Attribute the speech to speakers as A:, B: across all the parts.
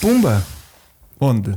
A: Pumba,
B: Onde?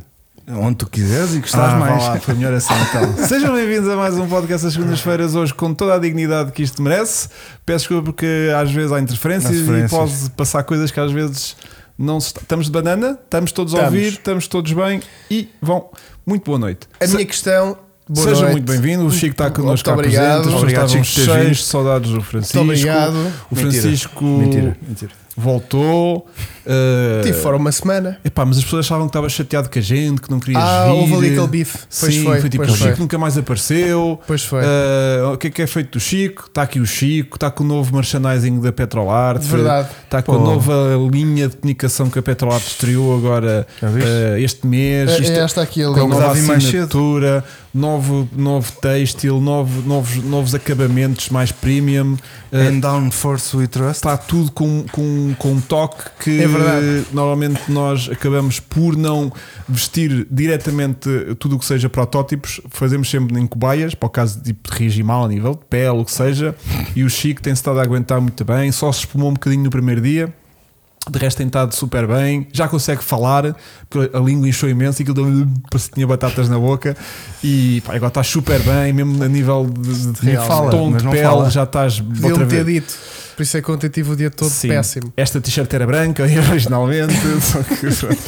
A: onde tu quiseres e gostares
B: Ah, vá
A: mais.
B: lá, foi melhor assim então. Sejam bem-vindos a mais um podcast às segundas-feiras, hoje com toda a dignidade que isto merece. Peço desculpa porque às vezes há interferências,
A: Há interferências.
B: e pode passar coisas que às vezes não se... Estamos de banana, estamos todos a
C: Estamos.
B: ouvir, estamos todos bem e vão. Muito boa noite.
C: A minha questão. Boa
B: Seja
C: noite.
B: muito bem-vindo, o Chico está connosco cá
C: Muito obrigado.
B: presente, as pessoas
A: Obrigado,
B: estavam
A: Chico, por teres
B: cheias
A: vindo.
B: de saudades do Francisco.
C: Muito obrigado.
B: O
A: Mentira.
B: Francisco
A: Mentira, mentira.
B: voltou. eh,
C: Estive fora uma semana.
B: Epá, mas as pessoas achavam que estava chateado com a gente, que não querias
C: Ah,
B: vir.
C: houve ali aquele bife. Pois
B: Sim,
C: foi,
B: foi tipo,
C: pois
B: o Chico
C: foi.
B: nunca mais apareceu.
C: Pois foi.
B: Ah, o que é que é feito do Chico? Está aqui o Chico, está com o novo merchandising da Petrolarte.
C: Verdade.
B: Está com a
A: Pô.
B: nova linha de comunicação que a Petrolarte estreou agora
A: Já viste?
B: ah, este mês.
C: É,
B: Isto-
C: esta aqui ali.
B: com a
A: Mas
B: nova
A: há de vir mais cedo.
B: assinatura, novo, novo têxtil, novo, novos, novos acabamentos mais premium.
C: É,
B: Ah,
A: And down force we trust.
B: está tudo com, com, com um toque que
C: É verdade.
B: normalmente nós acabamos por não vestir diretamente tudo o que seja protótipos, fazemos sempre em cobaias, para o caso de, tipo, de reagir mal a nível de pele, o que seja, e o Chico tem-se estado a aguentar muito bem, só se espumou um bocadinho no primeiro dia. De resto tem estado super bem, já consegue falar, porque a língua inchou imenso e aquilo deu- parece que tinha batatas na boca e pá, agora estás super bem, mesmo a nível de, de
A: Nem fala,
B: tom
A: mas
B: de
A: não
B: pele,
A: fala.
B: já estás outra
C: Podiam ter
B: vez.
C: dito. Por isso é que ontem tive o dia todo
B: Sim.
C: péssimo.
B: Esta t-shirt era branca originalmente, só que pronto.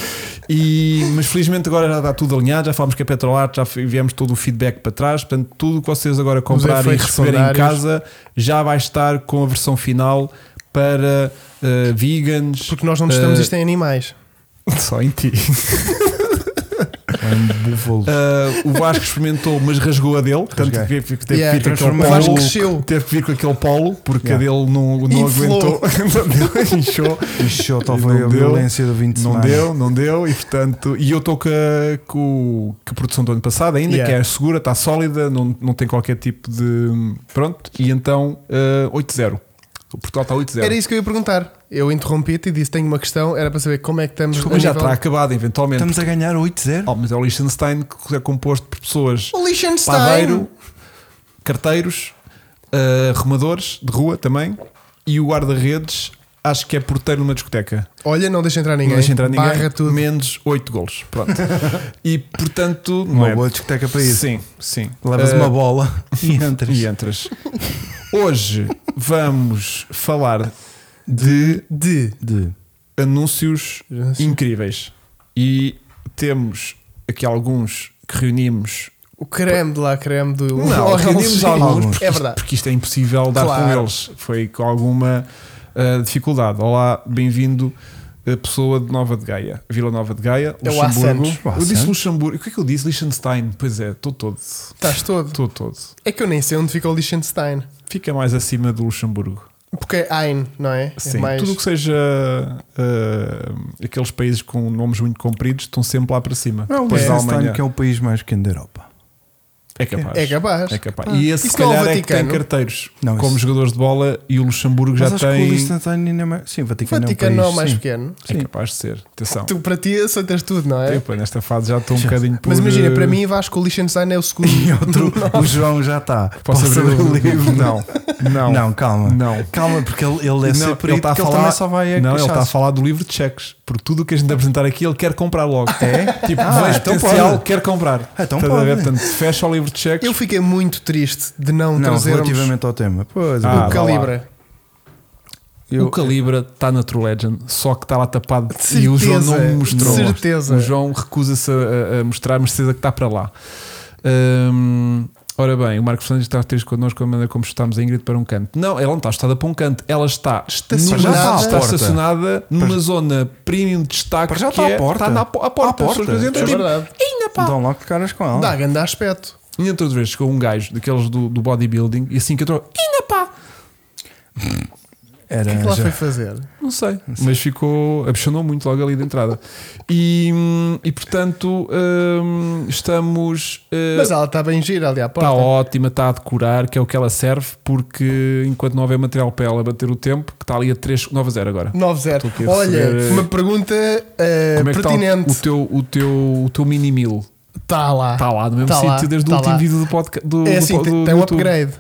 B: E, mas felizmente agora já está tudo alinhado, já falámos que a Petrolart, já viemos todo o feedback para trás, portanto, tudo o que vocês agora comprarem e
C: efeitos
B: receberem em
C: secundários.
B: casa já vai estar com a versão final para eh, vegans.
C: Porque nós não testamos
B: eh,
C: isto em animais.
B: Só em ti.
A: Um búfalo.
B: Eh, o Vasco experimentou, mas rasgou a dele, portanto
A: Rasguei.
B: teve, teve que
C: Yeah,
B: vir com aquele
A: transformei.
C: O Vasco
B: polo.
C: cresceu.
B: Teve que vir com aquele polo, porque
A: Yeah.
B: a dele não, não
C: Inflou.
B: aguentou, inchou.
A: Ixi,
B: E
A: tal foi
B: não
A: a
B: deu.
A: violência do 20 de
B: Não
A: semana.
B: deu, não deu, e portanto, e eu estou com a, com com a produção do ano passado ainda,
C: Yeah.
B: que é segura, está sólida, não, não tem qualquer tipo de. Pronto, e então eh, 8-0. O Portugal está 8-0.
C: Era isso que eu ia perguntar. Eu interrompi-te e disse: tenho uma questão. Era para saber como é que estamos.
B: Desculpa,
C: a
B: já
C: nível-
B: terá acabado, eventualmente.
A: Estamos a ganhar 8-0.
B: Oh, mas é o Liechtenstein que é composto por pessoas
C: O Liechtenstein.
B: padeiro, carteiros, eh, arrumadores de rua também, e o guarda-redes, acho que é porteiro numa discoteca.
C: Olha, não deixa entrar ninguém.
B: Não deixa entrar ninguém,
C: Barra tudo.
B: menos 8 golos. Pronto. e portanto, não
A: Uma
B: é
A: boa discoteca para isso.
B: Sim, sim.
A: Levas
B: Eh,
A: uma bola e entras.
B: e entras. Hoje vamos falar de
C: De.
A: De.
B: anúncios
C: Anúncios.
B: incríveis. E temos aqui alguns que reunimos.
C: O creme de lá, creme do.
B: Não,
C: Oh,
B: reunimos
C: sim.
B: alguns,
A: Alguns.
B: porque,
C: É
B: isto-
C: verdade.
B: porque isto é impossível dar com
C: Claro.
B: eles. Foi com alguma ah, dificuldade. Olá, bem-vindo. A pessoa de Nova de Gaia, Vila Nova de Gaia,
C: É o A
B: Luxemburgo.
C: Santos.
A: O A
B: Eu disse
A: Santos.
B: Luxemburgo. O que é que eu disse? Liechtenstein. Pois é, estou todo.
C: Estás todo.
B: Estou todo.
C: É que eu nem sei onde fica o Liechtenstein.
B: Fica mais acima do Luxemburgo.
C: Porque é Ein, não é?
B: Sim,
C: é mais...
B: tudo o que seja ah, aqueles países com nomes muito compridos estão sempre lá para cima.
A: Não, o
B: Depois da
A: Liechtenstein,
B: Alemanha.
A: que é o país mais pequeno da Europa.
B: É capaz.
C: É capaz.
B: É capaz. E esse,
C: Isso
B: se
C: não é o
B: calhar, é que tem
C: Vaticano?
B: carteiros
A: Não,
B: como
A: isso-
B: jogadores de bola e o Luxemburgo já
A: Mas acho que o
B: tem.
A: Liechtenstein ainda é mais. Sim, o
C: O
A: Vaticano,
C: Vaticano
A: é um
C: não é
A: país,
C: o mais
A: sim.
C: pequeno.
B: É capaz de ser. Atenção.
C: Tu, para ti aceitas tudo, não é?
B: Eu, pá, nesta fase já estou um
A: Já.
B: bocadinho por.
C: Mas imagina, para
B: eh,
C: mim, Vasco, o Liechtenstein é o segundo.
A: E outro, o João já tá. está.
B: Posso abrir o livro? Não, não.
A: Não, calma.
B: Não.
A: Calma, porque ele, ele é
B: Não,
A: ser perito,
B: tá
A: que ele também só vai a
B: Não, ele está a
A: cachaça.
B: falar do livro de cheques. Porque tudo o que a gente apresentar aqui ele quer comprar logo.
A: É?
B: Tipo,
A: Ah,
B: vejo
A: então
B: potencial,
A: pode.
B: quer comprar.
A: Ah, então
B: Estás a ver?
A: pode.
B: Portanto, fecha o livro de cheques.
C: Eu fiquei muito triste de não,
A: Não,
C: trazermos
A: relativamente ao tema. Pois, é.
B: Ah,
C: o
B: vá lá.
C: Calibra.
A: eu,
B: O Calibra está na True Legend, só que está lá tapado
C: De
B: e o João não
C: certeza,
B: me mostrou.
C: de certeza.
B: O João recusa-se a, a- a mostrar, mas certeza que está para lá. Hum, ora bem, o Marcos Fernandes está triste connosco a maneira como chutámos a Ingrid para um canto. Não, ela não está chutada para um canto, ela está
C: Estacionada.
B: numa-
C: Já está à
B: está
A: porta.
B: estacionada numa zona premium de destaque.
A: Para já
B: que
C: tá
A: está à
B: é-
A: porta.
B: Está na po- à porta.
A: À porta.
B: As pessoas entram,
C: É
B: tipo,
C: verdade.
B: "Ainda, pá."
A: Dão Então logo de caras
B: Ah,
A: com ela.
C: Dá grande aspecto.
B: E entre outras vezes chegou um gajo daqueles do, do bodybuilding e assim que entrou, ainda pá,
A: Era
C: O que lá
A: já.
C: foi fazer?
B: Não sei, mas ficou, apaixonou muito logo ali de entrada. E, hum, e portanto, hum, estamos. eh,
C: Mas ela está bem gira ali à porta.
B: Está ótima, está a decorar, que é o que ela serve, porque enquanto não houver material para ela bater o tempo, que está ali a 3,90 agora. Estou
C: 9-0.
B: aqui a
C: Olha,
B: receber, eh,
C: uma pergunta eh,
B: Como é que está o, o
C: pertinente.
B: teu, o, teu, o teu mini mil?
C: Está lá.
B: Está lá no mesmo
C: Tá lá,
B: sítio desde o
C: tá
B: último
C: lá.
B: vídeo do podcast. Do,
C: É
B: do
C: assim,
B: po-
C: tem
B: do
C: tem um
B: YouTube.
C: upgrade.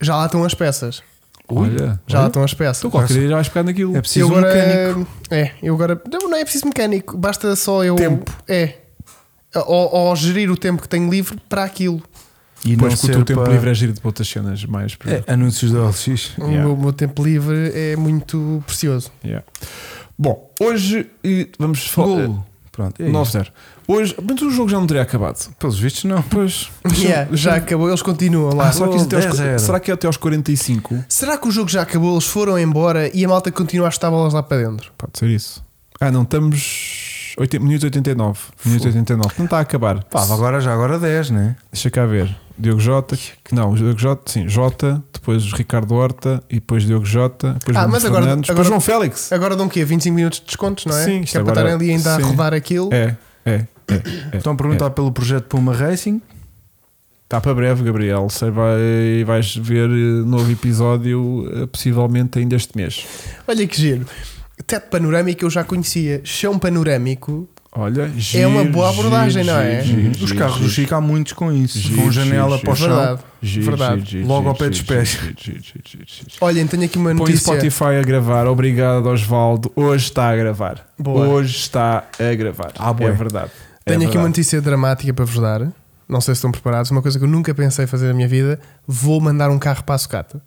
C: Já lá estão as peças.
B: Olha,
C: Já tá. lá
B: olha,
C: estão as peças.
B: tu qualquer dia já vais pegar naquilo.
A: É preciso
C: eu agora,
A: um mecânico.
C: É, eu agora. Não, não é preciso mecânico, basta só eu.
B: Tempo.
C: É. Ou, ou gerir o tempo que tenho livre para aquilo.
A: E
B: Depois
A: não
B: que o
A: ser
B: teu tempo
A: para-
B: livre é giro de outras cenas mais.
A: É, anúncios da OLX.
C: O
B: Yeah.
C: meu, meu tempo livre é muito precioso.
B: Yeah. Bom, hoje eh, vamos falar.
A: Golo. Pronto, é isto.
B: 9-0. Hoje, mas o jogo já não teria acabado.
A: Pelos vistos, não.
B: Pois.
C: Yeah, já acabou, eles continuam lá.
B: Ah, só que isso até aos-
A: 10-0.
B: será que é até aos 45?
C: Será que o jogo já acabou? Eles foram embora e a malta continua a chutar bolas lá para dentro.
B: Pode ser isso. Ah, não, estamos. 80, minuto 89. Minuto 89. Não está a acabar.
A: Pá, agora já agora 10, né?
B: Deixa cá ver. Diogo Jota. que- Não, Diogo Jota, sim, Jota, depois Ricardo Horta e depois Diogo Jota, depois
C: Ah,
B: Bruno
C: mas agora-
B: Fernandes,
C: agora- É
B: depois João Félix.
C: Agora dão o quê? 25 minutos de descontos, não é?
B: Sim,
C: que
B: isto
C: é para
B: agora-
C: estarem ali ainda
B: sim.
C: a rodar aquilo.
B: É, é, é.
A: Estão a perguntar pelo projeto Puma Racing.
B: Está para breve, Gabriel. Sei, vai, vais ver eh, novo episódio, eh, possivelmente ainda este mês.
C: Olha que giro. Teto panorâmico eu já conhecia. Chão panorâmico
B: Olha,
C: é
B: giro,
C: uma boa
B: giro,
C: abordagem, não
B: giro,
C: é?
B: giro,
A: Os
B: giro,
A: carros do
B: giro,
A: Chico há muitos com isso.
B: Giro,
A: com
B: giro,
A: janela
B: giro.
A: para o chão.
C: Verdade.
B: giro,
C: verdade.
B: giro, giro,
A: Logo ao
B: giro,
A: pé dos
B: giro,
A: pés.
B: giro, giro, giro, giro, giro, giro.
C: Olhem, tenho aqui uma
B: Põe o
C: notícia.
B: Spotify a gravar. Obrigado, Osvaldo. Hoje está a gravar.
C: Boa.
B: Hoje está a gravar.
A: Ah, bué.
B: é verdade. É
C: Tenho aqui
B: verdade.
C: uma notícia dramática para vos dar. Não sei se estão preparados. Uma coisa que eu nunca pensei fazer na minha vida. Vou mandar um carro para a sucata.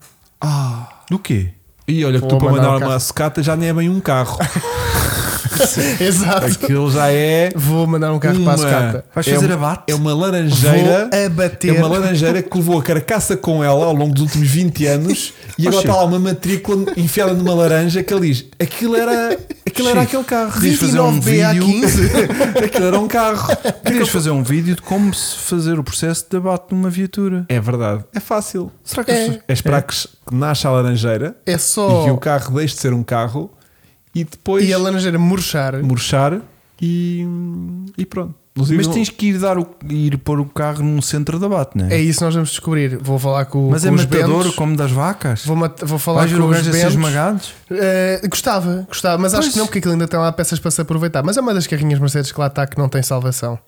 A: Do quê?
B: E olha, que tu
C: Vou
B: para
C: mandar
B: mandar
C: um carro.
B: uma sucata já nem é bem um carro.
C: Exato.
B: Aquilo já é.
C: Vou mandar um carro
B: uma,
C: para a sucata.
A: Vais
B: é
A: fazer
B: um-
A: abate?
B: É uma laranjeira.
C: Vou
B: É
C: abater.
B: uma laranjeira que levou a carcaça com ela ao longo dos últimos 20 anos e agora
A: Chico.
B: está lá uma matrícula enfiada numa laranja que ele diz: aquilo era, aquilo era
A: Chico,
B: aquele carro.
A: Devias fazer um
C: 29 BA15.
B: aquilo era um carro.
A: Querias fazer um vídeo de como se fazer o processo de abate numa viatura.
B: É verdade. É fácil.
A: Será que
C: É.
A: as pessoas-
B: É esperar que se- que nasça a laranjeira
C: É
B: e que o
C: só.
B: carro deixe de ser um carro e depois
C: E a laranjeira murchar.
B: murchar e, e pronto. Mas
A: Mas tens que ir, dar o, ir pôr o carro num centro de abate, né?
C: É isso que nós vamos descobrir. Vou falar com,
A: Mas
C: com
A: é
C: os
A: matador
C: bentos.
A: como das vacas?
C: Vou, mat- vou falar
A: Vais ver
C: com
A: o
C: os
A: gajo a ser
C: bentos.
A: esmagados?
C: Eh, gostava, gostava, mas acho
A: Pois.
C: que não, porque aquilo ainda tem lá peças para se aproveitar. Mas é uma das carrinhas Mercedes que lá está que não tem salvação.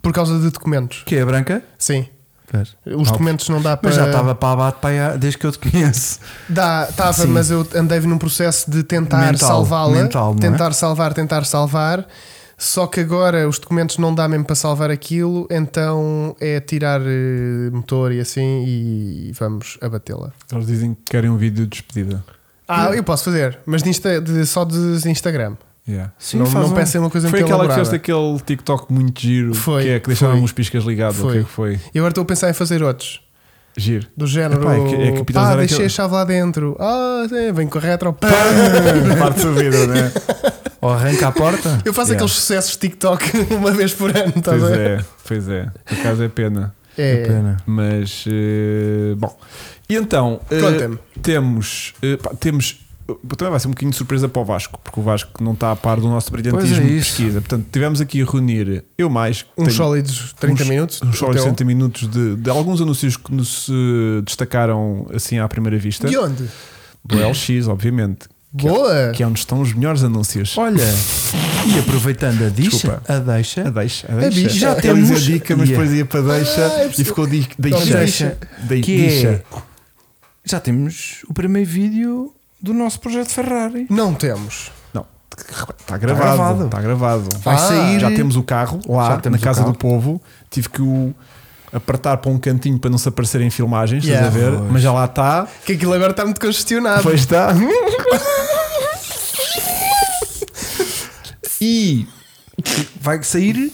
C: Por causa de documentos.
A: Que é a branca?
C: Sim.
A: Espera.
C: Os
A: Ah,
C: documentos não dá para.
A: Mas já estava para abate para aí, desde que eu te conheço.
C: Dá, estava,
A: Sim.
C: mas eu andei num processo de tentar
A: Mental,
C: salvá-la.
A: mental, não é?
C: Tentar salvar, tentar salvar. Só que agora os documentos não dá mesmo para salvar aquilo, então é tirar eh, motor e assim e vamos abatê-la.
B: Eles dizem que querem um vídeo de despedida.
C: Ah, eu posso fazer, mas de Insta- de- só de Instagram.
B: Yeah.
A: Sim,
C: não
A: faz
C: não
A: um-
C: pensei uma coisa
B: Foi
C: muito
B: aquela que fez
C: elaborada.
B: aquele TikTok muito giro
C: Foi,
B: que é que deixaram
C: foi.
B: uns piscas ligados. O
C: Foi.
B: que é que foi?
C: E agora estou a pensar em fazer outros.
B: Giro.
C: Do género.
B: Epá, é que- é que
C: ah,
B: capitalizar
C: deixei
B: aquele-
C: a chave lá dentro. Ah, é, vem com a retro. Pá.
B: Parte da vida, né?
A: Ou arranca a porta?
C: Eu faço
B: Yeah.
C: aqueles sucessos TikTok uma vez por ano, tá estás
B: Pois
C: a ver?
B: é, pois é. Por acaso é pena.
A: É
C: É.
A: pena.
B: Mas, eh, bom. E então, eh,
C: Conta-me.
B: temos. eh, pá, temos eh, também vai ser um bocadinho de surpresa para o Vasco, porque o Vasco não está a par do nosso
A: Pois é
B: brilhantismo de
A: isso.
B: pesquisa. Portanto, tivemos aqui a reunir eu mais. que
C: Uns
B: tenho- um
C: sólidos 30
B: uns-
C: minutos.
B: Uns sólidos
C: então.
B: 30 minutos de, de alguns anúncios que nos eh, destacaram assim à primeira vista.
C: De onde?
B: Do LX, obviamente. Que é-
C: Boa!
B: que é onde estão os melhores anúncios.
A: Olha, e aproveitando a deixa,
B: Desculpa.
A: a deixa,
B: A deixa,
C: A bicha.
B: Já
C: Eu
B: temos a
A: disse
B: dica,
A: dica,
B: mas
A: mas
B: depois ia para deixa
C: Ah, é
B: e
C: preciso-
B: ficou di-
A: deixa,
B: deixa.
C: deixa.
B: Dei-
A: que
B: deixa.
A: é, já temos o primeiro vídeo do nosso projeto Ferrari.
C: Não temos.
B: Não, está gravado.
A: gravado.
B: Está gravado.
A: Vai
C: Ah,
A: sair.
B: Já temos o carro
A: Já
B: lá na
A: temos o
B: casa
A: carro.
B: do povo. Tive que o apertar para um cantinho para não se aparecerem filmagens,
C: Yeah. Ah,
B: estás a ver?
A: Pois.
B: Mas já lá está.
C: Que aquilo agora está muito congestionado.
B: Pois está. e
A: Vai sair,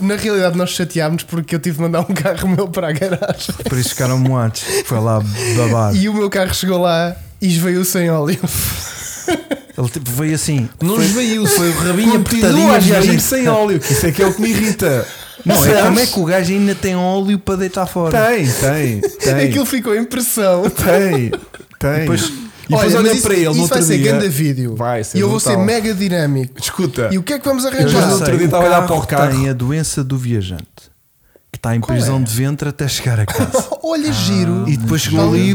C: Na realidade, nós chateámos porque eu tive de mandar um carro meu para a garagem.
A: por isso ficaram moados. Foi lá babar.
C: E o meu carro chegou lá e esveio sem óleo.
A: Ele tipo, veio assim.
B: não veio foi o
A: rabinho apertadinho,
B: Continua a viagem
A: esvaiu.
B: sem óleo, que isso é que é o que me irrita.
A: Não, é
B: Sabes?
A: como é que o gajo ainda tem óleo para deitar fora?
B: Tem, tem, tem.
C: Aquilo ficou em pressão.
B: Tem, tem. E depois,
C: Olha, mas
B: olhei
C: isso,
B: para ele no
C: isso
B: outro
C: vai ser
B: dia.
C: grande vídeo.
B: Vai ser
C: e eu vou
B: brutal.
C: ser mega dinâmico.
B: Escuta,
C: E o que é que vamos
A: Eu
C: arranjar?
B: já no outro
A: sei,
B: dia
A: o
B: estava a olhar
A: carro
B: para o carro.
A: Tem a doença do viajante. Que Está em
C: Qual
A: prisão
C: é?
A: de ventre até chegar a casa. Ah,
C: Olha, giro.
A: e depois chegou ali.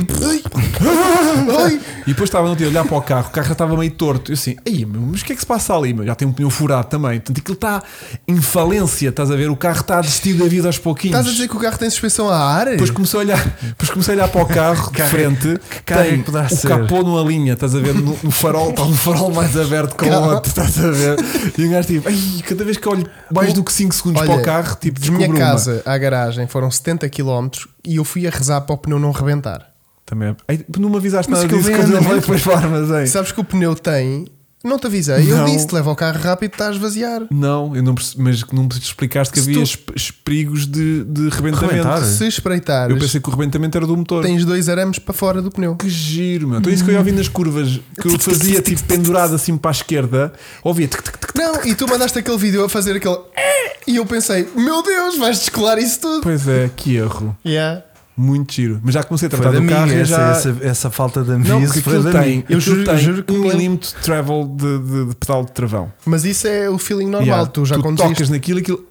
C: Ai,
B: E depois estava no dia a olhar para o carro, o carro já estava meio torto. Eu assim, aí, mas o que é que se passa ali? meu? Já tem um pneu furado também. Portanto, aquilo está em falência, estás a ver? O carro está a desistir da vida aos pouquinhos.
C: Estás a dizer que o carro tem suspensão a ar?
B: Depois comecei a olhar, depois comecei a olhar para o carro de
A: Carro-
B: frente,
A: que carro é que poderá
B: o
A: ser?
B: capô numa linha, estás a ver? No, no farol, está um farol mais aberto que o
C: Carro.
B: outro, estás a ver? E um gajo tipo, "Ai, cada vez que olho mais do que 5 segundos
C: Olha,
B: para o carro, tipo,
C: de minha
B: descubro uma.
C: casa à garagem foram 70 km e eu fui a rezar para o pneu não rebentar.
B: Também. Ai, não me avisaste
A: Mas
B: nada
A: que eu
B: disso
A: vi
B: quando eu
A: andamento.
B: levei depois para o armazém.
C: Sabes que o pneu tem. Não te avisei, eu
B: Não.
C: disse: leva o carro rápido, está a esvaziar.
B: Não, eu não perce- mas que não me explicaste que
C: Se
B: havia
C: tu-
B: esp- es- perigos de, de rebentamento.
A: Rebentar?
C: Se espreitares,
B: Eu pensei que o rebentamento era do motor.
C: tens dois arames para fora do pneu.
B: Que giro, meu. Então isso que eu ia ouvir nas curvas, que eu fazia tipo pendurado assim para a esquerda, ouvia tic, tic, tic,
C: Não, e tu mandaste aquele vídeo a fazer aquele. "É", E eu pensei: meu Deus, vais descolar isso tudo.
B: Pois é, que erro.
C: Yeah.
B: Muito giro. Mas já comecei a
A: Foi
B: tratar
A: da
B: do
A: minha,
B: carro e
A: essa,
B: já.
A: essa, essa falta de
B: Não,
A: aviso
B: porque
A: foi
B: aquilo
A: da minha.
B: tem,
C: Eu
B: eu
C: juro-
B: juro, tem
C: eu juro que
B: um
C: me lembro.
B: milímetro de travel de, de- de pedal de travão.
C: Mas isso é o feeling normal,
B: Yeah.
C: tu já conduziste.
B: tocas naquilo e aquilo.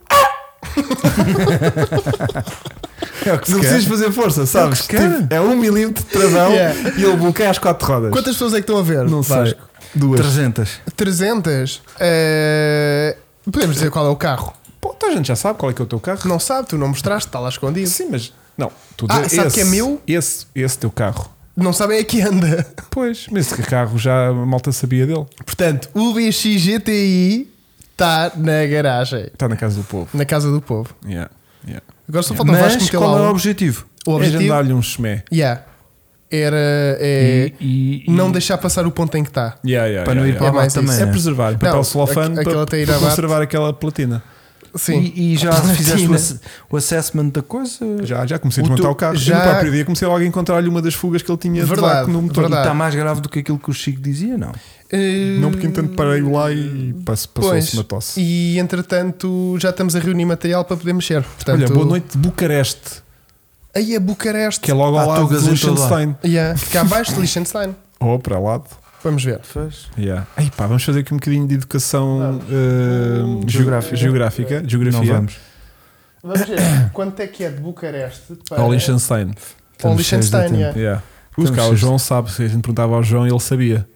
A: É o que
B: Não
A: se quer.
B: precisas fazer força, sabes?
A: se quer.
B: Tipo, é um milímetro de travão
C: Yeah.
B: e ele bloqueia as quatro rodas.
C: Quantas pessoas é que estão a ver?
B: Não sei.
C: Vasco?
B: Duas.
A: 300.
C: 300? Eh, Podemos dizer qual é o carro?
B: Pô, então a gente já sabe qual é que é o teu carro.
C: Não sabe, tu não mostraste, está lá escondido.
B: Sim, mas. Não, tu
C: Ah, sabe que é meu?
B: Esse, esse teu carro.
C: Não sabem a que anda.
B: Pois, mas esse carro já a malta sabia dele.
C: Portanto, o BX GTI está tá na garagem,
B: Está na casa do povo.
C: na casa do povo.
B: Yeah. Yeah.
C: Agora só falta o Vasco
A: Mas
C: meter
A: qual é
C: lá
A: o
C: um-
A: objetivo?
C: o
B: É
C: objetivo.
B: agendar-lhe um chumé.
C: Yeah. Era é,
A: E- e-
C: não
A: e-
C: deixar passar o ponto em que está.
B: Yeah, yeah,
A: Para
B: yeah,
A: não ir
B: yeah.
A: para
C: É
A: lá
C: mais
A: também.
C: isso.
B: É
A: né?
B: preservar. Papel
C: Não,
B: celofane
C: aque-
B: para,
C: aquela tem ir
B: para
C: abaixo.
B: conservar aquela platina.
C: Sim.
A: E, e já
C: Platina.
A: fizeste o, ass- o assessment da coisa?
B: Já, já comecei a
A: O
B: desmontar
A: teu-
B: o carro. Já...
C: já-
B: No próprio dia comecei logo a encontrar-lhe uma das fugas que ele tinha de
C: Verdade,
B: vácuo no motor.
A: E
C: verdade.
A: está mais grave do que aquilo que o Chico dizia, não?
C: Eh,
B: Não, porque entanto parei lá e
A: Hum,
B: passo-
C: pois.
B: passou-se uma tosse.
C: E entretanto já estamos a reunir material para poder mexer. Portanto,
B: Olha, boa noite de Bucareste,
C: Aí é Bucareste.
B: que é logo ao
A: Há
B: lado
A: tugas
B: do
A: em todo
B: Liechtenstein.
C: Yeah. Cá abaixo de Liechtenstein.
B: Ou para lado.
C: Vamos ver.
A: Faz.
B: Yeah. Ei, pá, vamos fazer aqui um bocadinho de educação eh, ge-
A: Geográfica.
B: geográfica.
A: Não
B: Geografia.
A: vamos.
C: Vamos ver. Quanto é que é de Bucareste para
B: Ao Liechtenstein.
C: Ao
A: Estamos cheios de
C: Liechtenstein,
A: tempo.
C: yeah.
B: Yeah.
A: Estamos
B: Os cá, o
A: cheios.
B: João sabe, se a gente perguntava ao João, ele sabia.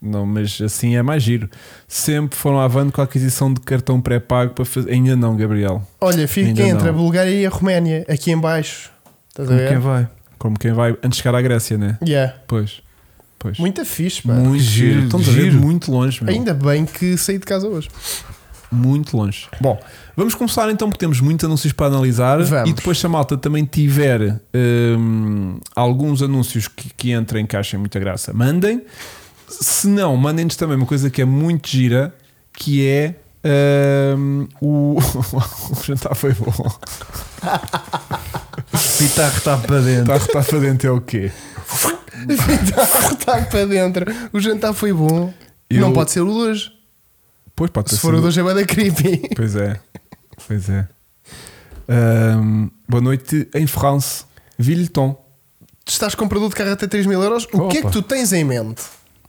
B: Não, mas assim é mais giro. Sempre foram à van com a aquisição de cartão pré-pago para fazer. Ainda não, Gabriel.
C: Olha, fica
B: Ainda
C: entre a
B: não.
C: Bulgária e a Roménia, aqui em baixo. Estás a
A: Como quem
C: ver?
A: vai?
B: É. Como quem vai antes de chegar à Grécia, né?
C: Yeah.
B: Pois. Pois.
C: Muita fixe, mano.
B: Muito
A: Giro,
B: giro. Estamos a ver
A: giro.
B: muito longe, meu.
C: Ainda bem que saí de casa hoje.
B: Muito longe. Bom, vamos começar então, porque temos muitos anúncios para analisar.
C: Vamos.
B: E depois, se a malta também tiver hum, alguns anúncios que, que entrem que achem muita graça, mandem. Se não, mandem-nos também uma coisa que é muito gira, que é. hum, o... o jantar foi bom.
A: Pitarro está para dentro.
B: Está a rotar para dentro é o quê?
C: Está um para dentro. O jantar foi bom.
B: Eu-
C: Não pode ser o de hoje.
B: Pois pode ter
C: Se for o
B: sido-
C: de hoje é bué da creepy.
B: Pois é. Pois é. Hum, boa noite em France, Villeton.
C: Tu estás com um produto de carro até 3 mil euros. O que é que
B: Opa.
C: tu tens em mente?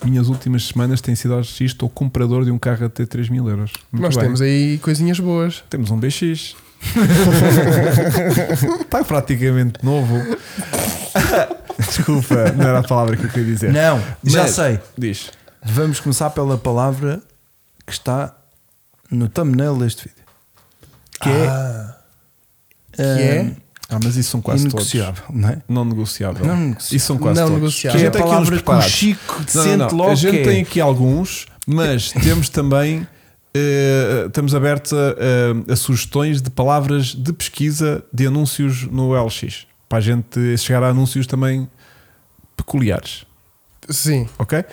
B: Minhas últimas semanas têm sido aos X, estou comprador de um carro até 3 mil euros. Muito
C: Nós
B: bem.
C: temos aí coisinhas boas.
B: Temos um BX. Está praticamente novo. Desculpa, não era a palavra que eu queria dizer.
A: Não, já
B: Mas-
A: sei.
B: Diz.
A: Vamos começar pela palavra que está no thumbnail deste vídeo. Que Ah, é.
C: que
B: Ah, mas isso são quase
A: Inegociável, não é?
B: todos. Não negociável.
A: Não negociável.
B: Isso são quase
C: Não
B: todos.
C: negociável.
B: A
A: Que é
B: gente
A: a
B: tem aqui uns
A: palavra que o
B: preparados.
A: Chico
B: Não,
A: sente
B: não, não.
A: logo
B: A gente
A: que é.
B: tem aqui alguns, mas temos também. eh, estamos abertos a, a- a sugestões de palavras de pesquisa de anúncios no LX para a gente chegar a anúncios também peculiares.
C: Sim.
B: Ok? Eh,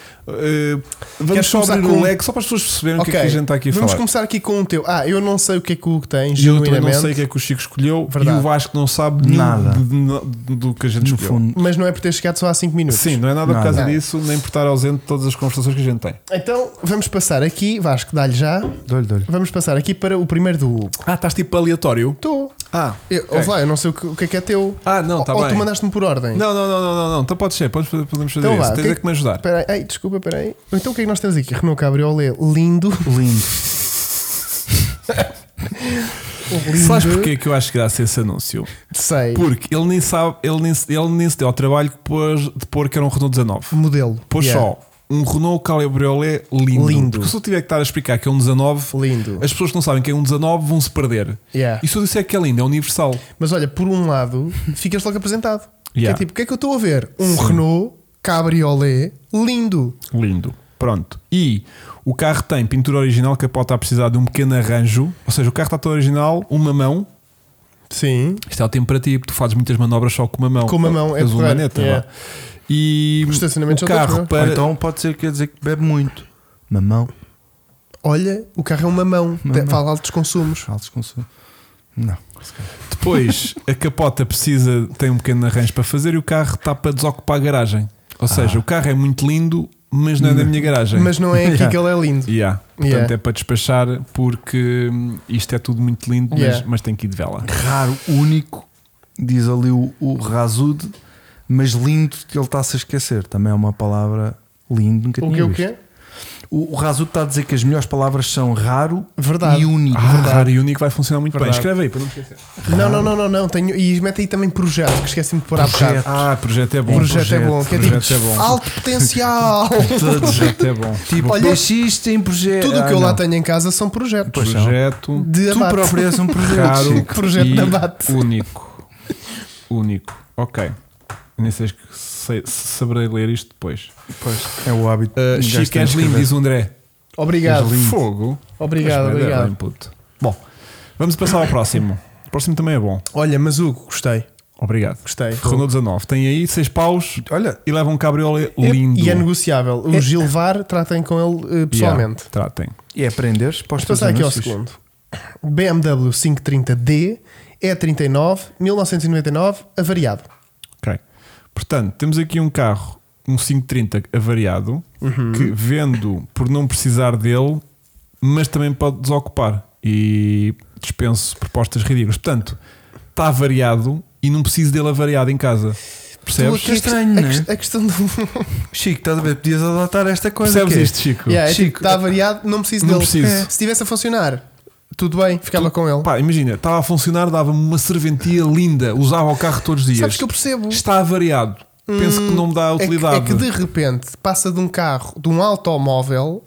B: vamos
C: Queres
B: só
C: começar
B: abrir
C: com-
B: o leque só para as pessoas perceberem o que é que
C: Ok.
B: a gente está aqui a
C: Vamos
B: falar.
C: começar aqui com o teu. Ah, eu não sei o que é que o que tens.
B: E eu também não
C: genuinamente,
B: sei o que é que o Chico escolheu
C: Verdade.
B: e o Vasco não sabe nenhum
A: Nada.
B: de- de- do que a gente
A: No
B: escolheu.
A: fundo.
C: Mas não é por ter chegado só há 5 minutos.
B: Sim, não é nada,
A: Nada.
B: por causa
C: Não.
B: disso, nem por estar ausente de todas as conversações que a gente tem.
C: Então vamos passar aqui, Vasco, dá-lhe já.
A: Dou-lhe, dou-lhe.
C: Vamos passar aqui para o primeiro do Hugo.
B: Ah, estás tipo aleatório?
C: Tu.
B: Ah,
C: Eu, ouve lá, eu não sei o que, o que é que é teu.
B: Ah, não, tá
C: Ou
B: bem.
C: tu mandaste-me por ordem.
B: Não, não, não, não, não, não. Então pode ser, podes fazer- podemos fazer
C: Então
B: isso.
C: vá,
B: Tens
C: que-
B: é que me ajudar.
C: Espera aí, Ei, desculpa, espera aí. Então o que é que nós temos aqui? Renault Cabriolé, lindo.
A: Lindo.
B: Sabes porquê que eu acho que graça esse anúncio?
C: Sei.
B: Porque ele nem sabe, ele nem, se- ele nem se deu ao trabalho de pôr, de pôr que era um Renault 19.
C: Modelo.
B: Pôs
C: Yeah.
B: só um Renault Cabriolet lindo.
C: Lindo.
B: Porque se eu tiver que estar a explicar que é um 19,
C: Lindo.
B: as pessoas que não sabem que é um 19 vão se perder.
C: Yeah.
B: E se eu disser que é lindo, é universal.
C: Mas olha, por um lado, ficas logo apresentado.
B: Yeah.
C: Que é tipo, o que é que eu estou a ver? Um
B: Sim.
C: Renault Cabriolet lindo.
B: Lindo. Pronto. E o carro tem pintura original, que a pode estar a precisar de um pequeno arranjo. Ou seja, o carro está todo original, uma mão.
C: Sim.
B: Isto é o tempo para ti, porque tu fazes muitas manobras só com uma mão.
C: Com uma mão, é
B: És um
C: correto,
B: maneta,
C: yeah.
B: vá. E
C: O estacionamento
B: o
C: já tens, não
B: carro
C: é?
A: Ou
B: para.
A: então pode ser quer dizer que bebe muito. Mamão,
C: Olha, o carro é um mamão.
A: Mamão.
C: De- Fala altos consumos.
A: altos consumos. Não.
B: Depois, a capota precisa, tem um pequeno arranjo para fazer e o carro está para desocupar a garagem. Ou
A: Ah.
B: seja, o carro é muito lindo, mas não é da minha garagem.
C: Hum. Mas não é aqui
A: Yeah.
C: que ele é lindo.
B: Yeah. Portanto,
C: Yeah.
B: é para despachar porque hum, isto é tudo muito lindo, mas-
C: Yeah.
B: mas, tem que ir de vela.
A: Raro, único, diz ali o, o Razude, mas lindo que ele está-se a esquecer. Também é uma palavra lindo. Nunca
C: O
A: tinha
C: que é o
A: visto.
C: quê?
A: O, o Razude está a dizer que as melhores palavras são raro
C: Verdade.
A: e único.
B: Ah, raro e único vai funcionar muito
C: Verdade.
B: bem. Escreve aí para não esquecer.
C: Não, não, não, não, não. Tenho... E mete aí também projeto, que esqueci-me de pôr há
A: Projeto.
C: bocado.
B: Ah, projeto é bom.
C: projeto, é bom. Que é
B: projeto
C: tipo,
B: é bom.
C: alto potencial.
B: Projeto é bom.
A: Tipo,
C: Olha-
A: deixiste em projeto.
C: Tudo o
A: Ah,
C: que eu
A: não.
C: lá tenho em casa são projetos.
A: Pois é.
B: Projeto
C: De
A: Tu
C: abate.
A: próprio és um projeto.
B: raro.
A: Chico.
C: Projeto
B: e
C: de abate.
B: Único. Único. Ok. Nem sei se- se se saberei ler isto depois.
A: Pois, é o hábito. Um
B: Uh,
A: gajo
B: Chico,
A: tem
B: és
A: de
B: lindo,
A: escrever.
B: diz o André.
C: Obrigado.
B: És lindo. Fogo.
C: Obrigado,
B: Mas, bem,
C: obrigado.
B: bem, puto. Bom, vamos passar ao próximo. O próximo também é bom.
C: Olha, mas Hugo, gostei.
B: Obrigado.
C: Gostei.
B: Renault 19. Tem aí 6 paus
A: Olha,
B: e leva um cabriolé
C: É-
B: lindo.
C: E é negociável. O Gilvar tratem com ele eh,
B: Yeah,
C: pessoalmente.
B: tratem.
A: e é aprenderes para os teus
C: Vamos passar aqui ao
A: anúncios.
C: segundo. BMW 530D E39 1999 avariado.
B: Ok. Portanto, temos aqui um carro, um 530 avariado,
C: Uhum.
B: que vendo por não precisar dele, mas também pode desocupar e dispenso propostas ridículas. Portanto, está avariado e não preciso dele avariado em casa.
A: Tu
B: Percebes?
A: aqui- estranho,
C: a,
A: não é?
C: quest- a questão do.
A: Chico, estás a ver? Podias adotar esta coisa.
B: Percebes
A: que é.
B: isto, Chico?
C: yeah, é tipo,
A: Chico,
C: está avariado, não preciso
B: não
C: dele.
B: preciso.
C: É. Se estivesse a funcionar, tudo bem, ficava com ele.
B: Pá, imagina, estava a funcionar, dava-me uma serventia linda, usava o carro todos os dias.
C: Sabes que eu percebo.
B: Está avariado. Penso que não me dá
C: É que-
B: utilidade
C: É que, de repente passa de um carro, de um automóvel,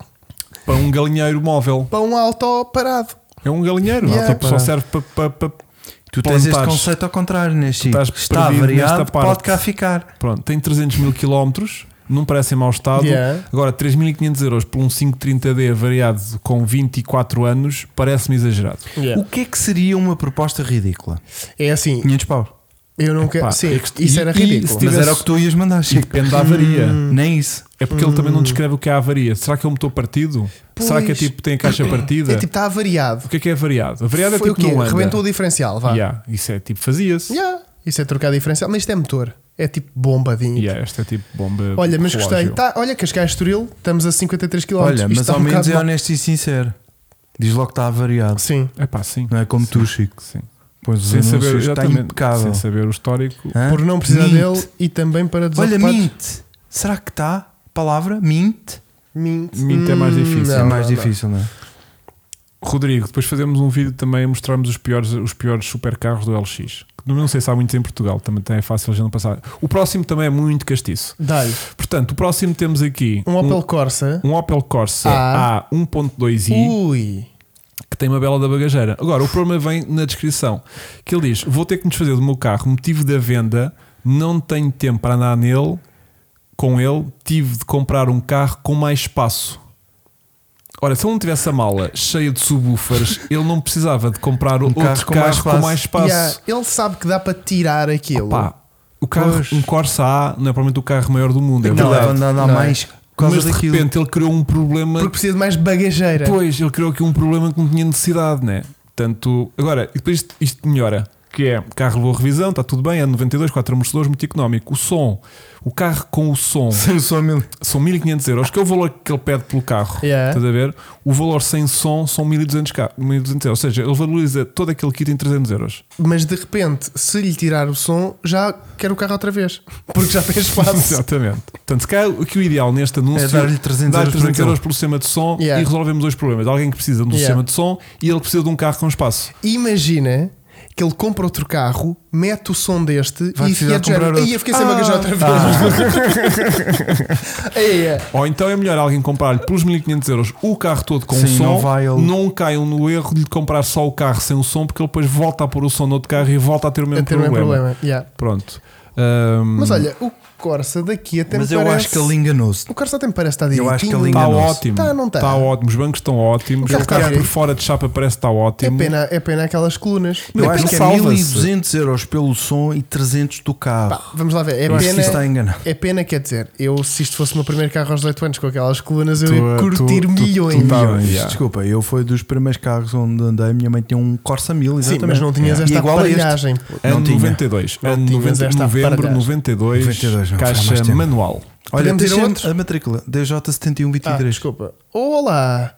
B: para um galinheiro móvel.
C: para um auto parado.
B: É um galinheiro,
C: Yeah.
B: tipo, só serve para. para- para-
A: Tu tens este
B: plantares.
A: conceito ao contrário, né, Chico?
B: estás
A: Está
B: perdido
A: variado,
B: nesta parte.
A: pode cá ficar.
B: Pronto, tem 300 mil quilómetros, não parece em mau estado.
C: Yeah.
B: Agora, 3.500 euros por um 530D variado com 24 anos parece-me exagerado.
A: O que é que seria uma proposta ridícula?
C: É assim,
A: 500 paus.
C: eu não quero.
B: Pá,
C: sim,
B: é que-
C: isso
B: e-
C: era
B: e
C: ridículo.
B: se
A: Mas
B: tivesse-
A: era o que tu ias mandar,
B: E
A: Chico. Hum.
B: depende da avaria.
C: Hum.
A: Nem isso.
B: É porque ele também não descreve o que é a avaria. Será que é um motor partido?
C: Pois.
B: Será que é tipo tem a caixa partida?
C: É tipo, está avariado.
B: O que é que é avariado? Avariado é
C: Foi
B: tipo
C: o quê?
B: não anda.
C: Rebentou o diferencial, vá.
B: Yeah, Isso é tipo fazia-se.
C: Yeah, Isso é trocar diferencial, mas isto é motor. É tipo bombadinho.
B: Yeah, esta é tipo bomba.
C: Olha, mas
B: relógio.
C: gostei. Tá, olha, Cascais Estoril, estamos a 53 km.
A: Olha,
C: Isto
A: mas
C: está
A: ao
C: um
A: menos
C: bocado
A: é
C: mal.
A: honesto e sincero. Diz logo que está variado.
C: Sim.
B: É pá, sim.
A: Não é como
B: Sim.
A: tu, Chico.
B: Sim.
A: Pois os
B: Sem saber,
A: anúncios está
B: exatamente,
A: impecável.
B: sem saber o histórico.
A: Hã?
C: Por não precisar
A: Mint.
C: dele e também para
A: Olha,
C: desocupar.
A: mint. Será que está? Palavra? Mint?
C: Mint.
B: Mint é mais
C: Hum,
B: difícil.
A: é
C: não,
A: mais
C: não, não.
A: difícil, não é?
B: Rodrigo, depois fazemos um vídeo também a mostrarmos os piores, os piores supercarros do LX. Que Não sei se há muitos em Portugal, também é fácil a gente não passar. O próximo também é muito castiço.
C: Dá-lhe.
B: Portanto, o próximo temos aqui
C: Um Opel Corsa.
B: um Opel Corsa
C: Ah.
B: A1.2i
C: Ui.
B: que tem uma bela da bagageira. Agora, o problema vem na descrição, que ele diz: vou ter que me desfazer do meu carro, motivo da venda, não tenho tempo para andar nele, com ele, tive de comprar um carro com mais espaço. Ora, se ele não tivesse a mala cheia de subwoofers, ele não precisava de comprar outro
A: carro
B: carro,
A: com
B: com,
A: mais
B: mais
A: espaço.
B: espaço.
C: Yeah, Ele sabe que dá para tirar aquilo.
B: Pá, o carro,
A: Pois.
B: um Corsa A não é provavelmente o carro maior do mundo, é
A: Aquilo
B: verdade.
A: leva a andar
C: não é?
A: mais por causa
B: Mas de
A: daquilo.
B: repente ele criou um problema
C: Porque precisa de mais bagageira.
B: Pois, ele criou aqui um problema que não tinha necessidade, né? Portanto, agora, e depois isto, isto melhora. que é carro levou a revisão, está tudo bem, é 92, 4 amortecedores, muito económico. O som, o carro com o som,
A: Sem som mil.
B: são 1500 euros, que é o valor que ele pede pelo carro.
C: Yeah.
B: Estás a ver? O valor sem som são 1200, ca- 1200 euros. Ou seja, ele valoriza todo aquele kit em 300 euros.
C: Mas de repente, se lhe tirar o som, já quero o carro outra vez. Porque já tem espaço.
B: Exatamente. Portanto, se calhar o que o ideal neste anúncio
A: É dar-lhe 300
B: dar
A: euros por
B: 300
A: aquilo.
B: euros pelo sistema de som
C: Yeah.
B: e resolvemos dois problemas. Alguém que precisa de um
C: Yeah.
B: sistema de som e ele precisa de um carro com espaço.
C: Imagina que ele compra outro carro, mete o som deste
A: Vai
C: e
A: precisar
C: fica
A: comprar
C: de género.
A: outro. Ah."
C: Aí eu fiquei sem bagagem outra vez. Aí é.
B: Ou então é melhor alguém comprar-lhe pelos 1500 euros o carro todo com o
A: Sim,
B: som.
A: não vai ele-
B: Não caiam no erro de lhe comprar só o carro sem o som, porque ele depois volta a pôr o som no outro carro e volta a ter o mesmo
C: É ter o mesmo
B: problema.
C: problema. yeah.
B: Pronto. Ahm,
C: Mas olha, o Corsa daqui até
A: Mas
C: me
A: eu
C: parece...
A: acho que ele enganou-se.
C: O Corsa até me parece estar
A: Eu
C: direitinho.
A: acho que ele
B: Está
A: enganou-se.
B: ótimo.
C: Tá, não tá?
B: Tá ótimo. Os bancos estão ótimos.
C: O carro
B: O carro
C: tá
B: por
C: direito.
B: fora de chapa parece que está
C: É
B: ótimo.
C: pena, é pena aquelas colunas.
B: Não,
A: Eu
B: é
A: acho
B: pena
A: que é
B: salva-se.
A: 1200 euros pelo som e 300 do
C: Pá,
A: carro.
C: vamos lá ver. É
A: Eu acho que
C: pena,
A: isso está enganado.
C: é pena, quer dizer, eu se isto fosse o meu primeiro carro aos 18 anos com aquelas colunas, eu
B: Tu-
C: ia
B: tu-
C: é
B: tu-
C: curtir
B: tu
C: milhões.
B: tá-
A: Milhões.
B: yeah.
A: Desculpa, eu fui dos primeiros carros onde andei. Minha mãe tinha um Corsa 1000,
C: Sim,
A: exatamente.
C: mas não tinhas
A: E
C: esta
A: igual a este.
C: aparelhagem. pô.
A: Não
B: Ano
A: tinha.
B: 92.
C: Não
B: Ano
C: tinha,
B: 90,
C: mas esta
B: novembro
C: aparelhagem.
B: 92.
A: 92, não, faz
B: caixa
A: mais tempo.
B: manual.
A: Olha,
C: Podemos ir a
A: deixa-me-
C: outro?
A: a matrícula
C: Ah,
A: DJ7123.
C: desculpa. Olá!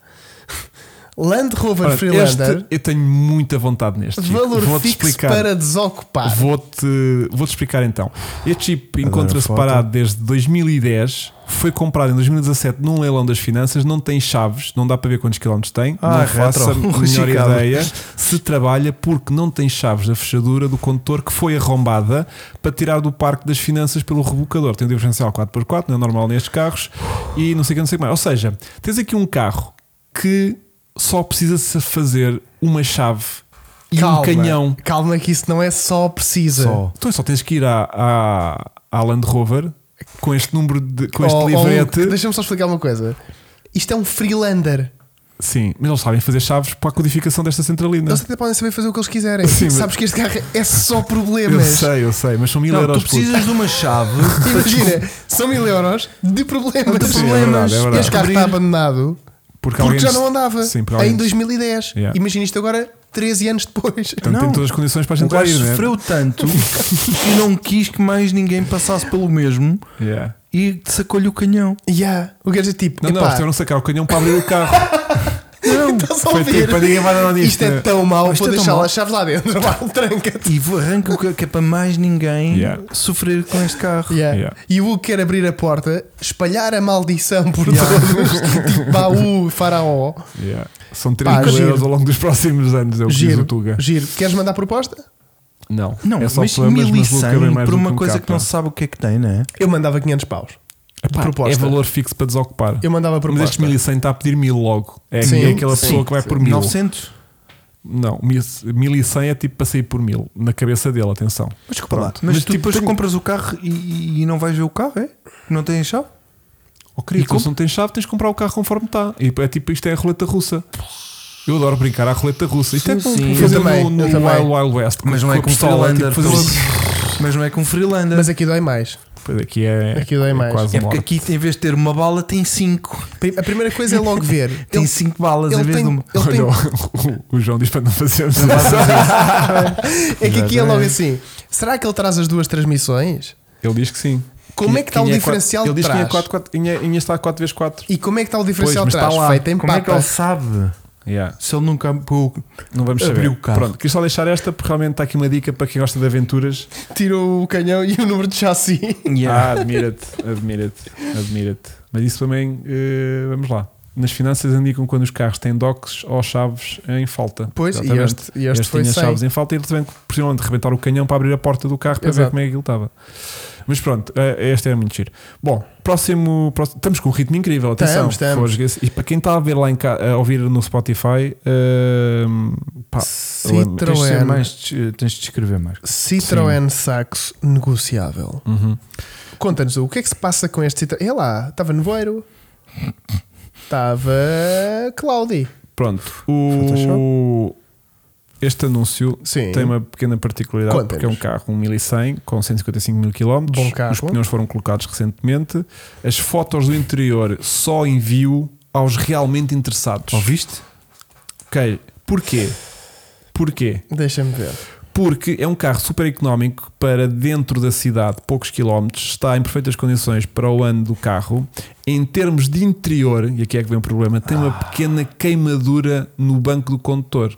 C: Land Rover
B: Ora,
C: Freelander,
B: este eu tenho muita vontade neste. Chico.
C: valor
B: Vou-te
C: fixo
B: explicar.
C: para desocupar.
B: Vou-te vou explicar então. Este chip encontra-se
A: foto.
B: parado desde 2010, foi comprado em 2017 num leilão das finanças, não tem chaves, não dá para ver quantos quilómetros tem,
A: Ah,
B: não faço a
A: retro.
B: melhor
A: Reciclado.
B: ideia se trabalha porque não tem chaves da fechadura do condutor que foi arrombada para tirar do parque das finanças pelo rebocador. Tem um diferencial 4x4, não é normal nestes carros, e não sei o que, não sei o que mais. Ou seja, tens aqui um carro que só precisa-se fazer uma chave e um canhão.
C: Calma que isso não é só precisa.
A: Só.
B: Então só tens que ir à, à, à Land Rover com este número de, com este
C: Ou- ou um-
B: livrete.
C: Deixa-me só explicar uma coisa. Isto é um Freelander.
B: Sim, mas eles sabem fazer chaves para a codificação desta centralina.
C: Eles até podem saber fazer o que eles quiserem.
B: Sim, mas-
C: Sabes que este carro é só
B: Eu
C: problemas.
B: sei, eu sei, mas são mil
A: Não,
B: euros
A: tu precisas de uma chave.
C: Imagina, são mil euros de problemas.
A: De
B: Sim, é verdade,
A: problemas.
B: é verdade.
C: Este carro está abandonado
B: porque,
C: porque
B: alguém-
C: já não andava
B: Sim, porque
C: em
B: alguém-
C: 2010.
B: Yeah. Então-
C: Imagina isto agora, 13 anos depois.
B: Portanto, tem
A: Não.
B: todas as condições para a
A: O
B: gente lá
A: gajo
B: ir, né?
A: sofreu tanto e não quis que mais ninguém passasse pelo mesmo
B: Yeah.
A: e sacou-lhe o canhão.
C: Yeah. O gajo é tipo,
B: Não, não,
C: epá,
B: eles tiveram que sacar o canhão para abrir o carro.
C: estás a
B: Foi
C: ouvir?
B: tipo, ninguém vai dar nisto.
C: Isto é tão mau,
A: Isto
C: vou
A: é tão
C: deixar
A: mau.
C: lá as chaves lá dentro. Vá, tranca-te.
A: E vou- arranca o ca- que é para mais ninguém
B: Yeah.
A: sofrer com este carro.
C: Yeah.
B: Yeah.
C: E o Hugo quer abrir a porta, espalhar a maldição por todos, tipo baú, faraó.
B: Yeah. São 3
C: Pá,
B: mil
C: giro.
B: euros ao longo dos próximos anos, é o que diz
C: Giro,
B: o Tuga.
C: giro. Queres mandar proposta?
B: Não,
A: Não,
B: é só
A: mas
B: problemas, mas vou caber
A: 1100
B: mais
A: por
B: do
A: uma
B: um
A: coisa que não
B: capa.
A: se sabe o que é que tem, né?
C: Eu mandava 500 paus.
B: Epá,
C: proposta.
B: É valor fixo para desocupar.
C: Eu mandava
B: Mas
C: proposta.
B: este 1100 está a pedir mil logo. É,
C: Sim,
B: é aquela
C: sim,
B: pessoa que vai
C: sim.
B: por mil.
A: 900?
B: Não, mil- 1100 é tipo para sair por mil. Na cabeça dele, atenção.
A: Mas desculpa lá.
B: Pronto.
A: Mas,
B: Mas
A: tu
B: tipo,
A: depois
B: tenho-
A: compras o carro e- e, e não vais ver o carro, é? Não tem chave?
B: Oh, querido,
A: E como-
B: se não tens chave, tens de comprar o carro conforme está. E é tipo, isto é a roleta russa. Eu adoro brincar à roleta russa. Isto é
A: Sim,
B: como
A: sim.
B: fazer
C: Eu também,
B: no, no
C: eu
B: Wild
C: também.
B: Wild West.
A: Mas
B: com-
A: não é
B: com a
A: com
B: pistola,
A: Freelander.
B: tipo, fazer uma-
A: Mas não é com Freelander.
C: Mas aqui dói mais.
B: Pois aqui é,
C: Aqui dói
B: é
C: mais.
B: quase
A: É porque
B: morte.
A: aqui, em vez de ter uma bala, tem cinco.
C: Pri- A primeira coisa é logo ver.
A: Tem
C: Ele-
A: cinco balas em
C: ele
A: vez
C: tem-
A: de uma.
C: ele tem-
B: Olha, o, o João diz para não fazermos
C: é que aqui é
A: Exatamente.
C: logo assim. Será que ele traz as duas transmissões?
B: Ele diz que sim.
C: Como é que está o
B: Tinha
C: diferencial
B: quatro-
C: de
B: Ele diz que
C: trás?
B: tinha, quatro, quatro, tinha, tinha está 4x4.
C: E como é que está o diferencial
B: Pois,
C: de
B: mas
C: trás?
B: está lá.
C: Feito em
A: Como é que
C: papa.
A: ele sabe?
B: Yeah.
A: Se ele nunca. pô,
B: Não vamos saber.
A: Abri o carro.
B: Pronto, quis só deixar esta porque realmente está aqui uma dica para quem gosta de aventuras.
C: Tirou o canhão e o número de chassi.
A: Yeah.
B: Ah, admira-te, admira-te, admira-te. Mas isso também, eh, vamos lá. Nas finanças indicam quando os carros têm docs ou chaves em falta.
C: Pois, e
B: Exatamente.
C: este, e este foi
B: tinha
C: sem.
B: chaves em falta e ele também precisou de rebentar o canhão para abrir a porta do carro para ver
C: Exato.
B: como é que ele estava. Mas pronto, eh, este era muito giro. Bom, próximo, próximo- Estamos com um ritmo incrível, atenção.
C: Estamos, estamos.
B: Foge, esse- E para quem está a ver lá em ca- a ouvir no Spotify, eh, pá,
A: Tens de,
B: é
A: ser
C: Citroën.
A: mais, eh, tens de descrever mais.
C: Citroën Saxo negociável.
B: uhum.
C: Conta-nos o que é que se passa com este Citroën. É lá, estava nevoeiro. Estava cloudy.
B: Pronto. O... Este anúncio
C: Sim.
B: tem uma pequena particularidade
C: Conta-nos.
B: porque é um carro um 1100 com 155 mil km.
C: Bom carro.
B: Os pneus foram colocados recentemente. As fotos do interior só envio aos realmente interessados.
A: Ouviste?
B: Ok. Porquê? Porquê?
C: Deixa-me ver.
B: Porque é um carro super económico para dentro da cidade, poucos quilómetros, está em perfeitas condições para o ano do carro. Em termos de interior, e aqui é que vem o problema, tem
A: Ah.
B: uma pequena queimadura no banco do condutor.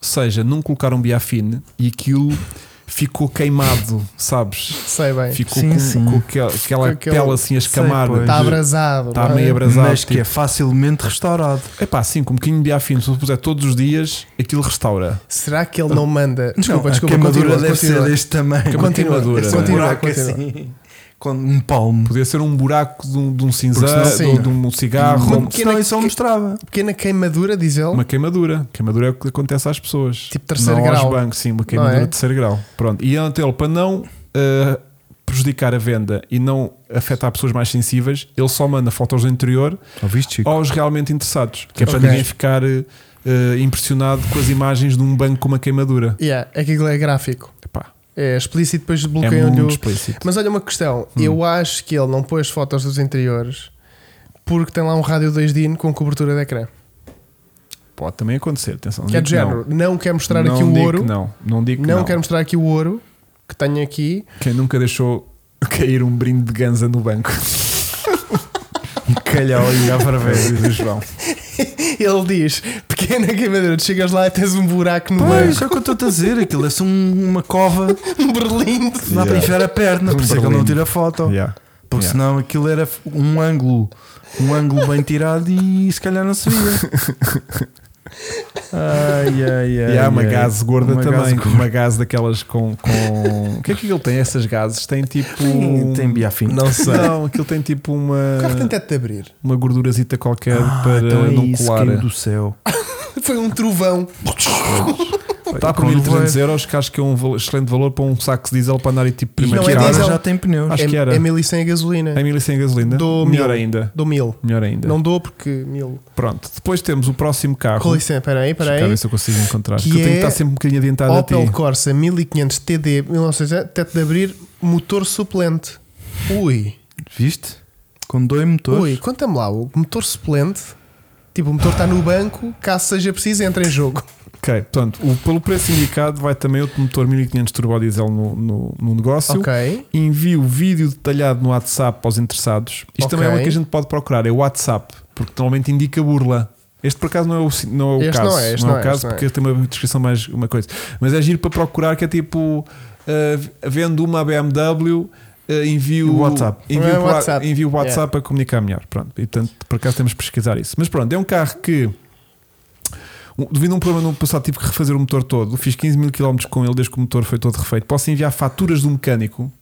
B: Ou seja, não colocaram um biafine e aquilo ficou queimado, sabes?
C: Sei bem.
B: Ficou
A: Sim,
B: com,
A: sim.
B: com aquela, aquela
C: aquele-
B: pele assim, as
A: Sei,
B: camadas.
A: pois. Tá,
C: Está abrasado.
B: Está
C: não é?
B: meio abrasado.
A: mas que é facilmente restaurado.
B: É pá, assim, com um bocadinho de biafino, se eu puser todos os dias, aquilo restaura.
C: Será que ele não manda? Desculpa,
A: Não,
C: desculpa.
A: a queimadura
C: continua,
A: deve
C: continua.
A: ser deste tamanho.
B: Continua,
A: É
B: queimadura.
A: só um
C: Continua,
A: buraco
C: continua.
A: assim, com um palmo.
B: Podia ser um buraco de um, de um
C: Porque
B: cinzeiro,
C: senão-
B: de, um- de um cigarro,
C: Uma
A: Não,
B: uma,
C: Ah, pequena
A: senão isso não
C: que-
A: mostrava.
C: Pequena queimadura, diz ele.
B: queimadura. Queimadura é o que acontece às pessoas.
C: Tipo terceiro
B: não
C: grau.
B: aos bancos, sim, uma queimadura
C: Não é?
B: de terceiro grau. Pronto. E então ele, para não ah, prejudicar a venda e não afetar pessoas mais sensíveis, ele só manda fotos do interior
A: Ouviste, Chico?
B: aos realmente interessados, que é para
C: Ok.
B: ninguém ficar ah, impressionado com as imagens de um banco com uma queimadura.
C: Yeah, é que aquilo é gráfico.
B: Epá,
C: É explícito, depois
B: é
C: bloqueiam-lhe
B: muito
C: o.
B: explícito. Hum.
C: Mas olha uma questão. Eu acho que ele não pôs fotos dos interiores porque tem lá um rádio 2DIN com cobertura de ecrã.
B: Pode também acontecer, atenção.
C: que é
B: digo
C: do género. Não, quer mostrar
B: não
C: aqui o
B: digo que
C: ouro.
B: Não, não digo que
C: Não,
B: não.
C: quer mostrar aqui o ouro que tenho aqui.
B: Quem nunca deixou cair um brinde de ganza no banco? Um
A: Calhau e a
B: Através
A: ferver.
B: do João.
C: Ele diz: pequena queimadura, tu chegas lá e tens um buraco no
A: Pois,
C: meio,
A: é o que eu estou a dizer. Aquilo é só um- uma cova. Dá
C: um berlindo.
A: para
B: Yeah.
A: enfiar a perna.
B: Um
A: Por isso é que ele
B: berlim.
A: não tira foto.
B: Yeah.
A: Porque
B: Yeah.
A: senão aquilo era um ângulo. Um ângulo bem tirado e se calhar não se via. Ai, ai, ai.
B: E há uma
A: ai.
B: gase gorda
A: Uma
B: também.
A: gase gorda.
B: Uma gase daquelas com. com... O que é que ele tem? Essas gases? Tem tipo.
A: Tem, tem biafim.
B: Não sei. Não, aquilo tem tipo uma.
C: O carro tem teto de abrir.
B: Uma gordurazita qualquer
A: Ah,
B: para
A: então é
B: não
A: isso,
B: colar.
A: caiu do céu.
C: Foi um trovão.
A: então
B: Está Tá por
A: Quando
B: 1300
A: vai-
B: euros, que acho que é um val- excelente valor para um saco de diesel para andar e tipo
A: E
B: primeiro
C: não é
B: que
C: diesel.
A: já tem pneus.
B: Acho
C: é,
B: que era.
C: é 1100 a gasolina.
B: É 1100 gasolina.
C: Do
B: Melhor
C: mil.
B: ainda.
C: Dou mil.
B: Melhor ainda.
C: Não é dou porque mil.
B: Pronto. Depois temos o próximo carro.
C: Com licença, peraí,
B: Deixa eu
C: peraí.
B: ver se eu consigo encontrar.
C: Que
B: Que eu tenho
C: é
B: que estar sempre um bocadinho adiantado a ti.
C: Opel Corsa 1500 TD 1900, teto de abrir, motor suplente. Ui,
A: Ah, Viste? Com dois motores.
C: ui, conta-me lá, o motor suplente. Tipo, o motor está no banco, caso seja preciso, entra em jogo.
B: Ok, portanto, o- pelo preço indicado vai também outro motor 1500 turbo diesel no, no, no negócio.
C: Ok.
B: Envio vídeo detalhado no WhatsApp aos interessados. Isto
C: Ok.
B: também é uma que a gente pode procurar, é o WhatsApp, porque normalmente indica burla. Este por acaso não é o, si- não é o
C: Este
B: caso,
C: não é, este não
B: o
C: é,
B: caso,
C: este não é.
B: porque tem uma descrição mais uma coisa. Mas é giro para procurar que é tipo ah, vendo uma BMW. ah, envio
A: O WhatsApp.
B: envio,
C: É o
B: por-
C: WhatsApp.
B: envio o
C: Yeah.
B: WhatsApp para comunicar melhor. Pronto, e portanto, por acaso temos que pesquisar isso. Mas pronto, é um carro que um- Devido a um problema no passado, tive que refazer o motor todo. Fiz 15 mil km com ele desde que o motor foi todo refeito. Posso enviar faturas do mecânico?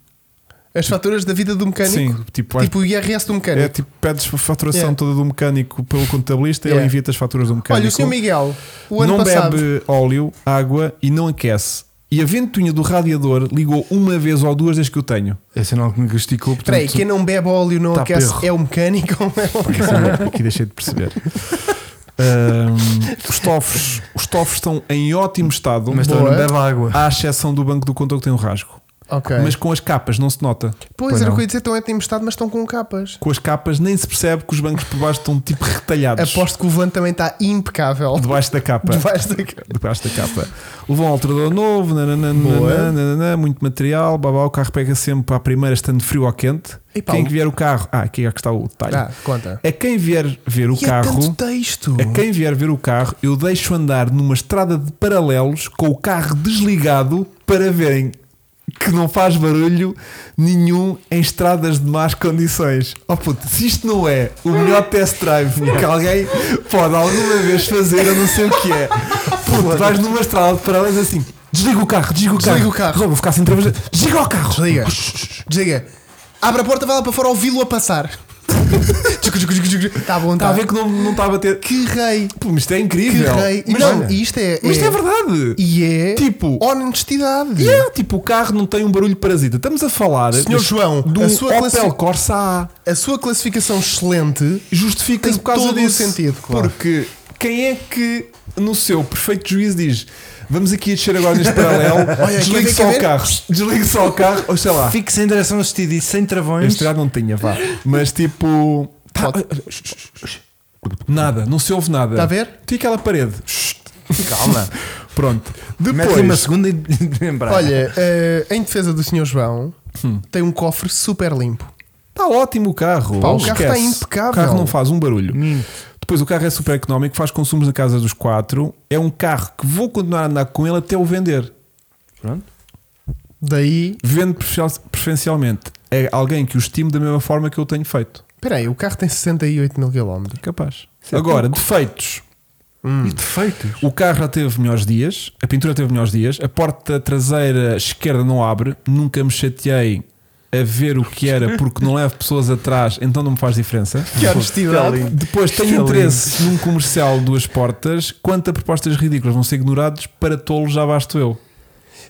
C: As faturas da vida do mecânico.
B: Sim, tipo, acho-
C: Tipo o IRS do
B: é
C: mecânico.
B: tipo, pedes a faturação
C: Yeah.
B: toda do mecânico pelo contabilista
C: Yeah.
B: ele envia-te as faturas do mecânico.
C: Olha, o senhor Miguel, o ano
B: não
C: passado.
B: bebe óleo, água e não aquece. E a ventoinha do radiador ligou uma vez ou duas desde que eu tenho.
A: É sinal que me gasticou. portanto,
C: Peraí, quem não bebe óleo não
A: Tá
C: aquece
A: perro.
C: é o mecânico ou é o
B: Isso eu aqui deixei de perceber. Ahm, os, tofos, os tofos estão em ótimo estado,
A: Mas também
C: Boa.
A: não bebe água.
B: à exceção do banco do contor que tem um rasgo.
C: Ok.
B: Mas com as capas não se nota.
C: pois,
A: pois
C: era o
A: não.
C: que eu ia dizer, estão em estado, mas estão com capas.
B: com as capas nem se percebe que os bancos por baixo estão tipo retalhados
C: Aposto que o volante também está impecável.
B: debaixo da capa.
C: Debaixo da capa.
B: Debaixo da capa. Levou um alterador novo, nananã,
C: Boa.
B: nananã, nananã, muito material, babá, o carro pega sempre para a primeira, estando frio ou quente.
C: E pá,
B: quem
C: o-
B: que vier o carro. Ah, aqui é que está o detalhe.
C: Ah, conta.
B: A quem vier ver o
C: E É
B: carro.
C: tanto texto.
B: A quem vier ver o carro, eu deixo andar numa estrada de paralelos com o carro desligado para verem que não faz barulho nenhum em estradas de más condições. Oh puto, se isto não é o melhor test drive que alguém pode alguma vez fazer, eu não sei o que é. Puto, vais numa estrada de paralelos assim. Desliga o carro, desliga o carro.
C: Desliga o carro.
B: Rob, vou ficar sem travas. Desliga o carro.
C: Desliga. Desliga. Abre a porta, vai lá para fora, ouvi-lo a passar. Está
B: Está
C: bom, está
B: a ver que não, não está a bater.
C: Que rei.
B: Pô, mas isto é
C: Que
B: tá. incrível.
C: rei. E
B: Mas,
C: não,
B: olha,
C: e isto é.
B: mas isto é verdade.
C: E é.
B: Tipo-
C: Honestidade.
B: E é, tipo, o carro não tem um barulho parasita. Estamos a falar,
C: Senhor
B: mas,
C: João,
B: do
C: a sua
B: Opel
C: classific-
B: Corsa A.
C: A sua classificação excelente.
B: Justifica-se
C: Tem
B: por causa
C: todo o
B: disso.
C: sentido, claro.
B: Porque quem é que, no seu perfeito juízo, diz vamos aqui descer agora neste paralelo,
C: Olha, quer
B: desligue
C: ver,
B: só
C: quer
B: o
C: ver?
B: carro, desligue só o carro, ou sei lá.
A: Fique sem direção assistida e sem travões.
B: Este já não tinha, vá. Mas tipo. tá- Nada, não se ouve nada.
C: Tá a ver?
B: Tem aquela parede. Calma. Pronto.
A: Mete uma
B: Depois.
A: segunda e lembrar.
C: Olha, eh, em defesa do Sr. João,
B: Hum.
C: tem um cofre super limpo.
B: Está Tá ótimo o carro.
C: Pá, o
B: Esquece.
C: carro está impecável.
B: O carro não faz um barulho. Depois o carro é super económico, faz consumos na casa dos quatro. É um carro que vou continuar a andar com ele até o vender.
A: Pronto.
C: Daí,
B: Vendo preferencial- preferencialmente a alguém que o estime da mesma forma que eu tenho feito.
C: peraí, o carro tem 68 mil km.
B: Capaz.
A: é
B: Agora, defeitos.
A: E defeitos?
B: O carro já teve melhores dias, a pintura teve melhores dias, a porta traseira esquerda não abre, nunca me chateei a ver o que era porque não levo pessoas atrás, então não me faz diferença.
C: Que honestidade.
B: Depois tenho
A: Excelente.
B: interesse num comercial de duas portas. Quanto a propostas ridículas vão ser ignorados, para tolo já basto eu.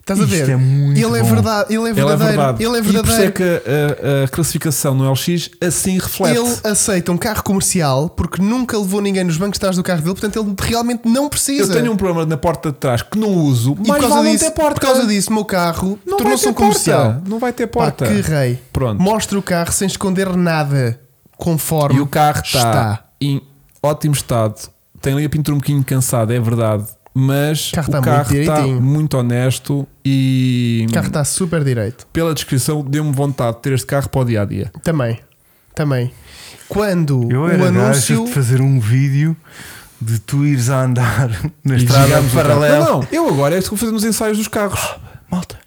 C: Estás a
A: Isto
C: ver?
A: é muito
C: ele, é
A: bom.
C: verdade, ele
B: Ela
C: é
B: é
C: verdadeiro.
B: verdade.
C: Ele é
B: E por isso é
C: verdadeiro.
B: que a, a- a classificação no LX assim reflete.
C: Ele aceita um carro comercial porque nunca levou ninguém nos bancos de trás do carro dele, portanto ele realmente não
B: Eu
C: precisa.
B: tenho um problema na porta de trás que não uso, mas
C: e por causa,
B: vale não
C: disso,
B: ter porta.
C: por causa disso, o meu carro
B: não vai
C: tornou-se
B: ter
C: um comercial.
B: porta. Não vai ter
C: Pá,
B: porta.
C: que rei.
B: Pronto.
C: Mostra o carro sem esconder nada, conforme
B: E o carro está,
C: está.
B: em ótimo estado. Tem ali a pintura um bocadinho cansada, é verdade. Mas
C: O carro está
B: o
C: muito
B: carro está
C: direitinho.
B: muito honesto e
C: O carro está super direito.
B: pela descrição deu-me vontade de ter este carro para o dia a dia.
C: Também. Também. Quando
A: Eu
C: o
A: era gajo
C: anúncio.
A: de fazer um vídeo de tu ires a andar na estrada
B: gigámos o
A: paralela.
B: carro. Não, não, eu agora é isso que vou fazer nos ensaios dos carros.
A: Malta.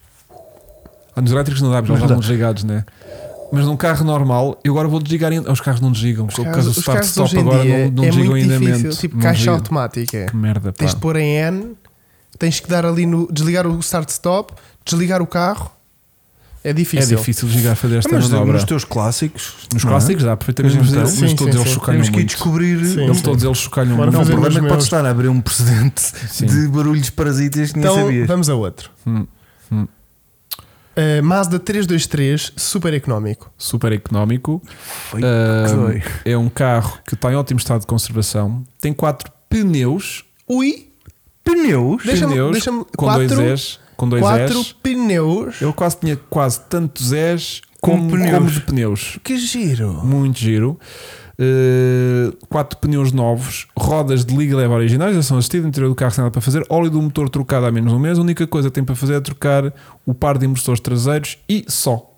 B: Ah, nos elétricos não dá, porque eles já
A: Não
B: estão
A: dá.
B: desligados, né? Mas num carro normal, eu agora vou desligar. ainda- Ah, Os carros não desligam, por
C: carros-
B: causa do
C: os carros hoje
B: start-stop
C: em
B: agora
C: dia
B: não, não
C: é
B: desligam
C: muito
B: ainda
C: difícil.
B: mente.
C: Tipo
B: Não
C: caixa
B: desligam.
C: automática.
B: Que merda, pá.
C: Tens de pôr em N, tens que dar ali no. desligar o start-stop, desligar o carro. É
B: É
C: difícil. Ah,
B: difícil desligar a fazer esta
A: Mas
B: manobra.
A: nos teus clássicos.
B: Nos
A: não é?
B: clássicos dá, perfeitamente.
A: Mas
B: Mas, eles-
A: sim,
B: mas
C: sim,
B: todos
C: sim,
B: eles
C: sim.
B: chocalham
A: Temos que ir
B: muito.
A: descobrir.
C: Sim.
B: Eles todos eles chocalham
C: Bora
B: muito.
A: Não, o
C: fazer
A: problema é que
C: meus.
A: podes estar a abrir um precedente
B: Sim.
A: de barulhos parasitas que nem
C: Então
A: sabias.
C: vamos a outro.
B: Hum, hum.
C: Uh, Mazda 323, super económico.
B: Super económico.
A: Foi
B: Ah,
A: que dói.
B: é um carro que está em ótimo estado de conservação. Tem quatro pneus.
C: Ui,
A: Pneus?
C: Deixa-me-
B: pneus
C: deixa-me-
B: com
C: quatro-
B: dois S. Com dois
C: quatro
B: S.
C: pneus.
B: Ele quase tinha quase tantos S
A: Como
B: como,
A: pneus.
B: como de pneus.
A: Que giro.
B: Muito giro. Eh, quatro pneus novos, rodas de liga leve originais, ação assistida, interior do carro sem nada para fazer, óleo do motor trocado há menos de um mês. A única coisa que tem para fazer é trocar o par de imersores traseiros e só.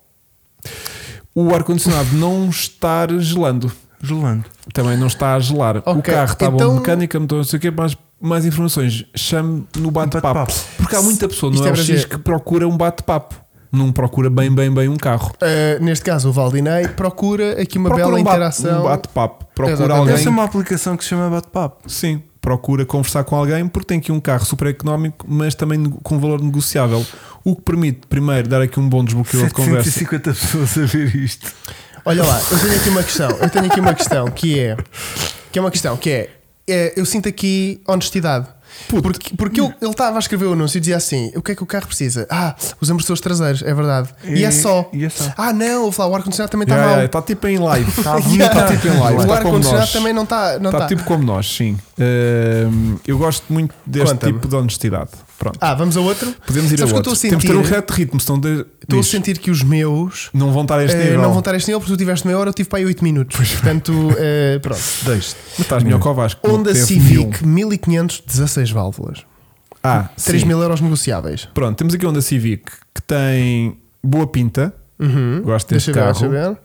B: O ar-condicionado não estar gelando,
A: Gelando.
B: também não está a gelar. o
C: Ok,
B: carro está bom
C: então-
B: de mecânica, motor, não sei o quê, mas mais informações, chame no bate-papo.
A: Bate-papo.
B: Porque há muita pessoa no
C: Isto é
B: LX
C: Brasil.
B: que procura um bate-papo, não procura bem, bem, bem um carro.
C: Uh, neste caso, o Valdinei procura aqui uma
B: procura
C: bela
B: um bate-
C: interação.
B: um bate-papo, procura
C: Exatamente.
B: alguém
A: Essa é uma aplicação que se chama bate-papo.
B: Sim, procura conversar com alguém porque tem aqui um carro super económico, mas também nego- com valor negociável. O que permite, primeiro, dar aqui um bom desbloqueio de conversa.
A: 750 pessoas a ver isto.
C: Olha lá, eu tenho aqui uma questão. Eu tenho aqui uma questão que é. Que é uma questão que é. é, eu sinto aqui honestidade. Porque, porque eu- ele estava a escrever o anúncio e dizia assim: o que é que o carro precisa? Ah, os amortecedores traseiros, é verdade. E,
A: E-
C: é só.
A: e é só.
C: Ah, não, ouve lá, o ar-condicionado também está
B: Yeah,
C: mal.
B: yeah, Está tipo em live.
C: Tá
B: Está
C: Yeah.
B: tipo em live. Está
C: o
B: como
C: ar-condicionado
B: nós.
C: também não está. Não
B: Está
C: tá.
B: tipo como nós, sim. Ahm, eu gosto muito deste
C: Conta-me.
B: tipo de honestidade. Pronto.
C: Ah, vamos a outro.
B: Podemos ir a
C: Sabes que eu
B: outro.
C: estou a
B: Temos que ter um
C: sentir-
B: reto ritmo, senão de,
C: Estou a
B: diz,
C: sentir que os meus
B: não vão estar a este
C: eh,
B: nível.
C: não vão estar a este nível porque tu tiveste meia hora, eu tive para aí 8 minutos. Portanto, eh, pronto.
A: Deixe.
B: Mas estás melhor que o Vasco. um. não
C: Honda
B: teve
C: Civic
B: nenhum.
C: 1500, 16 válvulas.
B: Ah,
C: 3
B: sim.
C: mil euros negociáveis.
B: Pronto, temos aqui a Honda Civic que tem boa pinta.
C: Uhum.
B: Gosto
C: Deixa
B: deste
C: eu ver, deixa
B: carro.
C: eu ver.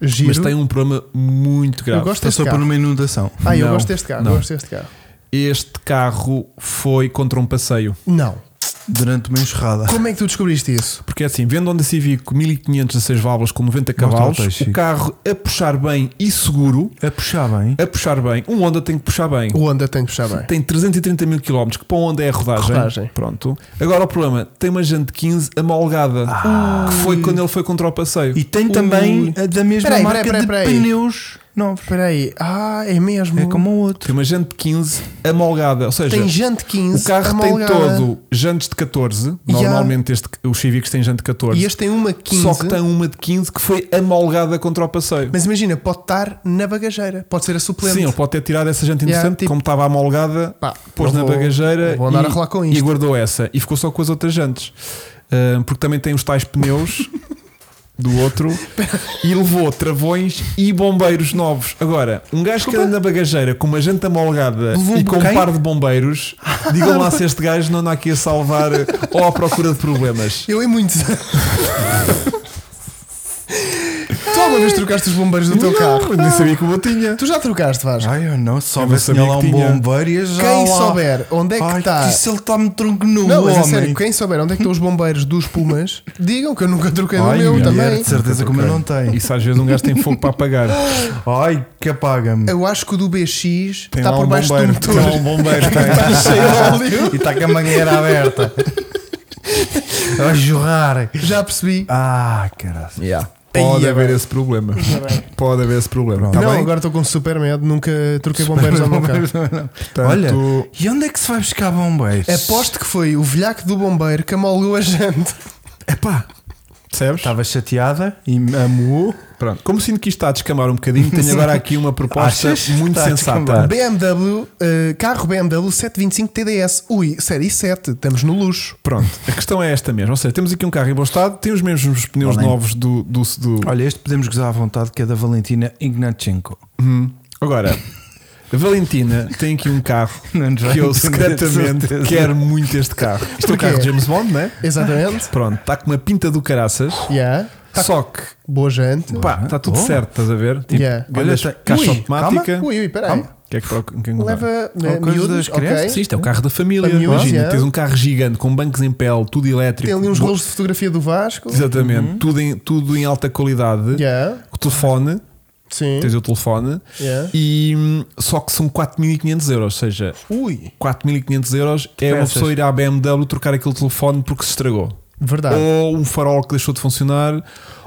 C: Giro.
B: Mas tem um problema muito grave.
C: Eu gosto
A: Passou
C: deste
A: por
C: carro.
A: uma inundação.
C: Ah, eu
B: Não,
C: gosto deste carro.
B: não.
C: Eu gosto deste carro.
B: Este carro foi contra um passeio.
C: Não.
A: Durante uma enxurrada.
C: Como é que tu descobriste isso?
B: Porque assim, vendo Honda Civic 1500 a 6 válvulas com 90
A: Mostra lá,
B: cavalos,
A: tens,
B: o
A: Chico.
B: carro a puxar bem e seguro,
A: A puxar bem.
B: a puxar bem, um Honda tem que puxar bem.
C: O Honda tem de puxar bem.
B: Tem 330 mil km, que para onde é a rodagem.
C: Rodagem.
B: Pronto. Agora o problema, tem uma jante 15 amolgada,
C: Ah.
B: que foi quando ele foi contra o passeio.
A: E tem também a da mesma
C: Peraí,
A: marca
C: peraí, peraí,
A: de
C: peraí.
A: pneus novos.
C: Espera aí. Ah, é mesmo.
A: É como o outro.
B: Tem uma jante 15 amolgada, ou seja,
C: Tem jante 15.
B: o carro tem
C: amolgada.
B: todo jantes de 14.
C: Ya.
B: Normalmente este, os Civics têm jante de 14.
C: E este tem uma 15.
B: Só que tem um uma de 15 que foi amolgada contra o passeio.
C: Mas imagina, pode estar na bagageira. Pode ser a suplente.
B: Sim, ele pode ter tirado essa gente
C: Yeah,
B: interessante,
C: tipo-
B: como estava amolgada,
C: Pá,
B: pôs
C: não
B: na
C: vou-
B: bagageira
C: não vou andar
B: e,
C: a rolar com
B: e
C: isto.
B: guardou essa e ficou só com as outras jantes. Ah, porque também tem os tais pneus do outro e levou travões e bombeiros novos. Agora, um gajo que anda na bagageira com uma janta molgada
A: Levou
B: e com um
A: quem?
B: par de bombeiros, digam lá se este gajo não anda aqui a salvar eh, ou à procura de problemas.
C: Eu em muitos anos. tu alguma vez trocaste os bombeiros do teu carro?
B: Não, nem sabia que eu tinha.
C: Tu já trocaste, Vasco?
A: Ai, eu não,
B: Eu
A: soube
B: não
A: se tinha
B: sabia
A: lá
B: que
A: um
B: tinha.
A: bombeiro e já
C: Quem
A: lá.
C: souber onde é que
A: Ai,
C: está.
A: Isso ele está-me tronco nu,
C: Não, mas
A: homem.
C: a sério, quem souber onde é que estão os bombeiros dos Pumas, digam que eu nunca troquei do
B: Ai,
C: meu
B: mulher,
C: também.
A: de certeza que o meu não tem.
B: Isso às vezes um gajo tem fogo para apagar.
A: Ai, que apaga-me.
C: Eu acho que o do BX
B: Tem lá
C: está Tá por
B: um
C: baixo
B: bombeiro.
C: do
B: Tem lá um
C: motor.
B: bombeiro.
C: Está cheio de óleo.
A: E está com a mangueira aberta. A jorrar.
C: Já percebi.
B: Tá
A: Ah, caralho.
B: Pode
C: Ai,
B: haver
C: agora.
B: esse problema. Pode haver esse problema.
A: Tá
C: não,
A: bem?
C: agora estou com super medo, nunca troquei bombeiros ao meu carro.
B: Portanto,
A: Olha, e onde é que se vai buscar bombeiros?
C: Aposto que foi o velhaco do bombeiro que amolgou a gente.
B: Epá, percebes?
A: Estava chateada e me amou.
B: Pronto. Como sinto que isto está a descamar um bocadinho, tenho agora aqui uma proposta
A: Achas?
B: muito
A: Está a
B: sensata.
A: descambar.
C: BMW, eh, carro BMW 725 TDS. Ui, série 7, estamos no luxo.
B: Pronto, a questão é esta mesmo. Ou seja, temos aqui um carro em bom estado, tem os mesmos pneus
A: Além.
B: novos do. do, do-
A: Olha, este podemos gozar à vontade, que é da Valentina Ignatchenko.
B: Hum. Agora, a Valentina tem aqui um carro
A: Não nos vai
B: que eu
A: entender, de
B: secretamente
A: certeza.
B: quero muito este carro. Isto é o
C: Porquê?
B: carro de James Bond, não é?
C: Exatamente.
B: Pronto, está com uma pinta do caraças.
C: Yeah. Tá
B: Só que,
C: Boa gente.
B: pá, está tudo
A: Boa.
B: certo, estás a ver? Tipo,
C: Yeah.
B: olha,
A: Olha, tem-
B: caixa
A: Ui,
B: automática.
C: Ui, ui, peraí.
B: O que é que, o que é que
C: Leva
A: Ou
C: eh,
A: coisa
C: miúdos,
A: das crianças.
B: Sim,
C: ok.
B: isto é o carro da família.
C: Para miúdos,
B: Imagina,
C: é.
B: tens um carro gigante com bancos em pele, tudo elétrico.
C: Tem ali uns
B: bo-
C: rolos de fotografia do Vasco.
B: Tipo, Exatamente, tudo, em, tudo em alta qualidade.
C: Yeah.
B: O telefone,
C: Sim.
B: tens o telefone.
C: Yeah.
B: E hum, só que são 4.500 euros, ou seja,
C: Ui,
B: 4.500 euros é uma
A: peças.
B: pessoa ir à BMW trocar aquele telefone porque se estragou.
C: verdade.
B: Ou um farol que deixou de funcionar,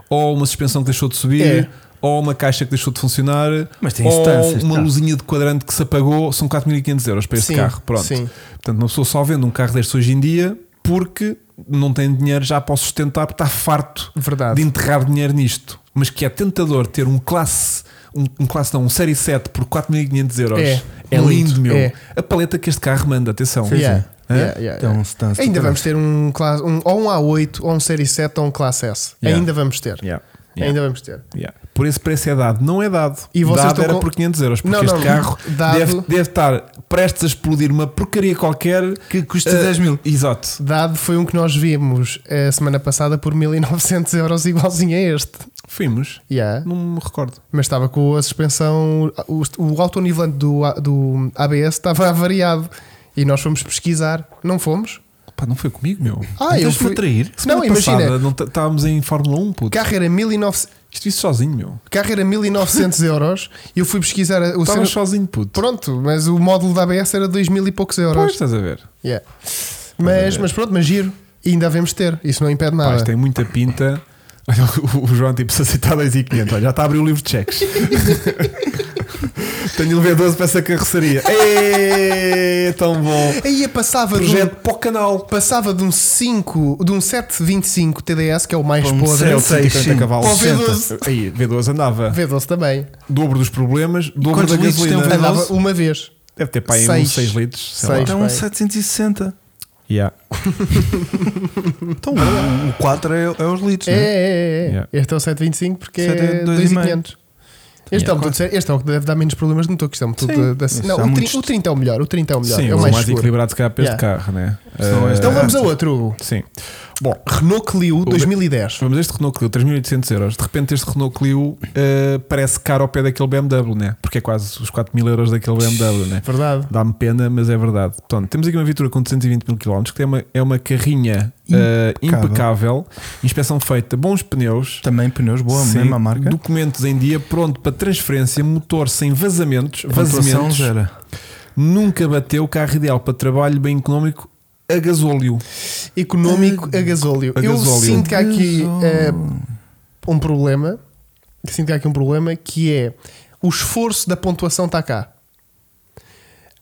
B: ou uma suspensão que deixou de subir.
C: É.
B: Ou uma caixa que deixou de funcionar,
A: Mas tem
B: ou
A: instâncias,
B: uma
A: tá.
B: luzinha de quadrante que se apagou, são 4.500 euros para esse
C: Sim,
B: carro. Pronto.
C: sim.
B: Portanto, uma pessoa só vende um carro deste hoje em dia porque não tem dinheiro já para o sustentar, porque está farto de
C: Verdade.
B: enterrar dinheiro nisto. Mas que é tentador ter um classe, um, um classe não, um série 7 por 4.500 euros.
C: É, muito,
B: lindo, meu.
C: é.
B: A paleta que este carro manda, atenção.
C: Yeah,
B: Hã?
C: yeah, yeah,
A: Então,
C: yeah.
A: um stance
C: Ainda
A: do
C: vamos ter um, classe, um ou um A8, ou um Série 7, ou um Classe S.
B: Yeah.
C: Ainda vamos ter.
B: Yeah, yeah,
C: Ainda vamos ter.
B: yeah. Por esse preço é dado, não é dado.
C: E vocês
B: dado
C: estão
B: era
C: com-
B: por 500 euros, porque
C: Não,
B: este
C: não,
B: carro
C: dado-
B: deve, deve estar prestes a explodir uma porcaria qualquer
A: Que custa
B: Ah,
A: 10 mil.
B: Exato.
C: Dado foi um que nós vimos a semana passada por 1900 euros, igualzinho a este.
B: Fomos,
C: Yeah.
B: não me recordo.
C: Mas estava com a suspensão, o, o autonivelante do, A- do ABS estava avariado. E nós fomos pesquisar. Não fomos?
B: Pá, não foi comigo, meu.
C: Ah, eu fui.
A: trair?
C: Não, imagina.
B: Passada, não tá- estávamos em Fórmula 1, puto.
C: Carro era, 1900,
B: Isto isso sozinho, meu.
C: carro era 1900 euros e eu fui pesquisar a- o
B: Estavas
C: seu-
B: sozinho, puto.
C: Pronto, mas o módulo da ABS era 2 mil e poucos
B: Pois,
C: euros.
B: estás a ver.
C: Yeah. Mas, mas pronto, mas giro. E ainda devemos ter. Isso não impede
B: Pá, isto
C: nada.
B: tem muita pinta. Olha, o- O João, tipo, se aceitar 2,500, olha, já está a abrir o livro de cheques. Tenho um V12 para essa carroceria. É tão bom.
C: Aí eu passava de, um,
B: Projeto para o canal.
C: passava de um 5, de um 725 TDS, que é o mais
A: Para um
C: podre.
B: É o
A: 7.
B: 150 cavalos.
C: Para o V12.
B: Aí, V12 andava.
C: V12 também.
B: Dobro dos problemas, dobro
A: Quantos
B: da
A: litros tem um
B: gasolina.
A: V12?
C: Andava uma vez.
B: Deve ter para aí
C: Seis.
B: uns 6 litros. Sei
C: Seis.
B: Lá.
A: Então, um
C: bem.
A: 760.
B: Yeah.
A: Então, o- o 4 é, é os litros,
C: É,
A: não é?
C: é, é. é.
B: Yeah.
C: Este é o 725 porque
A: Sete
C: é
A: é dois e
C: 2500. Este, é o
B: Yeah.
C: tudo sério. este é o que deve dar menos problemas no toque. Isto é um tudo da- da-
A: Isso
C: não,
A: há
C: o, tri-
A: muitos-
C: o 30 é o melhor. O 30 é o melhor.
B: Sim,
C: é o
B: mais,
C: mais, seguro.
B: equilibrado se calhar para este
C: Yeah.
B: carro, né?
A: São
B: Eh,
A: este-
C: Então vamos a outro. Hugo.
B: Sim. Bom,
C: Renault Clio 2010.
B: Vamos a este Renault Clio, 3.800 euros. De repente, este Renault Clio eh, parece caro ao pé daquele BMW, né? Porque é quase os 4.000 euros daquele BMW, né?
C: Verdade.
B: Dá-me pena, mas é verdade. Portanto, temos aqui uma Vitura com 220 mil km, que tem uma, é uma carrinha eh, impecável.
A: Impecável.
B: inspeção feita, bons pneus,
A: Também pneus boa,
B: sim,
A: mesma marca.
B: documentos em dia, pronto para transferência, motor sem vazamentos,
A: Pontuação
B: vazamentos,
A: zero.
B: nunca bateu, carro ideal para trabalho, bem económico, a gasóleo.
C: Económico a gasóleo.
B: A
C: Eu
B: gasóleo.
C: sinto que há aqui
A: Gasóleo.
C: eh, um problema. Sinto que há aqui um problema que é o esforço da pontuação está cá.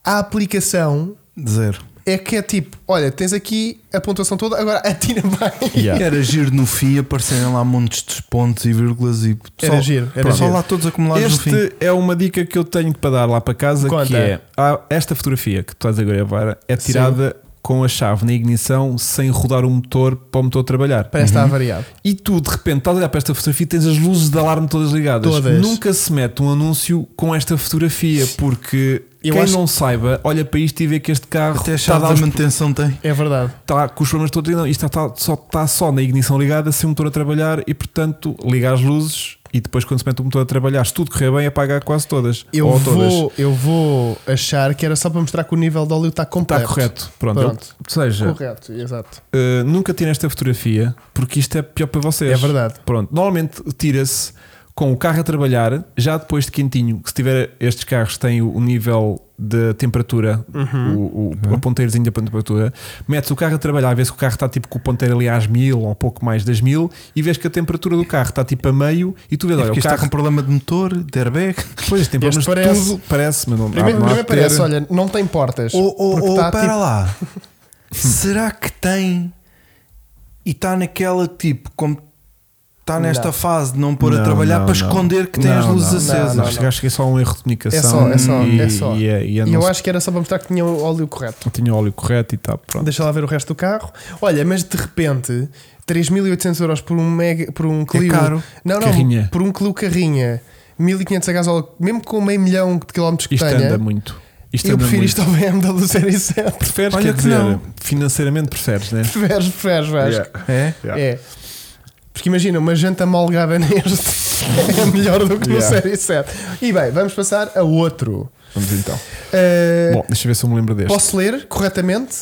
C: A aplicação
A: Zero.
C: é que é tipo: olha, tens aqui a pontuação toda, agora atira bem.
B: Yeah.
A: Era giro no fim aparecerem lá montes de pontos e vírgulas e pessoal,
C: Era giro, era
A: pessoal
C: giro.
A: lá todos acumulados no fim.
B: Este é uma dica que eu tenho para dar lá para casa
C: Conta.
B: que é ah, esta fotografia que tu estás a gravar é tirada com a chave na ignição sem rodar o motor para o motor trabalhar.
C: Parece estar variado.
B: E tu, de repente, estás a olhar para esta fotografia e tens as luzes de alarme todas ligadas.
C: Todas.
B: Nunca se mete um anúncio com esta fotografia, porque
C: Eu
B: quem
C: acho-
B: não saiba, olha para isto e vê que este carro
A: Até
B: está,
A: a
B: a
A: chave
B: dar
A: da
B: os-
A: manutenção tem.
C: É verdade.
B: está com os problemas todos. E não, isto está, está só, está só na ignição ligada, sem o motor a trabalhar e, portanto, liga as luzes e depois, quando se mete o motor a trabalhar, se tudo correr bem, apaga quase todas.
C: Eu
B: ou todas.
C: vou, eu vou achar que era só para mostrar que o nível de óleo está completo.
B: Está correto. Pronto.
C: Pronto.
B: Ou seja,
C: Correto, exato.
B: Uh, nunca tirem esta fotografia porque isto é pior para vocês.
C: É verdade.
B: Pronto, normalmente tira-se com o carro a trabalhar, já depois de quentinho, que se tiver estes carros têm o o nível de temperatura,
C: Uhum.
B: o, o, a ponteirozinho da temperatura, metes o carro a trabalhar, vês que o carro está tipo com o ponteiro ali às mil ou pouco mais das mil e vês que a temperatura do carro está tipo a meio e tu vês,
A: É
B: olha,
A: porque
B: o
A: isto está com
B: carro.
A: problema de motor, de airbag.
B: Pois, tem problemas
C: Este
B: de
C: parece-
B: tudo, parece, mas não, há-
C: Primeiro,
B: não há
C: primeiro
B: que ter-
C: parece, olha, não tem portas.
A: Ou, ou,
C: porque
A: ou
C: está,
A: para
C: tipo,
A: lá. Será que tem e está naquela tipo, como está nesta
C: Não.
A: fase de não pôr
B: Não,
A: a trabalhar
B: não,
A: para
B: não.
A: esconder que tem
B: Não,
A: as luzes
C: não,
A: acesas?
B: Não, acho que- acho que é só um erro de
C: É
B: comunicação.
C: só, é só,
B: e,
C: é só.
B: E, é- e é
C: E
B: não
C: eu
B: se-
C: acho que era só para mostrar que tinha o óleo correto.
B: não tinha o óleo correto e tal. Pronto.
C: Deixa lá ver o resto do carro. Olha, mas de repente, 3.800 euros por um, mega, por um Clio.
A: é caro.
C: Não, não,
B: Carrinha.
C: por um Clio carrinha. 1.500 a gasolina, mesmo com meio milhão de quilómetros que
B: Isto
C: tenha.
B: anda muito. Isto
C: eu
B: anda
C: prefiro
B: muito.
C: isto ao BMW Série 7.
B: Preferes,
A: Olha
B: quer
A: que
B: dizer,
A: não.
B: financeiramente preferes, né?
C: Preferes, preferes, Vasco.
A: É?
B: Yeah.
C: É. Porque imagina, uma janta molgada neste é melhor do que no
B: Yeah.
C: Série 7. E bem, vamos passar a outro.
B: Vamos então.
C: Uh,
B: Bom, deixa eu ver se eu me lembro deste.
C: posso ler corretamente?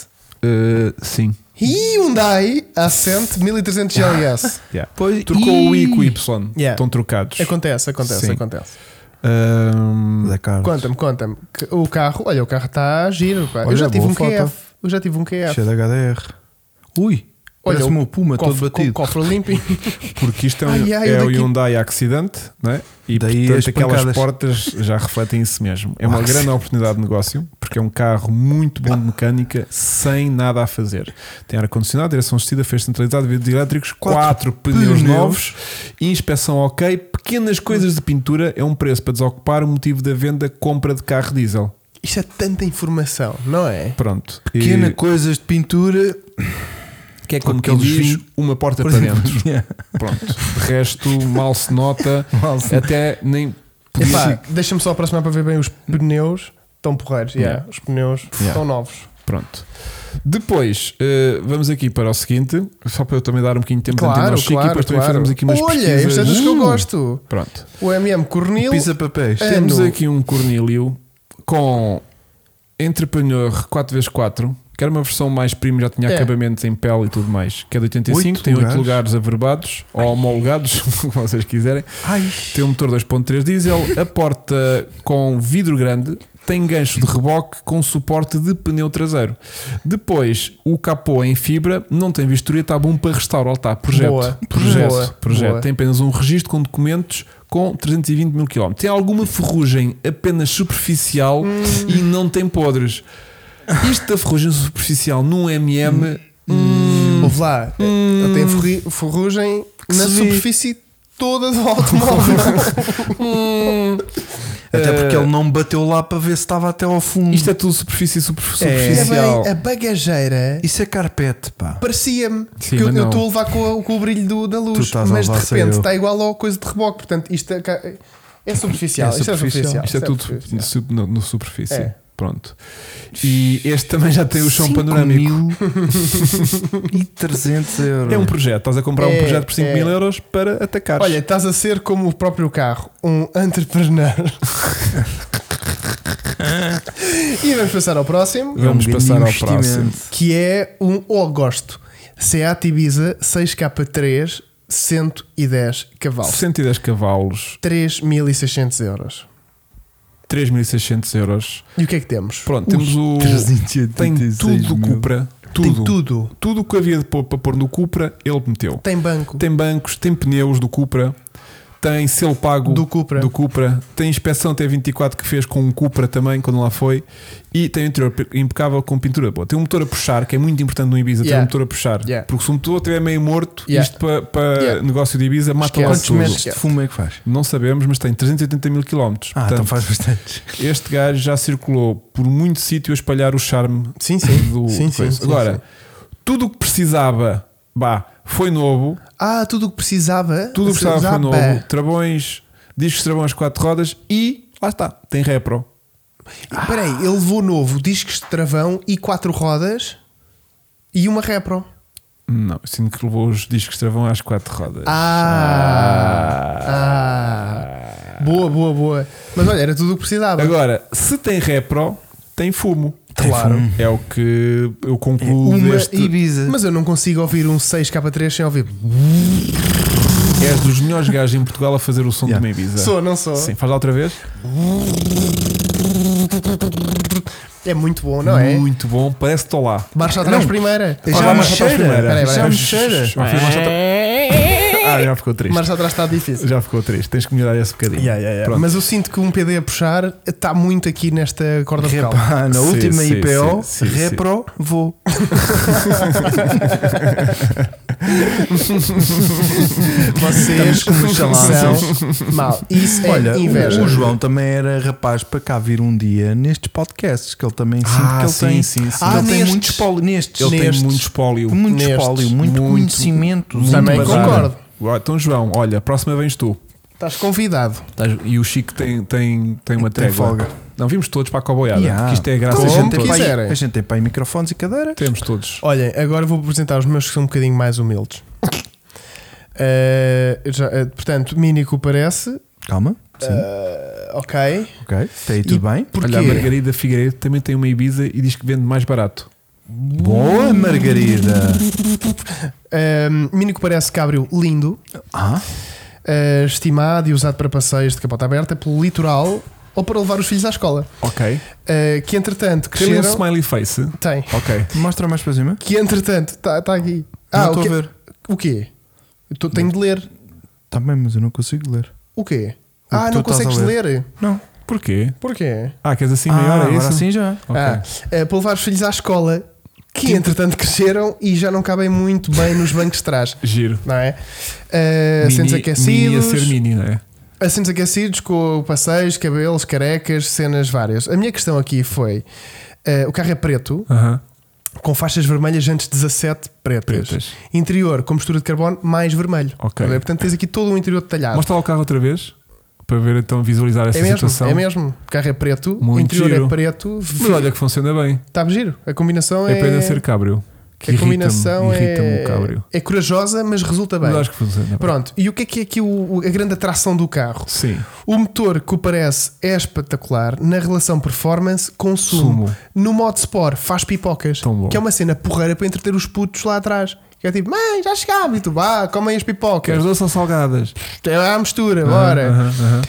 B: Uh, sim.
C: Hyundai Accent 1300 GLS.
B: Yeah.
A: Pois,
B: Trocou o I com o
A: Ih!
B: Y.
C: Yeah.
B: Estão trocados.
C: Acontece, acontece,
B: Sim.
C: acontece.
B: Ahm,
A: Zé Carlos.
C: Conta-me, conta-me. Que O carro, olha, o carro está giro. pá. eu
A: Olha,
C: já tive
A: boa
C: um
A: foto.
C: QF. Eu já tive um QF.
A: Cheio de HDR. Ui,
C: Olha,
A: parece o meu Puma todo
C: Cofre, co-
A: batido.
C: cofre limpinho.
B: porque isto é, um,
C: Ai, ai,
B: é
C: eu
B: o
C: daqui-
B: Hyundai Accident, né? e
A: Daí as
B: portanto aquelas
A: pancadas.
B: portas já refletem isso mesmo. É uma
A: Uau.
B: grande oportunidade de negócio, porque é um carro muito bom de mecânica, sem nada a fazer. Tem ar-condicionado, direção assistida, fez centralizado, vidros elétricos, quatro, pneus
A: pneus.
B: novos, inspeção ok, pequenas coisas de pintura, é um preço para desocupar o motivo da venda, compra de carro diesel.
C: Isto é tanta informação, não é?
B: Pronto.
A: Pequena
B: E-
A: coisas de pintura.
B: que é
A: como
B: como que
A: aqueles
B: diz,
A: vinhos-
B: uma porta
A: Por
B: para
A: exemplo,
B: dentro.
A: yeah.
B: Pronto. De resto, mal se nota,
A: Mal se-
B: até nem. podia-
C: Epá, deixa-me só aproximar para ver bem os pneus. Estão porreiros, yeah.
B: Yeah.
C: os pneus
B: Yeah.
C: estão novos.
B: Pronto. Depois, eh, vamos aqui para o seguinte, só para eu também dar um bocadinho de tempo de antena
C: Claro,
B: ao Chico e
C: claro,
B: depois também
C: claro.
B: fazemos aqui umas
C: Olha,
B: pesquisas.
C: este é dos que eu
B: Uh!
C: gosto.
B: Pronto.
C: O MM Cornil.
A: Pisa papéis.
C: É.
B: Temos
C: no-
B: aqui um Cornélio com entrepreneur 4x4, que era uma versão mais premium, já tinha
C: É.
B: acabamentos em pele e tudo mais, que é de 85,
A: Oito
B: tem 8
A: lugares.
B: lugares averbados ou homologados, como vocês quiserem.
A: Ai,
B: Tem um motor 2.3 diesel, a porta com vidro grande, tem gancho de reboque com suporte de pneu traseiro. Depois, o capô é em fibra, não tem vistoria, está bom para restaurar, está projeto.
C: Boa.
B: projeto,
C: Boa.
B: projeto.
C: Boa.
B: Tem apenas um registro com documentos com 320 mil km. Tem alguma ferrugem apenas superficial
C: Hum.
B: e não tem podres. Isto da ferrugem superficial num hum, MM.
C: Hum. Houve lá, eu tenho ferri- ferrugem na
B: se vi.
C: superfície toda do automóvel.
A: Até porque
B: Eh,
A: ele não bateu lá para ver se estava até ao fundo.
B: Isto é tudo superfície super-
C: É
B: superficial.
C: bem, a bagageira
A: Isso é carpete, pá.
C: parecia-me
B: Sim,
C: que eu
B: mas
C: eu
B: não.
C: estou a levar com, a- com o brilho do- da
A: Tu
C: luz,
A: estás a
C: mas de
A: levar, sei
C: repente
A: eu.
C: está igual ao coisa de reboque. Portanto, isto é, ca- é superficial.
A: É
C: Isto é superficial.
A: superficial.
B: Isto é tudo
C: superficial.
B: sub- no, no superfície.
C: É.
B: Pronto. E este também já tem o chão
A: Cinco
B: panorâmico.
A: mil e 300 euros.
B: É um projeto. Estás a comprar
C: É,
B: um projeto por 5
C: é.
B: mil euros para atacar.
C: Olha, estás a ser como o próprio carro, um entrepreneur. e vamos passar ao próximo,
B: vamos
A: É um grande
B: passar ao
A: investimento.
B: próximo.
C: que é um ou gosto. Seat Ibiza 6K3 110 cavalos.
B: 110 cavalos,
C: 3.600 euros.
B: 3.600 euros.
C: E o que é que temos?
B: Pronto, temos o.
A: 386
B: Tem tudo do
A: mil.
B: Cupra.
C: Tem
B: Tudo. tudo.
C: tudo.
B: o que havia de pôr- para pôr no Cupra, ele meteu.
C: Tem banco.
B: Tem bancos, tem pneus do Cupra, tem selo pago
C: Do Cupra.
B: do Cupra, tem inspeção T24 que fez com um Cupra também, quando lá foi, e tem um interior pe- impecável com pintura boa. Tem um motor a puxar, que é muito importante no Ibiza, ter
C: Yeah.
B: um motor a puxar.
C: Yeah.
B: Porque se o motor estiver meio morto,
C: Yeah.
B: isto para para
C: Yeah.
B: negócio de Ibiza mata lá
C: Esquece.
A: Quantos
B: tudo.
A: metros de fumo é que faz?
B: Não sabemos, mas tem 380 mil quilómetros.
A: Ah, então
B: Portanto,
A: faz bastante.
B: este gajo já circulou por muito sítio a espalhar o charme
C: Sim, sim.
B: do,
C: sim,
B: do
C: sim,
B: coisa.
C: sim,
B: Agora,
C: sim.
B: tudo o que precisava, bah, foi novo,
C: Ah, tudo o que precisava.
B: tudo o que precisava foi
C: é.
B: novo, travões, discos de travões às quatro rodas e lá está, tem repro.
C: Espera aí, ele levou novo, discos de travão e quatro rodas e uma repro.
B: Não, sinto que levou os discos de travão às quatro rodas. Ah.
C: Ah. Boa, boa, boa. Mas olha, era tudo o que precisava.
B: Agora, se tem repro, tem fumo.
C: Claro.
B: É o que eu
C: É
B: concluo
A: Uma
B: deste.
A: Ibiza.
C: Mas eu não consigo ouvir um 6K3 sem ouvir.
B: És é dos melhores gajos em Portugal a fazer o som
A: Yeah.
B: de uma Ibiza.
C: Sou, não sou.
B: Sim, faz lá outra vez.
C: É muito bom, não é?
B: Muito bom, parece que estou lá.
C: Marcha atrás
A: Não.
C: primeira.
A: Já
B: Faz
A: me
B: lá mais outra
A: cheira.
B: primeira.
C: Peraí, peraí.
B: Já me cheira. Já fiz mais outra- Ah, já ficou triste.
C: Marcha atrás está difícil.
B: Já ficou triste. Tens que melhorar esse bocadinho.
A: Yeah, yeah, yeah.
B: Pronto.
C: Mas eu sinto que um PD a puxar está muito aqui nesta corda vocal.
A: Repá, na
B: Sim,
A: última
B: sim,
A: IPO,
B: sim, sim,
A: repro, vou.
C: Vocês
A: Estamos como
C: são mal. Isso é
A: Olha,
C: inveja.
A: o, o João também era rapaz para cá vir um dia nestes podcasts, que ele também sinto
B: Ah,
A: que ele
B: sim,
A: tem.
B: sim, sim.
A: Ah, ele tem
C: nestes.
A: muito espólio nestes.
B: Ele
A: nestes.
B: tem muito espólio.
A: muito
C: Nestes.
A: espólio, muito,
B: Muito,
A: conhecimento.
B: Muito
C: Também
B: bazar.
C: concordo.
B: Ué, Então, João, olha, a próxima vens tu.
C: Estás convidado.
B: Estás- E o Chico tem, tem, tem uma
A: Tem
B: trégua.
A: folga.
B: Não, vimos todos para a coboiada.
A: Yeah.
B: Que isto é a graça
A: Como
B: de
C: Como
A: a gente
B: gente
A: tem
B: todos.
A: para aí-
C: quiserem.
A: A gente tem para aí microfones e cadeiras.
B: Temos todos.
C: Olhem, agora vou apresentar os meus que são um bocadinho mais humildes. Eh, já, eh, portanto, Mini Cooper S,
A: Calma. Sim,
C: eh, ok.
A: ok. Está aí tudo bem.
C: Porquê?
B: Olha, a Margarida Figueiredo também tem uma Ibiza e diz que vende mais barato.
A: Boa, Margarida.
C: Eh, Mini Cooper S Cabrio, lindo,
A: Ah,
C: eh, estimado e usado para passeios de capota aberta pelo litoral ou para levar os filhos à escola.
B: Ok.
C: Eh, que entretanto
B: Tem ali um
C: cresceram.
B: smiley face.
C: Tem.
B: Ok.
A: mostra mais para cima.
C: Que entretanto, está aqui.
A: não
C: Ah, o
A: estou
C: quê?
A: a ver.
C: O quê? Eu tô- tenho de ler.
A: Está bem, mas eu não consigo ler.
C: O quê?
A: O
C: ah,
A: que
C: não
A: tu estás
C: consegues
A: a
C: ler.
A: Não.
B: Porquê?
C: Porquê?
B: Ah, queres assim
A: ah,
B: maior? É
A: agora
B: isso?
A: sim já.
B: Ok. Tipo-
C: Ah, eh, para levar os filhos à escola, que entretanto cresceram e já não cabem muito bem nos bancos de trás,
B: Giro.
C: não é? Eh, assentos
B: Mini- Mini a
C: aquecidos,
B: ser mini, não é?
C: assentos aquecidos com passeios, cabelos, carecas, cenas várias. A minha questão aqui foi: eh, o carro é preto,
B: Aham.
C: com faixas vermelhas antes 17 pretas.
B: Pretas.
C: Interior com mistura de carbono mais vermelho.
B: Ok.
C: Tá bem? Portanto, tens aqui todo o interior detalhado.
B: Mostra lá o carro outra vez. Para ver então visualizar essa
C: Ah. é mesmo,
B: situação.
C: é mesmo. O carro é preto, o
B: Muito
C: interior
B: giro.
C: é preto.
B: Mas olha que funciona bem.
C: Está giro. A combinação
B: É
C: é.
B: pena ser cabrio. Que
C: a
B: irrita-me,
C: combinação
B: irrita-me
C: é,
B: o cabrio.
C: é corajosa, mas resulta Tá bem.
B: Mas acho que funciona bem.
C: Pronto, e o que é que é aqui o- o- a grande atração do carro?
B: Sim.
C: O motor que o parece é espetacular na relação performance-consumo.
B: Sumo.
C: No modo Sport faz pipocas,
B: Tão bom.
C: que é uma cena porreira para entreter os putos lá atrás. Que é tipo, mãe, já chegámos, e tu vá, comem as
B: Queres
C: pipocas.
B: doces ou salgadas?
C: É a
B: Ah,
C: mistura, bora.
B: É. Aham, aham.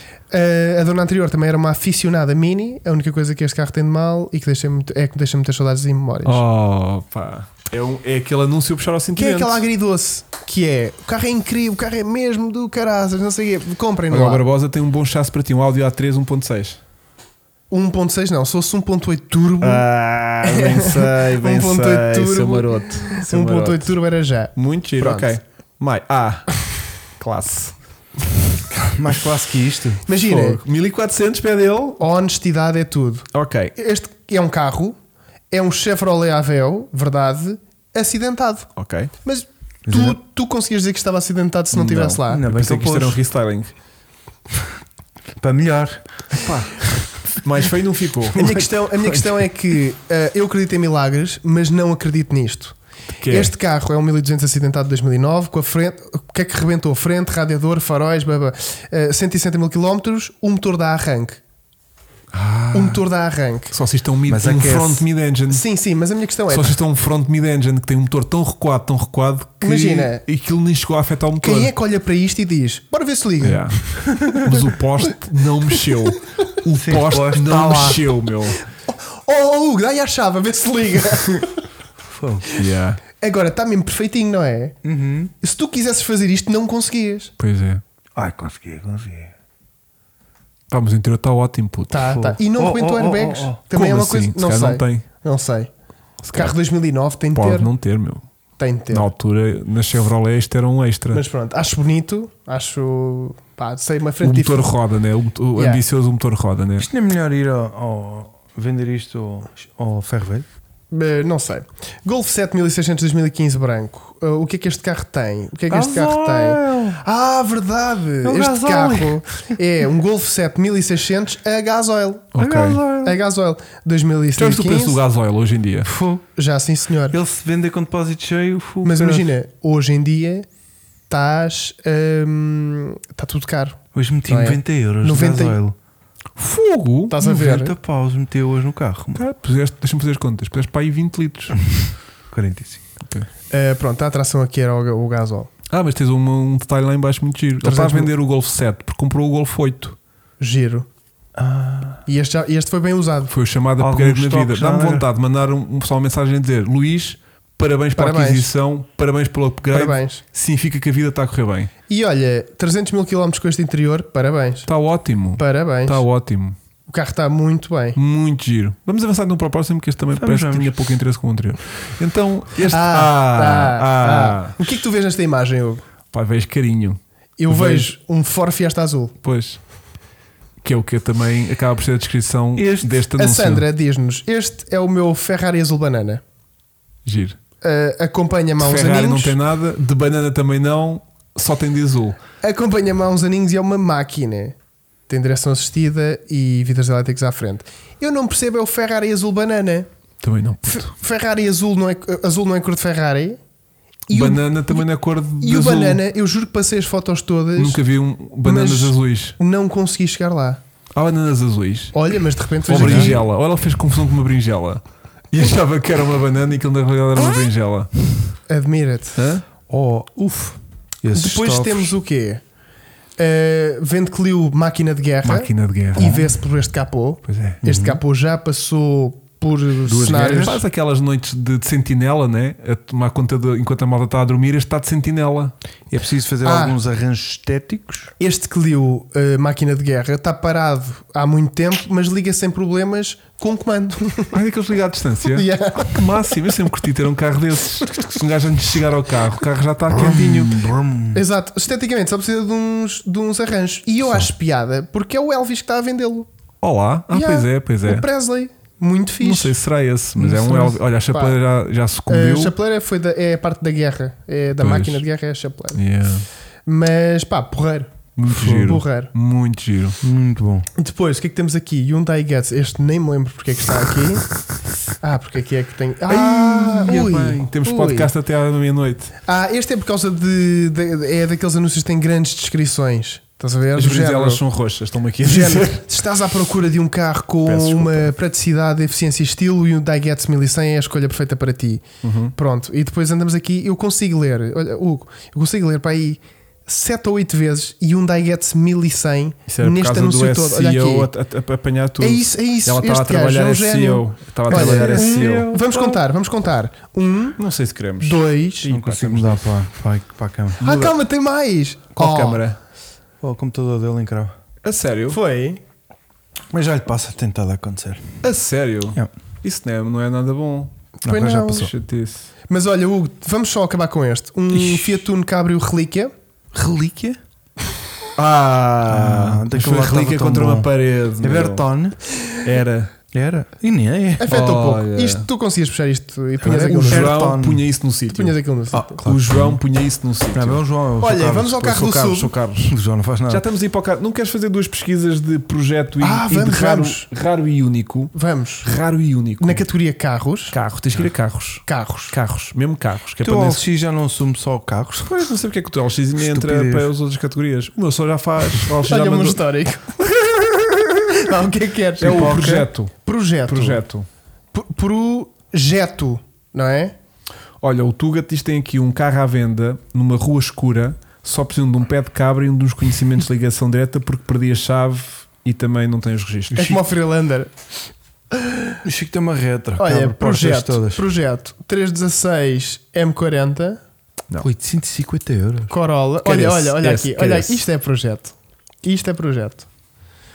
C: Uh, a dona anterior também era uma aficionada mini. A única coisa que este carro tem de mal e que deixa muito- é que me deixa muitas saudades e memórias.
B: Oh, pá. É, um- é aquele anúncio a puxar ao
C: Que
B: sentimento.
C: é aquela agridoce que é o carro é incrível, o carro é mesmo do caraças, não sei o quê. Comprem-no.
B: Agora o
C: lá.
B: Barbosa tem um bom chasse para ti, um Audi A3 1.6.
C: 1.6 não, se fosse 1.8 turbo,
B: Ah, bem sei,
C: 1.8 turbo.
B: maroto. seu
C: 1.8
B: maroto.
C: turbo era já.
B: Muito giro,
C: Pronto.
B: ok. Mai, ah, classe.
A: Mais classe que isto.
C: Imagina,
B: Fogo. 1400 pé dele.
C: a honestidade é tudo.
B: Ok,
C: Este é um carro, é um Chevrolet Aveo, verdade, acidentado.
B: ok.
C: Mas tu, tu conseguias dizer que estava acidentado se não estivesse lá.
A: Ainda
B: Eu
A: bem
B: pensei
A: que
B: que isto era um
A: eu pus.
B: restyling.
A: Para melhor.
B: Mais feio não ficou.
C: A minha questão, a minha questão é que eh, eu acredito em milagres, mas não acredito nisto.
B: Que é?
C: Este carro é um 1200 acidentado de 2009, com a frente, o que é que rebentou? Frente, radiador, faróis, blá, blá. Eh, 160 mil quilómetros, um motor dá arranque.
B: Ah.
C: Um motor dá arranque.
B: Só se isto é um, mid,
A: Mas
B: um
A: aquece.
B: front mid-engine.
C: Sim, sim, mas a minha questão é:
B: Só se isto é um front mid-engine que tem um motor tão recuado, tão recuado, que
C: Imagina.
B: aquilo nem chegou a afetar o um motor.
C: quem é que olha para isto e diz, bora ver se liga?
B: Yeah. Mas o poste não mexeu. O
A: Sim, o
B: poste,
A: poste tá
B: não
A: lá.
B: mexeu, meu.
C: Oh, oh, Hugo, dá aí a chave, a ver se liga. tá
A: Fogo.
B: Yeah. Uhum.
C: Agora, está mesmo perfeitinho, não é? Se tu quisesses fazer isto, não conseguias.
B: Pois é.
A: Ai, consegui, consegui.
B: Tá, mas o interior está ótimo, puto.
C: Tá, tá. E não
A: Oh,
C: aguento
A: oh, oh,
C: airbags.
A: oh, oh.
C: Também é
B: Como
C: uma
B: assim?
C: coisa.
B: Se
C: Não
B: calhar
C: sei.
B: não tem.
C: Não sei.
B: Se calhar
C: Carro 2009 tem de
B: Pode
C: ter.
B: não ter, meu.
C: Tem de ter.
B: Na altura, na Chevrolet, este era um extra.
C: Mas pronto, acho bonito. Acho. Pá, sei uma
B: o
C: frente
B: motor
C: diferente.
B: roda, né? O, motor- o
C: Yeah.
B: ambicioso o motor roda, né?
A: Isto não é melhor ir ao, ao- vender isto ao, ao ferro velho?
C: Eh, Não sei. Golf 7600 2015 branco. Eh, o que é que este carro tem? O que é que este carro tem? Ah, verdade!
A: É um
C: este
A: gasóleo.
C: carro é um Golf 7600 a gasóleo.
B: Ok.
C: A gasóleo.
B: Já viste o preço do
C: 2015.
B: gasóleo hoje em dia?
A: Fogo.
C: Já sim, senhor.
A: Ele se vende com depósito cheio.
B: é
A: fogo,
C: Mas
A: caralho.
C: imagina, hoje em dia estás. Está tudo caro.
A: Hoje meti
C: Não é?
A: 90 euros
C: 90
A: de gasóleo.
B: Fogo!
C: Estás a ver?
A: 90 paus meti hoje no carro. mano.
B: Cara, puseste- Deixa-me fazer as contas. Puseste para aí 20 litros.
A: 45.
C: Eh, pronto, a atração aqui era o, ga- o gasóleo.
B: Ah, mas tens uma- um detalhe lá em baixo muito giro. Ele está a
C: 300 mil.
B: vender o Golf 7 porque comprou o Golf 8.
C: Giro.
B: Ah.
C: E este, já- este foi bem usado.
B: Foi o chamado
A: Algum
B: upgrade na
A: estoque
B: vida.
A: já
B: Dá-me
C: é?
A: era.
B: vontade de mandar um, um pessoal uma mensagem a dizer Luís, parabéns pela
C: Parabéns.
B: aquisição, parabéns pelo upgrade.
C: Parabéns.
B: Significa que a vida está a correr bem.
C: E olha, 300 mil km com este interior, parabéns.
B: Está ótimo.
C: Parabéns.
B: Está ótimo.
C: O carro está muito bem.
B: Muito giro. Vamos avançar então para o próximo, que este também
A: Vamos,
B: parece que
A: vamos.
B: tinha pouco interesse com o anterior. Então, este.
C: Ah,
B: Ah,
C: ah. O que é que tu vês nesta imagem, Hugo?
B: Pá, vejo carinho.
C: Eu
B: Vejo.
C: vejo, um Ford Fiesta azul.
B: Pois. Que é o que também acaba por ser a descrição
A: Este-
B: deste
C: A
B: anúncio.
C: Sandra diz-nos: Este é o meu Ferrari azul banana.
B: Giro.
C: Ah, Acompanha-me há uns
B: Ferrari não
C: aninhos.
B: tem nada, de banana também não, só tem de azul.
C: Acompanha-me há uns aninhos e é uma máquina. Tem direção assistida e vidros elétricos à frente. Eu não percebo é o Ferrari azul banana.
B: Também não.
C: F- Ferrari azul não é, azul não é cor de Ferrari. E o-
B: banana também não é cor de
C: E o
B: azul.
C: banana, eu juro que passei as fotos todas,
B: Nunca vi um bananas
C: Mas-
B: azuis.
C: não consegui chegar lá.
B: Há bananas azuis.
C: Olha, mas de repente
B: Ou
C: vejo aqui.
B: berinjela. Ou ela fez confusão com uma berinjela. E achava que era uma banana e aquilo na realidade
C: Ah?
B: era uma berinjela.
C: Admira-te.
B: Hã?
A: Oh, uf. Esses
C: Depois
A: estofos.
C: temos o quê? Uh, Vende Clio máquina de guerra
B: Máquina de guerra.
C: É? e vê-se por este capô.
B: Pois é.
C: Este capô já passou por cenários.
B: Faz aquelas noites de, de sentinela, né? A tomar conta de, enquanto a malta está a dormir, este está de sentinela.
A: É preciso fazer
C: Ah.
A: alguns arranjos estéticos.
C: Este Clio uh, máquina de guerra está parado há muito tempo, mas liga sem problemas com um comando.
B: Ai, aqueles ligados à distância.
C: Yeah.
B: Ah, que máximo, eu sempre curti ter um carro desses. Um gajo antes de chegar ao carro, o carro já está quentinho.
A: Brum.
C: Exato, esteticamente só precisa de uns, de uns arranjos. E eu acho piada porque é o Elvis que está a vendê-lo.
B: Olá, ah,
C: Yeah,
B: pois é, pois é.
C: O Presley, muito fixe.
B: Não sei se será esse, mas
A: Não
B: é um
A: sei.
B: Elvis. Olha, a chapeleira já, já
C: A
B: sucumbiu.
C: chapeleira foi da- é a parte da guerra, é da
B: Pois.
C: máquina de guerra, é a chapeleira.
B: Yeah.
C: Mas pá, porreiro.
B: Muito
C: Foi
B: giro.
C: Porreiro.
B: Muito giro.
A: Muito bom.
C: Depois, o que é que temos aqui? Hyundai Getz. Este nem me lembro porque é que está aqui. ah, porque aqui é que tem. Ah,
B: Ai, é
C: ui,
B: bem, Temos
C: ui.
B: podcast até à meia-noite.
C: Ah, este é por causa de, de- É daqueles anúncios que têm grandes descrições. Estás a ver?
B: As
C: É Do género.
B: briselas são roxas, estão-me aqui a
C: Do género,
B: dizer.
C: se estás à procura de um carro com
B: Peço desculpa.
C: uma praticidade, eficiência e estilo, e o Daihatsu 1100 é a escolha perfeita para ti.
B: Uhum.
C: Pronto, e depois andamos aqui. Eu consigo ler, olha, Hugo, eu consigo ler para aí 7 ou 8 vezes e um Daihatsu 1100
B: Isso era por
C: neste
B: causa do
C: anúncio
B: SEO
C: todo. Olha
B: a,
C: aqui.
B: a- a apanhar tudo.
C: É isso, é isso.
B: Ela estava a
C: este gajo
B: trabalhar
C: é um
B: a
C: gênio.
B: SEO. Estava a
C: Olha,
B: trabalhar a
C: um-
B: SEO.
C: Vamos contar, vamos contar. Um,
B: Não sei se queremos.
C: dois.
A: Não consigo mudar para, para, para a câmara.
C: Ah, calma, tem mais.
B: Qual
C: Oh,
B: câmara?
A: Oh, o computador dele encrava.
B: A sério?
C: Foi.
A: Mas já lhe passa tentado a acontecer.
B: A sério?
A: Yeah.
B: Isso não é, não é nada bom. é
C: Foi
A: agora já
C: não.
A: passou.
B: Chatice.
C: Mas olha, Hugo, vamos só acabar com este. Um
B: Ixi.
C: Fiat Uno Cabrio Relíquia.
A: Relíquia?
B: Ah,
A: Ah,
B: mas
A: daquele
B: foi
A: lá estava
B: relíquia
A: tão
B: contra
A: bom.
B: uma parede.
A: É
B: meu.
A: Bertone.
B: Era.
A: Era. E nem é.
C: Afetou um pouco.
B: Olha.
C: Isto, tu conseguias puxar isto e
A: Agora
C: punhas
A: é
C: aquilo
B: O
C: no
A: que-
C: sítio.
B: João
A: Bertone.
B: punha isso no sítio.
C: Punhas aquilo no sítio.
A: claro.
B: O João punha isso no sítio.
A: Não, é o João, é o
C: Olha,
A: João
C: vamos ao
B: sou
A: Carlos.
C: carro do
B: Carlos, sou
C: sul.
B: Carlos.
A: O João não faz nada. É
B: Já estamos aí para o carro. Não queres fazer duas pesquisas de projeto e,
C: Ah,
B: e
C: vamos,
B: de raro,
C: vamos.
B: raro e único?
C: Vamos.
B: Raro e único.
C: Na categoria carros.
B: Carro, tens que ir a carros.
C: Carros.
B: Carros, mesmo carros. Que é
A: Tu
B: para
A: ao
B: nesse...
A: LX já não assume só carros.
B: Pois, não sei porque é que o teu LX ainda entra
A: Estupidez.
B: para as outras categorias. O meu só já faz. O LX já
C: Olha um
B: mandou-
C: histórico. Não, o que é que queres?
B: É o
C: Pipoca.
B: projeto.
C: Projeto.
B: Projeto.
C: Pro- Projeto. Não é?
B: Olha, o Tuga diz que tem aqui um carro à venda numa rua escura, só precisam de um pé de cabra e um dos conhecimentos de ligação direta porque perdi a chave e também não tem os registros.
C: É como o Freelander.
A: O Chico tem uma retro.
C: Olha,
A: cabe portas
C: projeto.
A: todas.
C: Projeto. 316 M40.
B: Não.
A: 850 euros.
C: Corolla.
B: Quero
C: olha,
B: é esse,
C: olha, olha
B: esse,
C: aqui.
B: quero
C: Olha,
B: esse.
C: isto é projeto. Isto é projeto.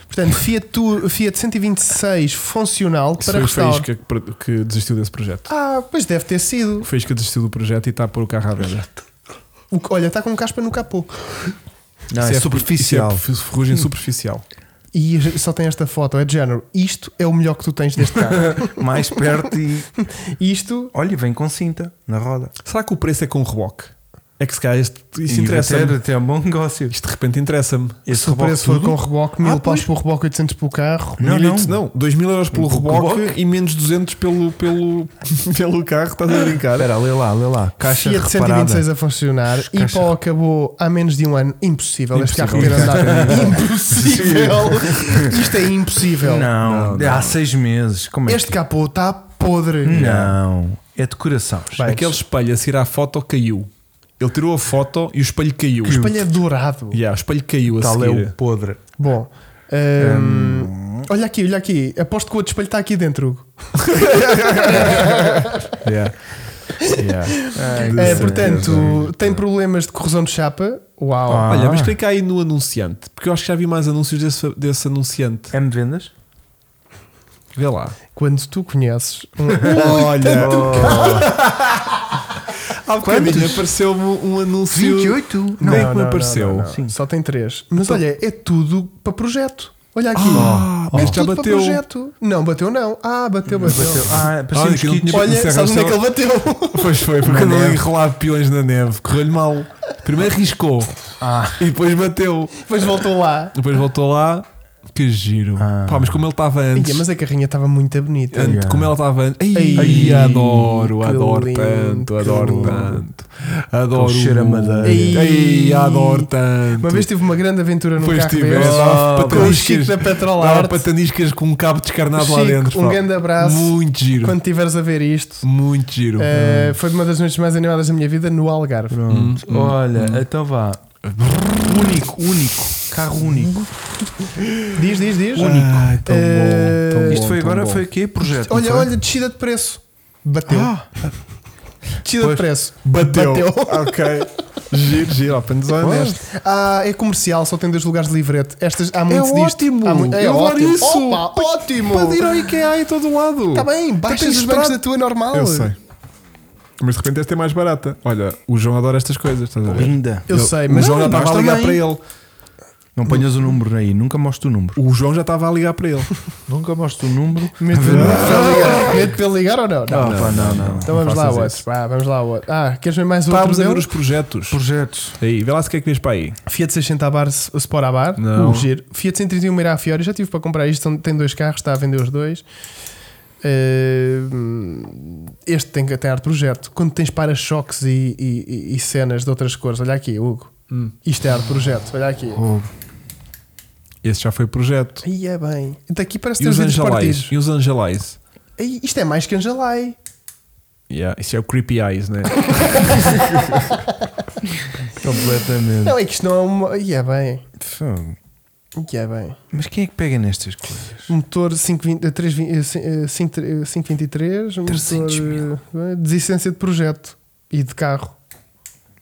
C: Portanto, Fiat, Tu- Fiat 126 funcional
B: Isso
C: para
B: foi, foi
C: restauro.
B: isca que, que desistiu desse projeto.
C: Ah, pois deve ter sido.
B: Foi isca que desistiu do projeto e está a pôr o carro à venda.
C: O que- olha, está com um caspa no capô.
A: Não,
B: Isso
A: é,
B: é
A: superficial.
B: isso é ferrugem superficial.
C: E só tem esta foto. É de género. Isto é o melhor que tu tens deste carro.
A: Mais perto e.
C: Isto.
A: Olha, e vem com cinta na roda.
B: Será que o preço é com reboque? É que se calhar este, isso
A: E
B: interessa-me.
A: até- até é um bom negócio.
B: Isto de repente interessa-me.
A: Esse
C: se o
A: reboque
C: preço for
A: tudo?
C: com reboque, mil
A: Ah,
C: paus
A: pois.
C: por reboque, 800 pelo carro.
A: Não,
B: Mil e
A: não.
B: oito- não. 2 mil euros pelo
A: Pelo
B: reboque,
A: reboque.
B: e menos 200 pelo, pelo, pelo carro. Estás a brincar?
A: Espera, lê lá, lê lá. Caixa
C: Fiat
A: reparada.
C: 126 a funcionar.
A: Caixa-
C: E pó acabou há menos de um ano. Impossível. Este carro ter
B: Impossível.
C: andado. impossível. Isto é impossível.
A: Não, é há seis meses. Como é
C: Este é.
A: que...
C: capô está podre.
A: Não, é decoração.
C: Bem,
B: Aquele espelho a seguir à foto caiu. Ele tirou a foto e o espelho caiu.
C: O espelho é dourado.
B: Yeah, o espelho caiu a
A: Tal é
B: seguir.
A: o podre.
C: Bom. hum, Olha aqui, olha aqui. Aposto que o outro espelho está aqui dentro. Hugo.
B: Yeah. Yeah.
A: É,
C: Eh, portanto, tem problemas de corrosão de chapa. Uau.
A: Ah.
B: Olha, mas clica aí no anunciante, porque eu acho que já vi mais anúncios desse, desse anunciante.
A: É-me É vendas?
B: Vê lá.
C: Quando tu conheces um
B: Olha, Oh. há
A: Quantos?
B: bocadinho apareceu-me um anúncio.
A: 28?
B: Não, que me apareceu.
C: não, não.
A: Sim.
C: Só tem três. Mas olha, é tudo para projeto. Olha aqui.
B: Então- Ah,
C: é
B: mas já
C: tudo para
B: bateu.
C: projeto. Não, bateu não. Ah, bateu, bateu.
A: Ah,
B: Ah,
A: parecia
B: que não
A: que
B: tinha-
C: Olha,
B: Isso é
C: sabes onde é que ele
B: relação-
C: bateu?
B: Pois foi, porque andou a enrolar peões na neve. Correu-lhe mal. Primeiro riscou e depois bateu.
C: Depois voltou lá.
B: Depois voltou lá. Que giro.
A: Ah.
B: Pá, mas como ele estava antes.
C: Ia, mas a carrinha estava muito bonita.
B: Ante-
A: Yeah.
B: Como ela estava antes. Ai,
C: Tá Ai,
B: adoro,
C: que
B: adoro
C: lindo,
B: tanto,
C: que
B: adoro
C: lindo.
B: tanto. Adoro.
A: Aquele cheiro a madeira.
B: Ai,
C: Ai.
B: adoro tanto.
C: Uma vez tive uma grande aventura no
B: Pois
C: carro
B: tive,
C: desse,
B: é, dava
C: com o Chico
B: pataniscas.
C: da Petrol
B: Dava
C: Art.
B: pataniscas com um cabo descarnado
C: Chico,
B: lá dentro.
C: um
B: pá.
C: grande abraço
B: Muito giro.
C: quando estiveres a ver isto.
B: Muito giro.
C: Eh, foi uma das noites mais animadas da minha vida no Algarve.
A: Pronto.
B: Hum, hum,
A: Olha, então vá. Único, único. Carro único.
C: Diz, diz, diz.
B: Ai, Ah, tão
C: Eh,
B: bom, tão bom, é
A: Isto foi
B: tão
A: agora,
B: bom.
A: foi o quê? Projeto. não
C: Olha,
A: foi?
C: olha, descida de preço. Bateu.
A: Ah,
C: descida
A: pois.
C: de preço.
B: Bateu.
C: Bateu.
B: ok. Giro, giro. Apenas honesto.
C: Ah, é comercial, só tem dois lugares de livrete. Estas, há muitos disto.
B: ótimo.
C: Há mui- É
B: Eu adoro
C: ótimo.
B: isso.
C: Opa, ótimo.
B: Pode ir ao IKEA em todo lado.
C: Está bem, baixas
B: tens
C: os bancos
B: estrado.
C: da tua normal.
B: Eu sei. Mas de repente esta é mais barata. Olha, o João adora estas coisas, estás a ver?
A: Linda.
C: Eu sei,
B: o
C: mas
B: João já
A: não, nós
B: estava a ligar para
A: também.
B: ele.
A: Não ponhas o número aí, nunca mostro o número.
B: O João já estava a ligar para ele.
A: Nunca mostro o número.
C: Mete pelo ligar. Mete pelo ligar ou não?
A: Ah,
C: Não.
A: pá, não, não.
C: Então vamos
B: É Não
C: lá,
B: faças
C: outro. Vá, vamos lá, outro. Ah, queres ver mais outro?
B: Estávamos a ver
C: meu?
B: os projetos.
A: Projetos.
B: Aí, vê lá se o que é que vês para aí.
C: Fiat 600 a bar, Sport a bar.
B: Não.
C: Uh, giro. Fiat 131 irá a Fiori. Já tive para comprar isto. são- Tem dois carros, está a vender os dois. Uh, este tem, tem ar de projeto. Quando tens para-choques e, e- e cenas de outras cores, olha aqui, Hugo.
B: Hum.
C: Isto é ar de projeto, olha aqui.
A: Oh,
B: Esse já foi projeto.
C: Aí é bem. Daqui parece
B: E
C: ter os
B: os
C: vídeos
B: Angelais?
C: partidos.
B: E os Angelais?
C: Ai, Isto é mais que Angelai.
B: Yeah, isso é o Creepy Eyes, né?
A: completamente.
C: Não, é que isto não é uma. Ai, é bem.
A: Fogo.
C: Ai, é bem.
A: Mas quem é que pega nestas coisas?
C: Motor 520, eh, 320, eh, cin- eh, cin- eh, 523,
A: 300
C: motor, eh, desistência de projeto e de carro.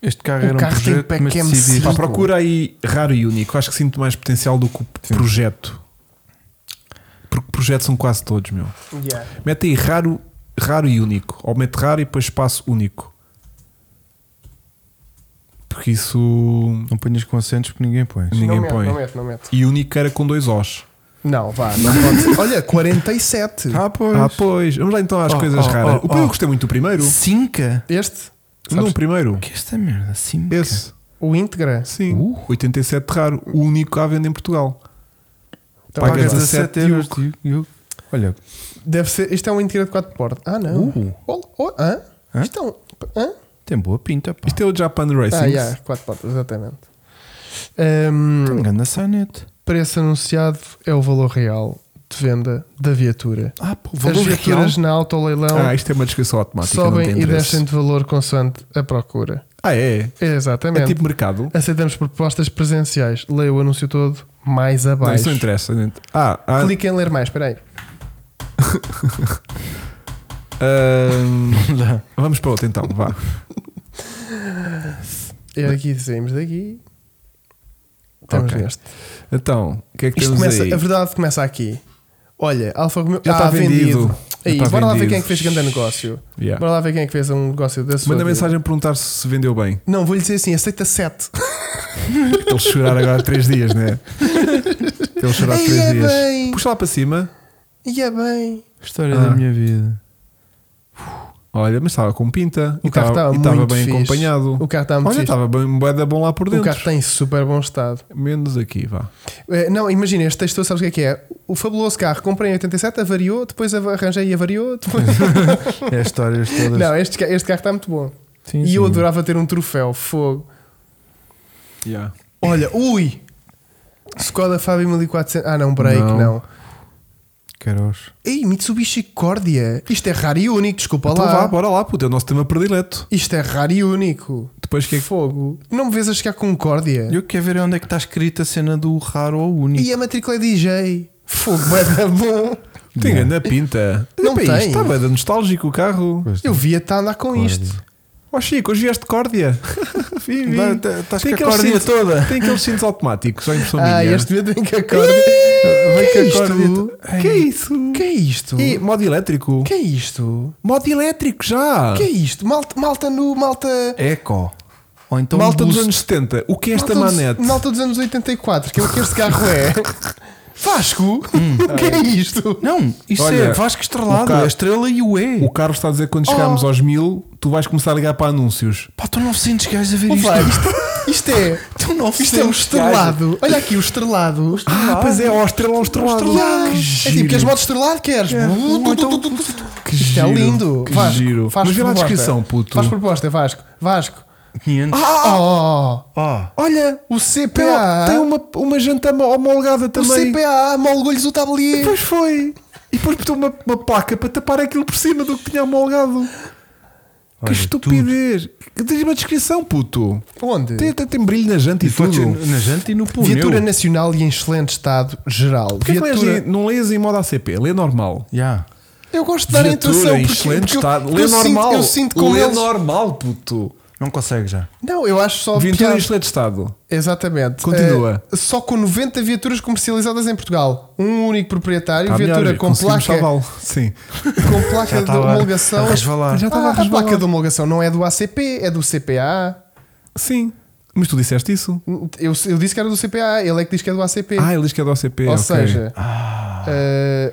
A: Este carro
C: O
A: era um
C: carro tem
A: projeto,
C: pack
A: mas
C: MC.
A: decidi-
B: Pá, procura aí raro e único. Acho que sinto mais potencial do que o projeto. Porque projetos são quase todos, meu. Mete aí raro, raro e único. Ou mete raro e depois espaço único. Porque isso
A: Não ponhas com acentos porque ninguém põe.
B: ninguém
C: não mete,
B: põe.
C: Não mete, não mete.
B: E único era com dois Os.
C: Não, vá, não pode. Olha, 47.
A: Ah, pois.
B: Ah, pois. Vamos lá então às
A: Oh,
B: coisas
A: oh,
B: raras.
A: oh,
B: o primeiro
A: oh.
B: gostei muito do primeiro.
A: Cinca?
C: Este,
B: Não,
C: sabes- é?
B: o primeiro.
A: Que é esta merda? Cinca?
B: Esse.
C: o íntegra.
B: Sim.
C: Uh.
B: 87 raro. O único à venda em Portugal.
C: Então,
B: Paga
C: olha,
A: Pagas
B: 17
A: 17 euros, tio. Eu- Olha,
C: deve ser, isto é um íntegra de 4 portas. Ah, não.
A: Uh.
C: Ol- ol- hã?
A: Hã?
C: Isto é um. Hã?
A: tem boa pinta, pá.
B: Isto é o Japan
C: Ah,
B: Racing.
C: yeah, 4 portas, exatamente. Ahm,
A: Tem é um grande sainete.
C: preço anunciado é o valor real de venda da viatura.
A: Ah, pô,
C: As viaturas na autoleilão
B: Ah, isto é uma descrição automática. não tem
C: sobem e
B: interesse.
C: descem de valor consoante a procura.
B: Ah, é? É
C: Exatamente.
B: tipo mercado?
C: Aceitamos propostas presenciais. Leia o anúncio todo mais
B: Não,
C: abaixo.
B: isso não interessa. não inter- Ah, ah
C: Clique em ler mais, espera aí.
B: ahm, vamos para outro então, vá.
C: E É aqui saímos daqui. Estamos
B: Ok.
C: neste.
B: Então, o que é que
C: Isto
B: temos
C: começa,
B: aí?
C: a verdade começa aqui. Olha, Alfa Romeo
B: Já
C: está
B: está vendido.
C: vendido.
B: Já
C: Aí,
B: está
C: bora lá ver
B: vendido.
C: quem é que fez grande negócio.
B: Yeah.
C: Bora lá ver quem é que fez um negócio da sua
B: Manda
C: vida.
B: mensagem a perguntar se se vendeu bem.
C: Não, vou-lhe dizer assim: aceita 7.
B: Eles choraram agora há 3 dias, né? Eles choraram há
C: Ei,
B: 3
C: é
B: dias.
C: bem.
B: Puxa lá para cima.
C: E é bem.
A: História
B: Ah.
A: da minha vida.
B: Olha, mas estava com pinta.
C: O
B: e
C: carro
B: estava-
C: estava
B: e estava
C: muito
B: bem
C: fixe.
B: acompanhado.
C: O carro está muito
B: Olha,
C: fixe.
B: estava bem boeda bom lá por
C: O
B: dentro.
C: carro está em super bom estado.
B: Menos aqui, vá.
C: Eh, Não, imagina, este texto, sabes o que é que é? O fabuloso carro, comprei em 87, avariou, depois av- arranjei e avariou. Depois...
A: É histórias todas.
C: não, este, ca- este carro está muito bom.
A: Sim,
C: e
A: sim.
C: eu adorava ter um troféu, fogo. Olha, ui! Skoda Fabio 1400. Ah, não, break,
B: Não.
C: não.
A: Queiroz.
C: Ei, Mitsubishi Cordia. Isto é raro e único, desculpa
B: Então vá,
C: lá.
B: bora lá, puto. É o nosso tema predileto.
C: Isto é raro e único.
B: Depois que é que.
C: Fogo. Não me vês a chegar com um Cordia.
A: Eu quero ver onde é que está escrita a cena do raro ou único.
C: E a matrícula é DJ. Fogo, bué da bom.
B: Tem grande pinta.
C: Não
B: Epá,
C: tem.
B: isto Está bem nostálgico o carro.
A: Pois.
C: Eu via-te a andar com isto.
B: Ó Chico, hoje vieste córdia. Vim, vim.
A: Vai, tá- Estás
B: Tem
A: com
B: aqueles
A: a corda
B: cintos-
A: toda.
B: Tem aqueles cintos automáticos, só impressão
C: Ah,
B: minha.
C: este medo tem que acordar.
B: Vem com
A: que é
B: a
A: isto?
B: corda. Que é isso?
C: Que é isto?
B: E modo elétrico?
C: Que é isto?
B: Modo elétrico já!
C: Que é isto? Malta, malta no. Malta.
A: Eco. Ou então
B: Malta dos
A: boost.
B: anos 70, o que é esta
C: Um malta dos-
B: manete?
C: malta dos anos 84, que é o que este carro é. Vasco?
B: Hum.
C: O que é isto?
A: Não, isso
B: Olha,
A: é Vasco
B: o
A: Estrelado,
B: carro-
A: a estrela e o E.
B: O Carlos está a dizer que quando chegarmos aos mil, tu vais começar a ligar para anúncios.
A: Pá, estão 900 gajos a ver
C: Opa,
A: isto.
C: isto, isto é.
A: Estão 900
C: Isto é um
A: gajos.
C: estrelado. Olha aqui o estrelado.
B: Ah, pois é, ó, estrela, ó, estrela,
C: Yeah.
B: Que
C: É
B: giro. É. Então,
C: tipo, queres modo estrelado? Queres?
B: que
C: Isto é
B: giro,
C: lindo.
B: Que
C: Vasco,
B: giro.
C: faz
B: Mas vê lá a
C: proposta.
B: descrição, puto.
C: Faz proposta, Vasco. Vasco.
A: 500.
C: Oh,
A: Ah.
B: Olha,
C: o
B: tem,
C: CPA.
B: tem uma, uma janta homologada
C: O
B: também.
C: CPA molgou-lhes o tablier.
B: Pois foi. E depois botou uma, uma placa para tapar aquilo por cima do que tinha homologado. que
A: Olha,
B: estupidez. Que Tens uma descrição, puto.
C: Onde?
B: Tem, até tem brilho na janta e,
A: E fotos
B: tudo.
A: na janta e no pneu.
C: Viatura nacional e em excelente estado geral.
B: Porquê que lês
C: Viatura...
B: em- não lês em modo ACP? Lê normal.
A: Já.
C: Eu gosto de dar a intuação
B: em
C: porque,
B: excelente
C: porque eu-
B: estado.
C: eu,
B: Lê normal.
C: Sinto, eu sinto com
B: Lê
C: eles.
B: normal, puto.
A: Não consegue já.
C: Não, eu acho só.
B: Viatura
C: piada.
B: em excelente estado.
C: Exatamente.
B: Continua.
C: Eh, só com 90 viaturas comercializadas em Portugal. Um único proprietário,
B: Está
C: viatura
B: Tá melhor,
C: com
B: conseguimos
C: placa,
B: salvá-lo. Sim.
C: com placa
A: tá
C: de homologação.
A: a resvalar.
B: Já estava a
C: Ah, a
B: resvalar.
C: placa de homologação não é do ACP, é do CPA.
B: Sim. Mas tu disseste isso?
C: Eu, eu disse que era do CPA, ele é que diz que é do ACP.
B: Ah, ele diz que é do ACP.
C: Ou
B: ok. Ah.
C: seja, eh,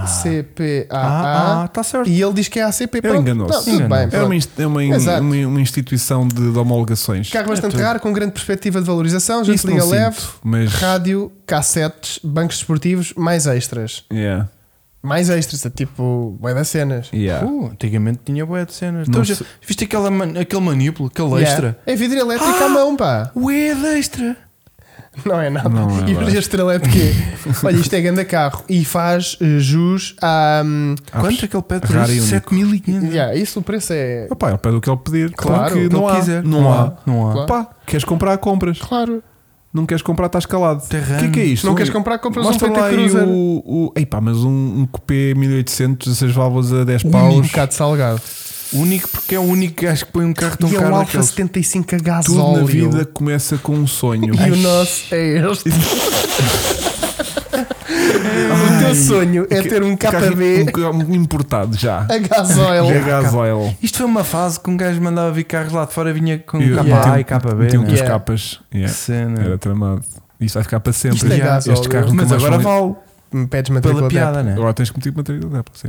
C: CPAA
A: Ah, ah, tá certo.
C: e ele diz que é ACP.
B: Ele
C: Pronto, não,
B: enganou-se.
C: tudo bem.
B: É
C: pronto.
B: uma, inst- é uma,
C: Exato.
B: uma- uma instituição de, de homologações.
C: Carro bastante
A: tudo.
C: raro, com grande perspectiva de valorização, gente
B: É Isso não
C: liga leve,
B: sinto, mas-
C: rádio, cassetes, bancos desportivos, mais extras.
B: Yeah.
C: Mais extras, é tipo, vai das cenas.
B: Yeah.
A: Uh, antigamente tinha boé de cenas. Então, já,
B: sei.
A: viste aquela man- aquele manipulo, aquele
C: Yeah.
A: extra?
C: É vidro elétrico
A: Ah!
C: à mão, pá.
A: O E é de extra.
C: Não é nada.
B: Não é
C: e
B: nada.
C: o extra elétrico é. Olha, isto é grande carro e faz eh, jus a.
B: Ah,
A: Quanto é que ele pede por
B: raro e
A: isso?
B: único. Hum.
A: 7500.
C: yeah, isso o preço é.
B: Opa, ele pede o que ele pedir.
C: Claro,
B: Porque
C: o que
B: não
A: ele
B: há.
A: quiser.
B: Não,
A: Não
B: há.
A: há, não há.
C: Claro.
B: Pá, queres comprar, compras.
C: Claro.
B: Não queres comprar, estás calado. O que
A: Terrano.
B: é que é isto?
C: Não queres comprar, compras um
B: Mostra
C: PT
B: lá aí
C: Cruiser.
B: o, o... Ei pá, mas um, um Coupé 1800, 16 válvulas a 10
C: Um
B: paus.
C: bocado salgado.
A: Único porque é o único gajo que põe um carro tão
C: e é
A: caro
C: um Alfa
A: daqueles.
C: 75 a
B: Tudo
C: gasóleo.
B: na vida começa com um sonho.
C: E o nosso é este. o teu sonho é ter um KV
B: Carro um- um importado já.
C: a gasóleo.
B: Já é gasóleo.
A: Isto foi uma fase que um gajo mandava vir carros lá de fora vinha com
B: E-
A: KA
B: metiam-
A: e KB.
B: metiam com
A: né?
B: os
C: Yeah.
B: capas. Yeah.
A: Cena.
B: um Era tramado. Isto vai ficar para sempre.
C: Isto é
B: Yeah.
C: gasóleo.
B: Este carro nunca
A: Mas
B: mais
A: agora
B: vão-
A: vale
C: Me pedes matrícula
B: é.
A: pela
C: de
A: piada, né?
B: Agora tens que meter matrícula da Apple, sim.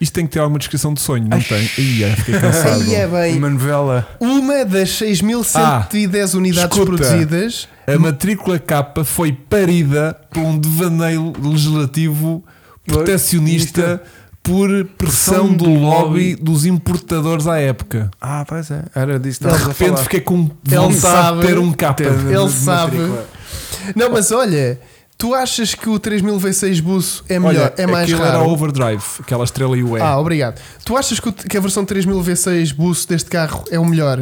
B: Isto tem que ter alguma descrição de sonho, não tem? Ia, fiquei cansado.
C: Aí é bem.
A: Uma novela.
C: Uma das 6.110 unidades
B: Ah, escuta.
C: produzidas.
B: A matrícula capa foi parida por um devaneio legislativo protecionista por pressão
A: é Pressão
B: do
A: do
B: lobby dos importadores à época.
A: Ah, pois é. Era disso que
B: De
A: estavas a
B: repente
A: falar.
B: fiquei com vontade
C: sabe.
B: de ter um capa.
A: Ele
C: Ele
A: de
C: sabe.
A: matrícula.
C: Não, mas olha, tu achas que o 3000 V6 buço é melhor?
B: Olha,
C: é mais
B: aquilo era
C: raro?
B: overdrive, aquela estrela e o E.
C: Ah, obrigado. Tu achas que, o- que a versão 3000 V6 buço deste carro é o melhor?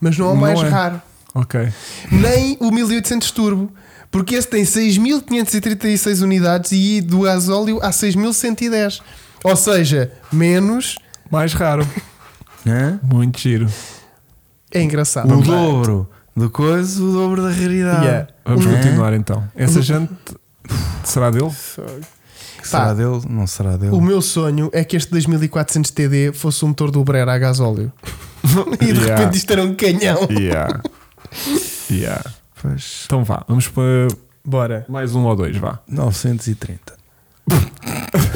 C: Mas não é o
B: Não
C: mais
B: é.
C: raro.
B: ok.
C: nem o 1800 Turbo, porque esse tem 6.536 unidades e do gasóleo há 6.110. Ou seja, menos.
B: Mais raro.
A: Hã?
B: Muito giro.
C: É engraçado.
A: O
C: Vamos lá.
A: dobro do coisa, o dobro da raridade.
C: Yeah.
B: Vamos
A: Né?
B: continuar então. Essa gente será dele?
A: Que será dele? Não será dele.
C: é? Tá. O meu sonho é que este 2400 TD fosse um motor do Brera a gasóleo. e de
B: Yeah.
C: repente isto era um canhão.
B: Yeah. yeah.
A: Pois,
B: Então vá, vamos para
C: Bora.
B: mais um ou dois, vá.
A: 930.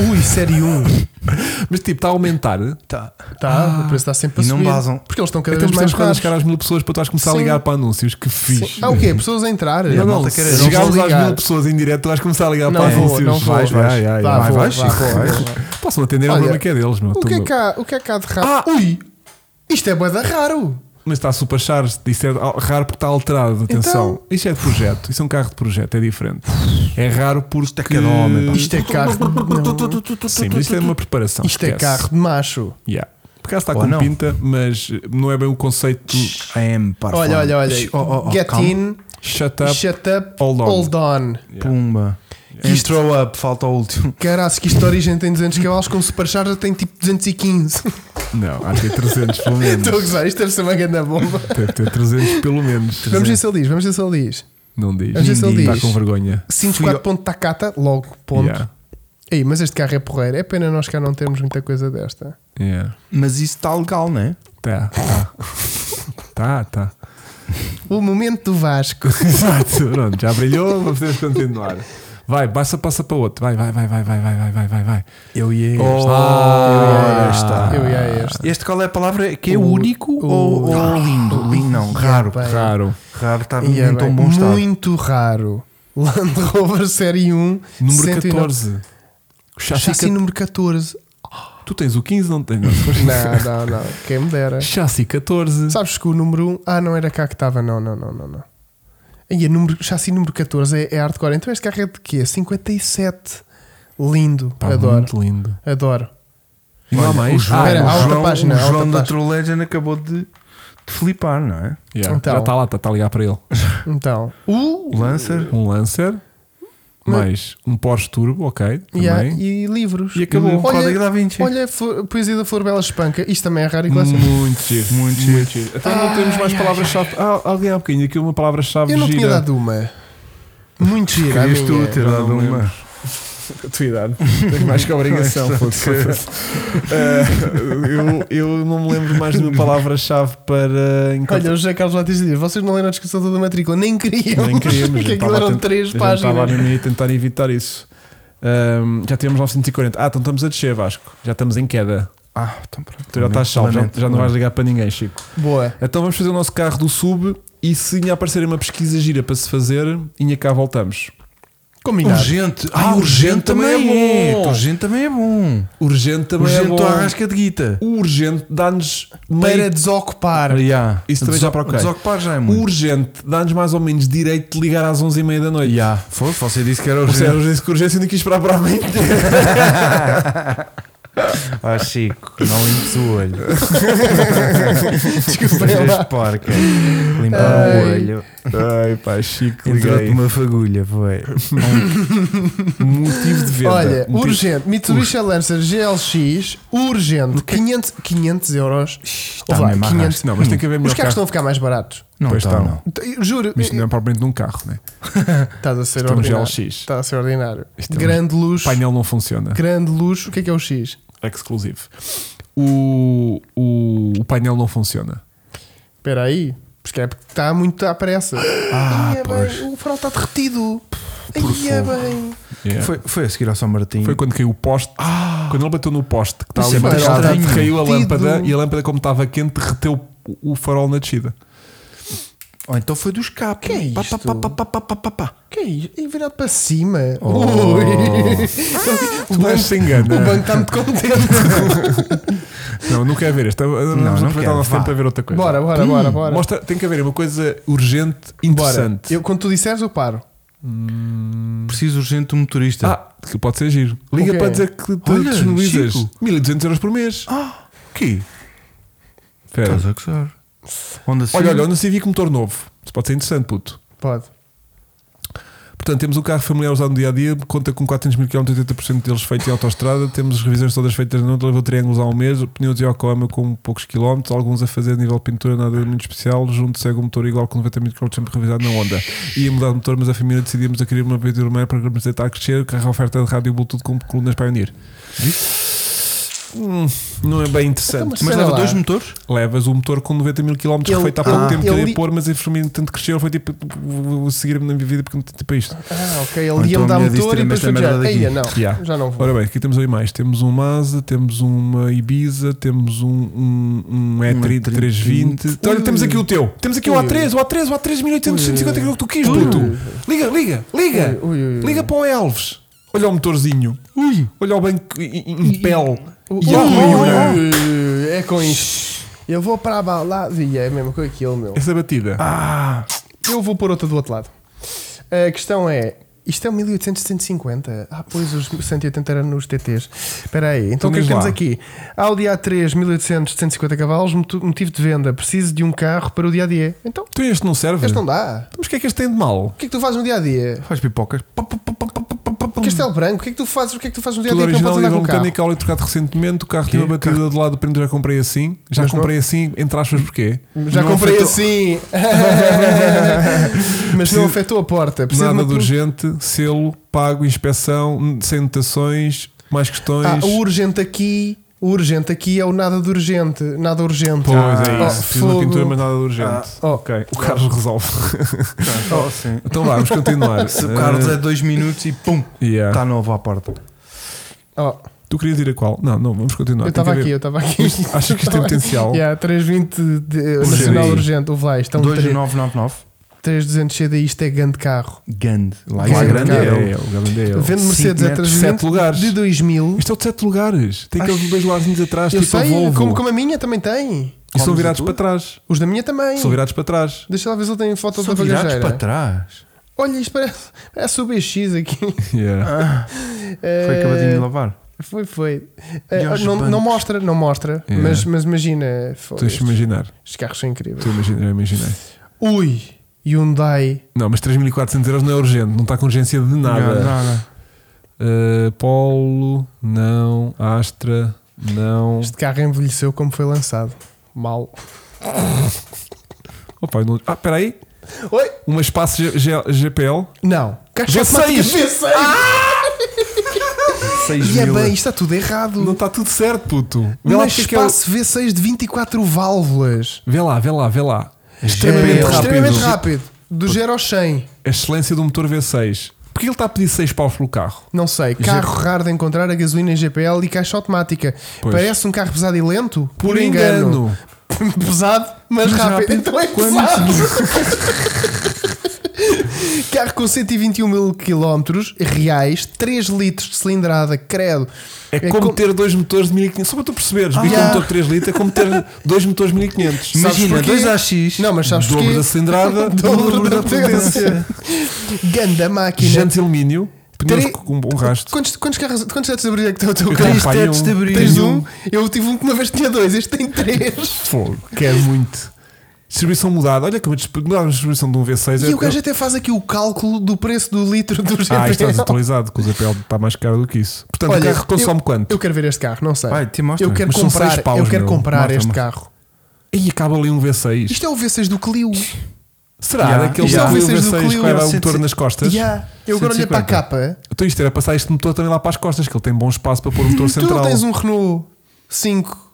C: Ui, série 1.
B: Mas tipo, está a aumentar. Então
A: Tá.
C: Tá, o preço está sempre a
A: E não
C: subir.
A: vazam.
C: Porque eles estão cada vez
B: temos
C: mais
B: mais
C: raros.
B: quase chegar às mil pessoas para tu estás a começar
C: Sim.
B: a ligar para anúncios. Que fixe.
C: Ah, o quê? Pessoas a entrar?
A: Não,
B: Não,
A: malta
B: se
A: quer- não
B: chegarmos
C: vão
B: às
C: ligar.
B: mil pessoas em direto, tu vais começar a ligar
C: Não
B: para
C: vou,
B: anúncios.
C: não vou.
B: Vais,
A: Vai,
B: vai, vai,
C: Vá,
B: vai,
C: vou,
B: vai.
C: vá,
A: Chico,
C: vou,
A: vai.
C: vou, vou.
B: Posso atender ao
C: Olha,
B: problema que é deles, meu.
C: O que é
B: Tudo.
C: que há, o que é que há de raro?
B: Ah,
C: ui! Isto é bué de raro!
B: Mas está a superchar Isso é raro porque está
C: Então?
B: alterado. Atenção. Isto é de projeto. Isto é um carro de projeto. É diferente. É raro porque. Isto é
A: cada homem, pá.
C: Isto é carro de, não.
B: Sim, mas isto é uma preparação.
C: Isto é
B: esquece.
C: carro de macho.
B: Yeah. Por acaso está
A: Ou
B: com
A: não.
B: pinta, mas não é bem o conceito.
A: AM, parfum.
C: Olha, olha, olha.
A: Shh, oh, oh, oh,
C: Get
A: calma.
C: in,
B: Shut up.
C: shut up,
B: Hold on.
C: hold on.
A: Pumba. Intro up, falta o último.
C: Caraca, que isto de origem tem 200 cavalos, com supercharger tem tipo 215.
B: Não, há de ter 300 pelo menos.
C: Estou a gozar, isto deve ser uma grande bomba.
B: Deve ter 300 pelo menos.
C: Vamos ver se ele diz, vamos ver se ele diz.
B: Não diz.
C: Vamos ver se ele
B: Está
C: diz.
B: com vergonha.
C: 5.4 ponto Takata, logo, ponto.
B: Yeah.
C: Ei, mas este carro é porreiro. É pena nós cá não termos muita coisa desta.
B: Yeah.
A: Mas isso está legal, não é?
B: Tá, tá. tá, tá.
C: O momento do Vasco.
B: Exato, pronto, já brilhou, vamos ter de continuar. Vai, passa, passa para outro. Vai, vai, vai, vai, vai, vai, vai, vai, vai, vai.
A: Oh, Eu e este.
B: Ah,
A: Ora está.
C: Eu ia a este.
A: Este qual é a palavra? Que é
C: O-
A: único
C: o-
A: ou, ou lindo? Lindo não, raro.
C: bem.
B: Raro.
A: Raro está
B: Tá
C: Ia
A: em
C: é bem.
A: tão bom estado.
C: Muito raro. Land Rover Série 1.
B: Número
C: 109.
B: 14. O chassi
C: Chassi
B: cat-
C: número 14.
B: Tu tens o 15, não tens? Não.
C: Não, não, não. Quem me dera.
B: Chassi 14.
C: Sabes que o número 1. Ah, não era cá que estava. Não, não, não, não. não. Aí, número, chassi número 14 é, é hardcore. Então este carro é de quê? 57. Lindo.
B: Pá,
C: adoro.
B: muito lindo.
C: Adoro.
B: E não há mais.
A: O João,
C: Ah, espera, há
A: o
C: outra
A: João,
C: página,
A: o
C: há outra
A: João da
C: página.
A: True Legend acabou de, de flipar, não é?
B: Yeah,
C: Então.
B: Já está lá, está está a ligar para ele.
C: Então. Uh,
A: Lancer.
B: Um Lancer, mais um Porsche Turbo, ok. Também.
C: yeah, e livros.
B: E acabou. é
A: O Código
C: Olha,
A: da Vinci.
C: olha Flor- poesia da Flor Bela Espanca. Isto também é raro e clássico.
B: Muito giro,
A: Muito
B: muito
A: giro.
B: giro. Então não temos mais palavras-chave. Ah, alguém há um bocadinho aqui uma palavra-chave
C: Eu não tinha
B: gira.
C: dado uma. Muito gira. a
A: Querias tu
C: minha.
A: ter
B: já
A: dado
B: não
A: uma.
B: lembro. A tua idade. Tenho mais que a obrigação.
A: Não,
B: foda-se, foda-se. Ah, eu, eu não me lembro mais de uma palavra-chave para
C: Olha,
B: encontrar.
C: o José Carlos Batista diz: vocês não leram a descrição toda da matrícula, nem queriam.
B: Nem queríamos.
C: Porque
B: eu
C: aquilo
B: estava a
C: eram
B: tent-
C: três
B: eu Estava
C: páginas.
B: mesmo aí a tentar evitar isso. Ahm, já temos 940. Ah, então estamos a descer, Vasco. Já estamos em queda.
A: Ah, então pronto.
B: Tu já estás salvo, já, já não vais ligar para ninguém, Chico.
C: Boa.
B: Então vamos fazer o nosso carro do sub e se ainda aparecer uma pesquisa gira para se fazer, ainda cá voltamos.
C: Combinado.
A: Urgente. Ah, urgente também é bom. Urgente também é bom.
B: Urgente também é
A: Urgente
B: bom.
A: tu arrasca de guita. Ah,
B: Urgente dá-nos
C: Para
B: meio
C: desocupar.
A: Yeah.
B: Isso também já
A: Deso-
B: procurei.
A: Desocupar já é muito.
B: urgente, dá-nos mais ou menos direito de ligar às 11h30 da noite.
A: Ah, Yeah. Foi, você disse que era
B: Ou seja,
A: urgente.
B: urgência é, que urgência ainda quis esperar para a mente.
A: Ah, Chico, não limpes o olho.
C: Desculpem
A: Três
C: lá.
A: porca. Limparam
C: Ai.
A: o olho.
B: Ai pá, Chico,
A: Entrou-te
B: liguei.
A: uma fagulha, foi.
B: um Motivo de venda. Um
C: Olha,
B: Motivo-
C: urgente. Mitsubishi Lancer GLX, urgente.
B: é
C: 500, 500 euros.
B: tá
C: Ou vá,
A: mesmo a
C: 500.
B: Não, mas tem que haver
C: Os
B: melhor
C: carros
B: carro.
C: estão a ficar mais baratos.
A: Não
B: Pois
A: está,
B: estão.
A: não.
C: T- Juro,
B: tá,
C: eh,
B: Mas isto não é propriamente de um carro, né?
C: estás a ser
B: Isto é um
C: ordinário.
B: GLX.
C: Estás a ser ordinário.
B: é um-
C: Grande
B: O
C: luxo.
B: painel não funciona.
C: Grande luxo. O que é que é o X?
B: É exclusivo. O, o, o painel não funciona.
C: Espera aí. Porque é porque está muito à pressa.
A: Ah,
C: Ia bem,
A: pois.
C: o farol está derretido. Ia bem.
B: Yeah. Foi,
A: Foi, foi a seguir ao São Martinho.
B: quando caiu o poste.
C: Ah!
B: Quando ele bateu no poste, que está
A: Isso
B: ali
A: é bem
B: embaixo,
A: estranho.
B: caiu a
C: Tido.
B: lâmpada e a lâmpada, como estava quente, derreteu o, o farol na descida.
A: Ou então foi do escape.
C: Que é
A: Pá,
C: isto?
A: pá, pá, pá, pá, pá, pá, pá.
C: Que é isto? E virado para cima.
A: Oh.
C: Ui.
B: Tu não se engana.
C: O banco está muito contente.
B: Não, não quer ver este. Não,
A: não
B: vamos aproveitar
A: quero.
B: o nosso
A: Vá.
B: tempo para ver outra coisa.
C: Bora, bora, bora, bora.
B: Mostra, tem que haver uma coisa urgente,
C: Bora.
B: interessante.
C: Eu, quando tu disseres, eu paro.
A: Preciso urgente de um motorista.
B: Ah, que pode ser giro. Liga
C: Ok.
B: para dizer que te
A: Olha,
B: disponibilizas
A: Chico.
B: 1200 euros por mês.
A: que?
B: Espera.
A: Estás a gozar.
B: Olha,
A: Onda
B: um
A: Civic?
B: olha, eu não sei vi com motor novo. Isso pode ser interessante, puto.
C: Pode.
B: Portanto, temos o carro familiar usado no dia a dia, conta com 400 mil km, 80% deles feito em autoestrada. Temos as revisões todas feitas na noite, levou triângulos há um mês, pneus de Yokohama com poucos quilómetros, alguns a fazer a nível de pintura, nada muito especial. Junto segue um motor igual com 90 mil km, sempre revisado na Honda. Ia mudar de motor, mas a família decidimos adquirir uma aventura maior para representar a crescer. O carro à oferta de rádio e Bluetooth com colunas para unir. Hum, não é bem interessante.
C: mas
A: Mas
C: Espera
A: leva
C: Então, lá.
A: dois motores?
B: Levas o motor com 90 mil km
C: Ele-
B: feito há pouco
C: ah,
B: tempo que eu
C: ele-
B: ia pôr, mas infelizmente tanto cresceu, foi tipo, vou vou seguir-me na minha vida porque me meti para isto.
C: Ah, ok.
A: Ou então
C: Ele ia
A: a
C: mudar
A: mulher
C: o
A: disse,
C: motor e
A: "Tira-me
C: depois
A: esta
C: foi
A: merda
C: já.
A: daqui."
C: Eia, não.
B: Yeah.
C: Já não vou.
B: Ora bem, aqui temos aí mais. Temos um Mazda, temos uma Ibiza, temos um, um, um E30
A: E30.
B: 320. Então, olha, temos aqui o teu. Temos aqui o A3, o A3, o A3 1850, que é o que tu quis, bruto. Liga, liga, liga.
C: Ui, ui, ui, ui.
B: Liga para o Elves. Olha o motorzinho.
C: Ui.
B: Olha o banco em- em em pele.
C: Ui,
B: E a ruína.
C: ui, ui, ui, É com isto. Eu vou para a balada. E é mesmo com aquilo, meu.
B: Essa batida.
C: Eu vou pôr outra do outro lado. A questão é. Isto é um 1850. Ah, pois os 180 eram nos TTs. Espera aí. Então
B: Então
C: o que é que
B: diz
C: temos
B: lá.
C: aqui? Audi A3 1800 150 cavalos, motu- motivo de venda. Preciso de um carro para o dia a dia. Então,
B: Então este não serve.
C: este não dá.
B: Mas o que é que este tem de mal?
C: O que é que tu fazes no dia a dia?
A: Faz pipocas.
C: Castelo Branco, o que é que tu fazes? O que é que tu fazes no dia a
B: Hum. Tudo
C: dia que não
B: original
C: podes
B: e
C: andar com
B: nível
C: o carro? é
B: mecânico ali trocado recentemente. O carro tinha
A: Quê?
B: uma batida de lado, prende, já comprei assim. Já
C: Mas não-
B: comprei assim, entre aspas, porquê?
C: Já
B: Não
C: comprei
B: afetou-
C: assim. Mas
B: Preciso-
C: não afetou a porta. Precisa
B: Nada
C: de um
B: de
C: uma...
B: urgente, selo, pago, inspeção, n- sem notações, mais questões.
C: Ah, o urgente aqui. O urgente aqui é o nada de urgente. Nada urgente.
B: Pois
C: Oh,
B: é isso. Fiz uma
C: fogo.
B: pintura, mas nada de urgente.
C: Ah,
B: ok. O Carlos resolve.
C: Oh,
A: Tá, assim.
B: Então vá, vamos continuar.
A: Se o Carlos é
B: Ah,
A: dois minutos e pum,
B: yeah.
C: tá.
A: está novo à porta.
C: Então, Oh,
B: Tu querias ir a qual? Não, não, vamos continuar. Tem
C: eu
B: que
C: estava
B: haver-
C: aqui, eu estava aqui.
B: Achas que isto tem potencial?
C: Yeah, 320 de, eh, Nacional Urgente, o Vlais. Estão 3-
A: 2999.
C: 3200 CDI, isto é grande carro.
A: Grande. Lá é
C: Grande,
A: grande.
C: cara.
A: é ele.
B: é ele, grande é ele.
C: Vende
A: Cinco
C: Mercedes a
A: metros,
C: 320
B: sete lugares.
C: de 2000.
B: Isto é o de sete lugares. Tem aqueles dois lugarzinhos atrás,
C: Eu
B: tipo a
C: sei,
B: Volvo.
C: como, como a minha também tem.
B: E são
A: Rodas
B: virados
A: e
B: para
A: tudo?
B: trás.
C: Os da minha também.
B: São virados para trás.
C: Deixa lá ver se ele tem foto
A: São
C: da
A: virados
C: bagageira.
A: para trás.
C: Olha, isto parece, é parece o BX aqui.
B: Yeah.
A: Ah, foi
C: Eh,
A: acabadinho de lavar.
C: Foi, foi. Eh,
A: E aos
C: não, não
A: bancos.
C: mostra, não mostra.
B: É.
C: Mas, mas imagina. foda,
B: Tu deixa
C: estes,
B: Então imaginar.
C: estes carros são incríveis.
B: Tu imagina, eu imaginei.
C: Ui, Hyundai.
B: Não, mas 3.400 euros não é urgente, não está com urgência de nada.
A: Não, não.
B: Uh, Polo, não. Astra, não.
C: Este carro envelheceu como foi lançado. Mal.
B: Opa, eu não... Ah, espera aí.
C: Oi?
B: Uma espaço G- G- GPL.
C: Não. Caixa
B: V6.
C: automática V6.
A: Seis
C: e é
A: mil.
C: bem, isto está tudo errado.
B: Não está tudo certo, puto. Vê lá,
C: Mas
B: porque é que é o-
C: espaço V6 de 24 válvulas.
B: vê lá, vê lá, vê lá.
C: É,
B: Extremamente rápido.
C: Extremamente rápido. Do 0 ao 100.
B: A excelência do motor V6. Porquê ele está a pedir 6 paus pelo carro?
C: Não sei, carro raro de encontrar a gasolina em GPL e caixa automática.
B: Pois.
C: Parece um carro pesado e lento? Por, engano. pesado, mas,
B: Mas
C: rápido.
B: rápido.
C: Então é
B: Quando-
C: pesado. carro com 121 mil km reais, 3 litros de cilindrada, credo.
B: É, como
C: com-
B: ter dois motores de 1500. Só para tu perceberes,
C: Ah,
B: visto
C: yeah.
B: um motor de 3 litros, é como ter dois motores de 1500.
C: Sabes
A: Imagina,
C: porquê?
A: 2AX.
C: Não, mas sabes
B: Dobro
C: porquê?
B: da cilindrada,
C: Dobro da
B: potência.
C: potência. Ganda máquina.
B: Jantes de alumínio, pneus
C: Tre-
B: com um bom rasto.
C: Quantos, quantos carros, quantos tetos de abrir é que tem o teu
B: Eu
C: carro?
A: Três
B: Pai,
A: tetos
B: um-
A: de abrir.
C: Tens um, eu tive um que uma vez tinha dois, este tem três.
B: Fogo, quero muito. Distribuição mudada. Olha como mudaram a distribuição de um V6.
C: E
B: é-
C: o gajo até faz aqui o cálculo do preço do litro do GPL.
B: Ah, isto está desatualizado, que o ZPL está mais caro do que isso. Portanto,
C: Olha,
B: o carro consome quanto?
C: Eu quero ver este carro, não sei.
A: Vai, te mostra.
C: eu quero
B: Mas são
C: comprar,
B: seis paus,
C: eu quero
B: meu.
C: comprar
B: Mostra-me.
C: este carro.
B: E acaba ali um V6.
C: Isto é o V6 do Clio.
B: é Será
A: Yeah.
B: daquele
A: Isto é o
B: que
C: V6 do
B: V6 que
C: Clio,
B: vai dar um
A: 100,
B: motor nas costas?
C: Yeah. Eu agora olhei para a
B: 150.
C: capa.
B: Então isto era passar este motor também lá para as costas, que ele tem bom espaço para pôr o motor
C: Tu não
B: central.
C: tens um Renault 5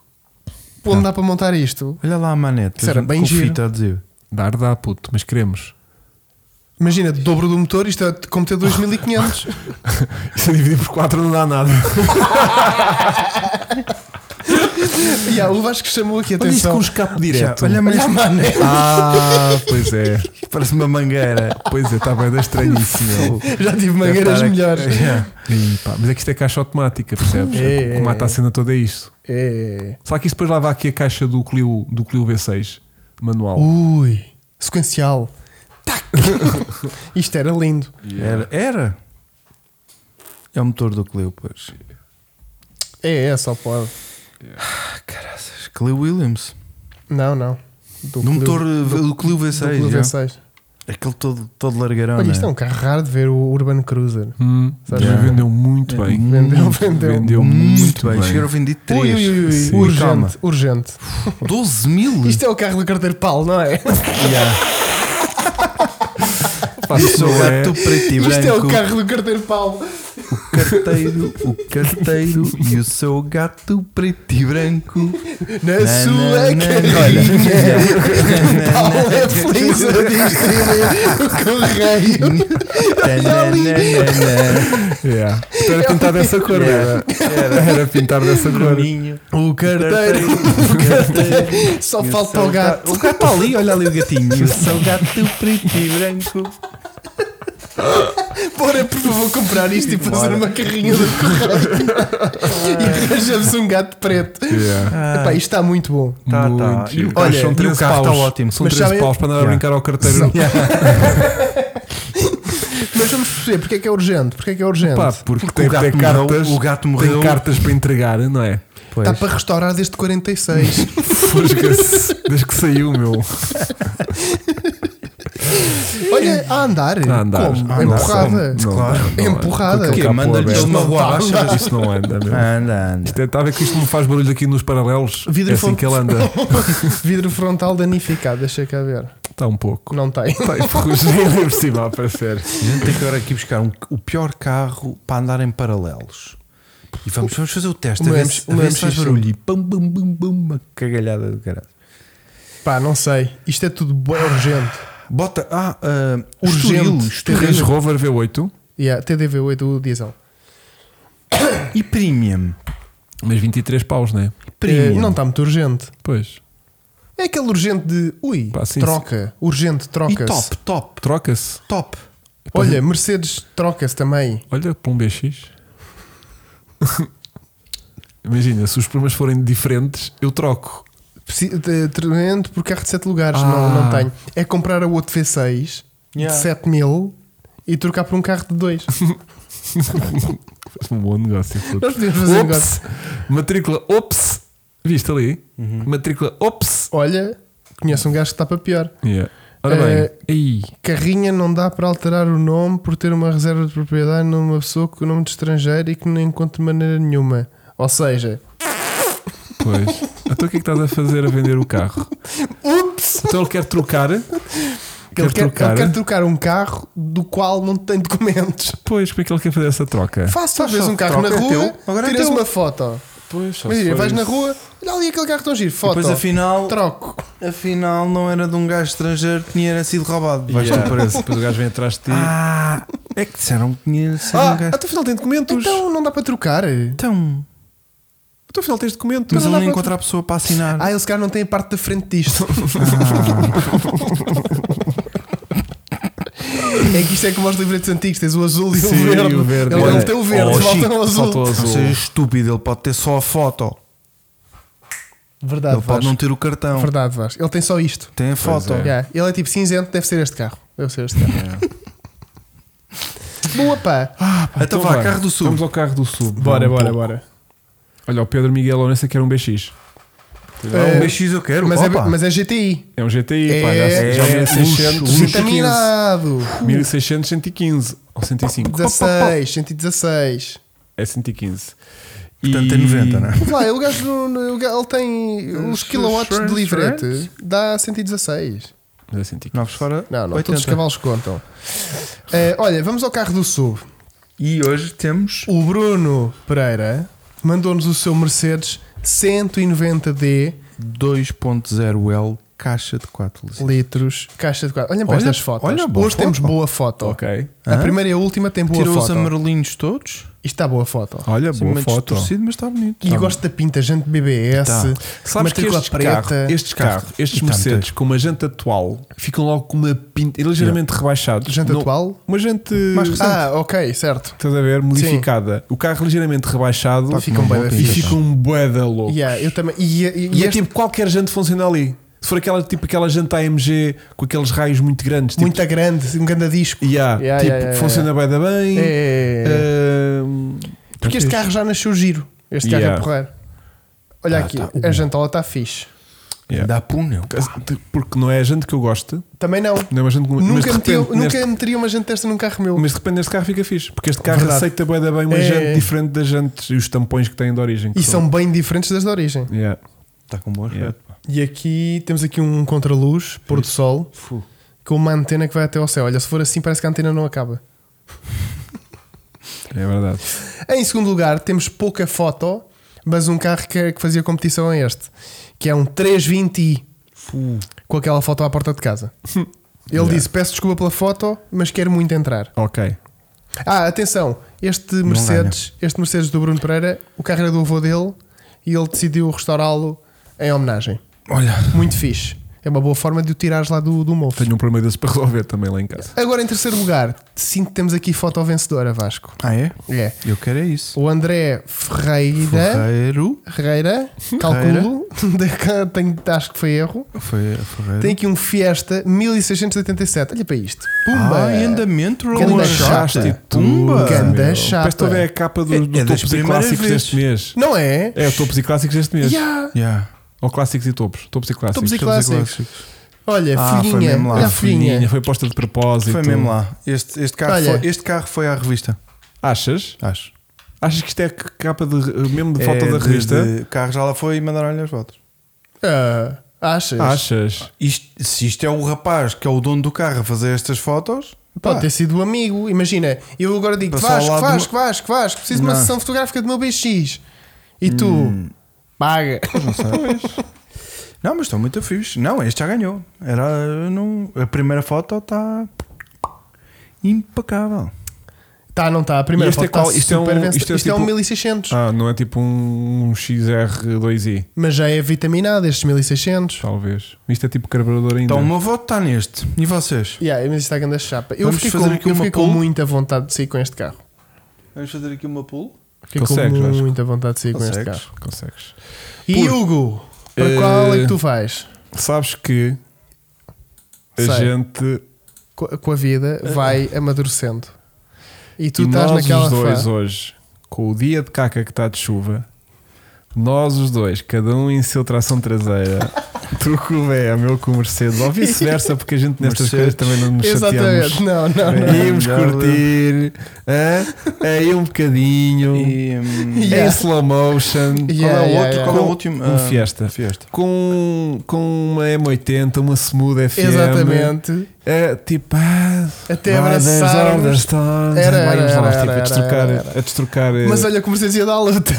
C: onde dá para montar isto?
A: Olha lá a manete.
C: Isso era bem
A: com
C: giro.
A: fita adesiva.
B: Dar dá, puto, mas queremos.
C: Imagina, dobro do motor, isto é como ter 2500.
B: Isso a dividir por 4 não dá nada.
C: yeah, o Vasco chamou aqui a
B: Olha isto
C: atenção.
B: com um escape direto.
A: Já, olha a manete.
C: Olha a mané.
B: Ah, pois é.
A: Parece uma mangueira.
B: Pois é, está bem, é estranhíssimo.
C: Já tive mangueiras
A: Deve estar aqui.
C: melhores.
A: Yeah.
B: Ih, pá, mas é que isto é caixa automática, percebes?
C: É,
B: É, Como mata a cena toda é isto.
C: É.
B: Será que isto depois leva aqui a caixa do Clio, do Clio V6 manual?
C: Ui, sequencial. Tac. Isto era lindo.
A: Era, era. É o motor do Clio, pois.
C: É, é, só pode.
A: Ah, caraças. Clio Williams.
C: Não, não. Do
A: Do motor eh,
C: do,
A: do Clio
C: do Clio
A: V6. já.
C: V6.
A: Aquele todo, todo largarão.
C: Olha,
A: né?
C: isto é um carro raro de ver o Urban Cruiser.
B: Hum,
C: Sabe?
B: já vendeu muito
A: É.
B: bem.
C: Vendeu, vendeu.
B: Vendeu
A: muito,
B: muito
A: bem.
B: bem.
A: Chegaram a vender
C: Ui,
A: 3.
C: ui, ui, ui.
B: Sim.
C: urgente,
A: Calma.
C: urgente.
A: 12 mil?
C: Isto é o carro do carteiro Paulo, não é?
B: Pá,
A: Eu
B: se
A: sou
B: não é-
A: gato preto e branco.
C: Isto é o carro do carteiro Paulo.
A: o carteiro, o carteiro e o seu gato preto e branco.
C: Na
A: Na,
C: sua
A: na, na,
C: carrinha.
A: na,
C: Paulo é
A: na,
C: feliz a distribuir o correio.
A: na,
B: Yeah. Então Era pintar dessa cor,
A: Yeah.
B: era. Era pintar dessa
A: na, na,
B: cor.
A: na.
C: O carteiro. Só
A: E
C: falta
A: seu
C: o gato.
A: O gato ali, olha ali o gatinho. E o seu gato preto e branco.
C: Bora, por favor, comprar isto e fazer
A: Bora.
C: uma carrinha do correio. e arranjamos um gato preto.
B: Yeah.
C: Epá, isto está muito bom.
A: Tá,
B: Muito
A: tá.
B: giro.
A: E-
B: Pá,
A: olha,
B: são
A: e o
B: 13
A: carro tá
B: paus.
A: ótimo.
B: São
C: Mas
B: 13
C: sabem-
B: paus para andar a
A: Yeah.
B: brincar ao carteiro.
C: Mas vamos perceber porque é que é urgente. Porque é que é urgente?
B: Pá, porque,
A: Porque
B: tem,
A: o gato
B: tem
A: morreu,
B: cartas,
A: o gato
B: tem
A: morreu.
B: cartas para entregar, não é?
A: Pois.
C: Está Tá para restaurar desde 46.
B: Fusga-se desde que saiu, meu.
C: Olha, a andar.
B: A andar.
C: Como?
B: Ah, não,
C: Empurrada.
B: não, não,
A: Claro.
B: não, não,
C: Empurrada.
B: com aquele
C: Quê?
B: capô
A: Manda-lhe
B: aberto.
A: isto uma borracha?
B: Isso não anda, meu.
A: Anda, anda.
B: Isto é- Está a ver que isto me faz barulho aqui nos paralelos.
C: Vidro
B: é assim
C: frontal.
B: que ele anda.
C: Vidro frontal danificado, deixa cá ver.
B: Está um pouco.
C: Não tem.
B: Está enferrujado por cima, a aparecer.
A: A gente tem que agora aqui buscar um- o pior carro para andar em paralelos. E vamos, vamos fazer o teste.
C: Uma
A: a ver
C: M-
A: se- a
C: uma
A: ver se faz
C: MX5.
A: barulho. E pam, bum, bum, bum, uma cagalhada do caralho.
C: Pá, não sei. Isto é tudo bué urgente.
A: Bota. Ah, ah,
C: Urgente.
A: Estoril.
B: Range
A: Estoril.
B: Rover V8,
C: Yeah, TDV8 do diesel.
A: E premium.
B: mas 23 paus, não é?
A: Premium.
C: Eh, não está muito urgente.
B: Pois.
C: É aquele urgente de. Ui,
B: Pá, sim,
C: troca. Urgente,
A: E
C: troca.
A: top, top,
B: Troca-se.
A: top.
C: Olha, Mercedes troca-se também.
B: Olha para um BX. Imagina, se os problemas forem diferentes, eu troco.
C: Preci- de- Tremendo por carro de 7 lugares. Não,
B: Ah.
C: não tenho. É comprar a outro V6
A: Yeah.
C: de 7 mil e trocar por um carro de 2.
B: Faz um bom negócio. puto.
C: Nós podemos fazer um
B: Ops.
C: negócio.
B: Matrícula Ops. Viste ali?
A: Uhum.
B: Matrícula Ops.
C: Olha, conheço um gajo que está para pior.
B: Yeah. Ora bem,
C: Eh,
B: aí.
C: Carrinha não dá para alterar o nome por ter uma reserva de propriedade numa pessoa com o nome de estrangeiro e que não encontre maneira nenhuma. Ou seja,
B: Pois. Então o que é que estás a fazer a vender o carro?
C: ups!
B: Então ele quer trocar.
C: Ele
B: Quer
C: quer, ele
B: trocar.
A: é?
C: quer trocar um carro do qual não tem documentos.
B: Pois, como é que ele quer fazer essa troca?
C: Faz talvez
A: só,
C: um carro na
A: troca, é
C: rua,
A: teu. Agora é
C: tiras
A: teu.
C: uma foto.
B: Pois, só
C: Imagina,
B: se
C: vais
B: for
C: na
B: isso.
C: giro. rua, olha ali aquele carro tão giro, foto.
A: Depois afinal,
C: Troco.
A: afinal não era de um gajo estrangeiro que tinha sido roubado. Vais
B: Yeah.
A: tu para esse.
B: Depois o gajo vem atrás de ti.
A: Ah, é que disseram que tinha sido
B: Ah,
A: um gajo.
B: até afinal tem documentos.
C: Então não dá para trocar.
A: Então,
B: Até afinal tens documentos.
A: mas ele
C: não
A: não
C: dá
A: encontra a pessoa para assinar.
C: Ah, esse carro não tem a parte da frente disto. É que isto é como aos livretos antigos: tens o azul e
B: Sim,
C: o verde.
B: o verde.
C: Ele não
B: Olha,
C: tem o verde,
A: oh,
C: falta
A: Chico,
C: o azul.
B: falta o azul.
A: Não seja estúpido, ele pode ter só a foto.
C: Verdade,
A: ele pode
C: Vasco.
A: não ter o cartão.
C: Ah, Verdade, Vasco. Ele tem só isto.
A: Tem a foto.
B: é.
C: Yeah, Ele é tipo cinzento, deve ser este carro. Deve ser este carro. Boa, pá.
A: Então vá, carro do sub.
B: Vamos ao carro do sub. Vá
C: Bora,
B: um
C: bora,
B: pouco.
C: bora.
B: Olha, o Pedro Miguel Lourenço quer um BX.
A: Ah,
C: É,
A: um BX eu quero.
C: Mas é,
A: opa.
C: mas é GTI.
B: É um GTI,
C: É-
B: pá, já, já
A: é
B: 1600,
A: luxo, luxo.
B: 115.
C: Vitaminado.
B: 1600, 115 ou 105. Pá, pá, pá.
C: 16, 116.
B: É 115.
A: Portanto, tem 90, né?
C: Vamos lá, ele, gajo, no- no- ele ga- ele tem os quilowatts de livrete, dá 116.
B: Mas é 115.
A: Novos fora.
C: Não, não,
A: 80.
C: todos os cavalos contam. Eh, olha, vamos ao carro do Sul.
A: E hoje temos.
C: O Bruno Pereira mandou-nos o seu Mercedes 190D
A: 2.0L caixa de 4 litros.
C: litros, caixa de quatro. Olhem para
A: Olha-
C: estas fotos.
A: olha, boa
C: Hoje temos
A: foto.
C: boa foto.
B: Ok.
C: A
A: Hã?
C: primeira e a última tem boa
A: Tirou os
C: foto. Isto
A: amarelinhos todos.
C: está boa foto.
B: Olha,
A: Assim,
B: boa
A: meio
B: foto.
A: distorcido, mas está bonito.
C: E eu gosto da pinta, gente BBS,
A: Tá.
B: Sabes que
C: matrícula
B: estes
C: preta.
B: carros, estes, carros, estes
A: E tá
B: Mercedes, com uma jante atual, ficam logo com uma pinta e ligeiramente rebaixados.
C: Jante
B: Não-
C: atual?
B: Uma jante.
C: Ah, ok, certo.
B: Estás a ver? Modificada. O carro ligeiramente rebaixado
C: Pá, ficam bué da
B: e
C: fixe.
B: fica um boeda louco.
C: Yeah, eu também. E, e- e
B: E é
C: este-
B: tipo qualquer jante funciona ali. Se for aquela, tipo aquela jante AMG com aqueles raios muito grandes, tipo,
C: Muita grande, um grande disco.
B: yeah,
C: Yeah,
B: tipo
C: yeah, yeah,
B: funciona bué da bem. Eh, ehm,
C: É,
B: Ahm,
C: porque este carro já nasceu giro. Este carro
B: Yeah. uh.
C: é porreiro. Olha
A: Ah,
C: aqui,
A: tá.
C: a jantola está fixe.
B: Yeah.
A: Dá punho.
B: Porque não é a gente que eu gosto,
C: Também não.
B: não é uma gente que mas de
C: Nunca, meti,
B: repente,
C: nunca
B: neste-
C: meteria uma gente desta num carro meu.
B: Mas de repente este carro fica fixe, porque este carro
C: Verdade.
B: aceita bem, bem uma
C: É, é.
B: gente diferente das jantes e os tampões que têm de origem. que
C: E são bem diferentes das da origem.
B: Yeah.
A: Está Tá com bom aspecto.
B: Yeah.
A: pá.
C: E aqui temos aqui um contraluz, pôr do sol,
B: Fu.
C: com uma antena que vai até ao céu. Olha, se for assim, parece que a antena não acaba.
B: É verdade.
C: Em segundo lugar, temos pouca foto, mas um carro que, que fazia competição a este, que é um 320i, com aquela foto à porta de casa. Ele
B: Yeah.
C: disse: Peço desculpa pela foto, mas quero muito entrar.
B: Ok.
C: Ah, atenção, este Mercedes, este Mercedes do Bruno Pereira, o carro era do avô dele e ele decidiu restaurá-lo em homenagem.
A: Olha,
C: Muito fixe. É uma boa forma de o tirares lá do, do mofo.
B: Tenho um problema desse para resolver também lá em casa.
C: Agora, em terceiro lugar, sinto que temos aqui foto vencedora, Vasco.
A: ah é?
C: É.
A: Eu quero é isso.
C: O André Ferreira.
A: Ferreiro.
C: Ferreira, calculo, tenho, acho que foi erro.
A: Foi Ferreiro.
C: Tem aqui um Fiesta 1687. Olha para isto. Pumba!
A: Ah, em andamento,
C: Ganda
A: Roland.
C: chata.
B: Achaste
A: Pumba.
C: Ganda
B: meu.
C: chata.
B: Parece que toda é a capa do,
A: É-
B: do
A: é das
B: Topos e
A: primeiras
B: Clássicos
A: vezes.
B: deste mês.
C: Não é?
B: É o Topos e Clássicos deste mês.
C: Yeah.
A: Yeah.
B: Ou Clássicos e Topos. Topos e Clássicos.
C: Topos e
A: Todos
C: clássicos. Olha,
A: Ah, foi
C: folhinha.
A: mesmo lá.
C: Olha a
A: Ah,
B: Fininha,
C: folhinha.
B: foi posta de propósito.
A: Foi mesmo lá. Este, este, carro
C: Olha.
A: foi, este carro foi à revista,
B: Achas?
A: acho.
B: Achas que isto é capa de, mesmo de foto
A: É,
B: da
A: de-
B: revista?
A: de- O carro já lá foi e mandaram-lhe as fotos.
C: Ah, achas?
B: Achas?
A: Isto- se isto é o rapaz que é o dono do carro a fazer estas fotos,
C: Pode
A: pá,
C: ter sido um amigo. Imagina, eu agora digo:
A: Passou ao
C: Vasco,
A: lado de
C: Vasco, Vasco, Vasco, preciso de uma
A: Não.
C: sessão fotográfica do meu BX. E tu, paga.
A: não sei. não, mas estão muito fixe. Não, este já ganhou. Era, não, a primeira foto está impecável.
C: Tá, não tá. A
B: E
C: primeira
B: este
C: foto
B: é qual?
C: tá
B: Isto é um-
C: super vencedora.
B: isto é
C: Isto é um
B: tipo-
C: 1600.
B: Ah, não é tipo um XR2i,
C: Mas já é vitaminado estes 1600.
B: talvez. Isto é tipo carburador ainda.
A: Então o meu voto está neste. E vocês?
C: Yeah, mas isto está grande chapa. Eu
A: Vamos
C: fiquei,
A: fazer
C: com,
A: aqui
C: eu
A: uma
C: fiquei com
A: poll?
C: muita vontade de sair com este carro.
A: Vamos fazer aqui uma pool.
C: Fiquei
B: Consegues,
C: com
B: Vasco?
C: muita vontade de sair com este
A: Consegues?
C: carro.
B: Consegues.
C: E Hugo, para
B: Eh,
C: qual é que tu vais?
B: Sabes que a
C: Sei.
B: gente.
C: Co- Com a vida, vai amadurecendo. E tu
B: eh, e
C: estás
B: nós
C: naquela
B: os dois
C: fase.
B: hoje, com o dia de caca que está de chuva, nós os dois, cada um em seu tração traseira, tu com o BM, meu com o Mercedes, ou vice-versa, porque a gente nestas coisas
A: Mercedes.
B: também não nos chateamos.
C: Exatamente. Não, não, não.
B: Íamos
A: Não, não.
B: curtir hã? aí um bocadinho É
A: E, hum,
C: Yeah.
B: em slow motion
A: qual é o
C: Yeah, yeah,
A: outro?
C: yeah.
A: Qual é o
B: Com-
A: último?
B: um
A: Ah,
B: Fiesta.
A: Fiesta.
B: com, com uma M80, uma Smooth FM.
C: Exatamente.
B: É, tipo, ah,
C: Até
B: Riders of the
C: abraçarmos.
B: Storm,
C: Era, era,
B: vários nós,
C: era,
B: tipo, a
C: era,
B: destrocar-
C: era, era.
B: A destrocar.
C: Mas olha como vocês iam dar a luta.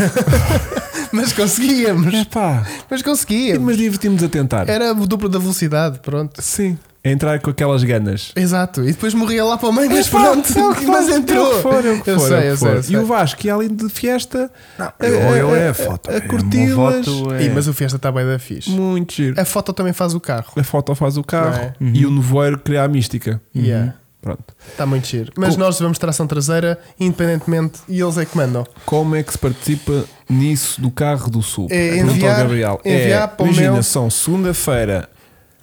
C: mas conseguíamos.
B: eh, Epá,
C: Mas
B: e-
C: conseguíamos.
B: mas divertimos a tentar.
C: Era o duplo da velocidade, pronto.
B: Sim. A entrar com aquelas ganas.
C: Exato. E depois morria lá para o meio, mas
B: Epá,
C: pronto.
B: é o que
C: mas
B: for, é o
C: entrou.
B: que for, é o que
C: Eu
B: for,
C: sei,
B: é o que
C: eu
B: for.
C: sei, eu sei.
B: E o Vasco, e além de fiesta,
A: Não, eu, eu é
B: a-
A: a foto.
B: a
C: um
A: é, o meu
B: curti-las.
A: voto é-
C: Ih, mas o Fiesta está bem da fixe.
B: muito giro.
C: A foto também faz o carro.
B: A foto faz o carro
C: É.
B: e o nevoeiro cria a mística. Uhum.
C: Yeah.
B: Pronto.
C: Está Tá muito giro. Mas
B: Com-
C: nós vamos tração traseira, independentemente, e eles é que mandam.
B: Como é que se participa nisso do carro do Sul?
C: É
B: Pergunta
C: enviar-
B: ao Gabriel.
C: enviar
B: é,
C: para o
B: imagina,
C: meu-
B: são segunda-feira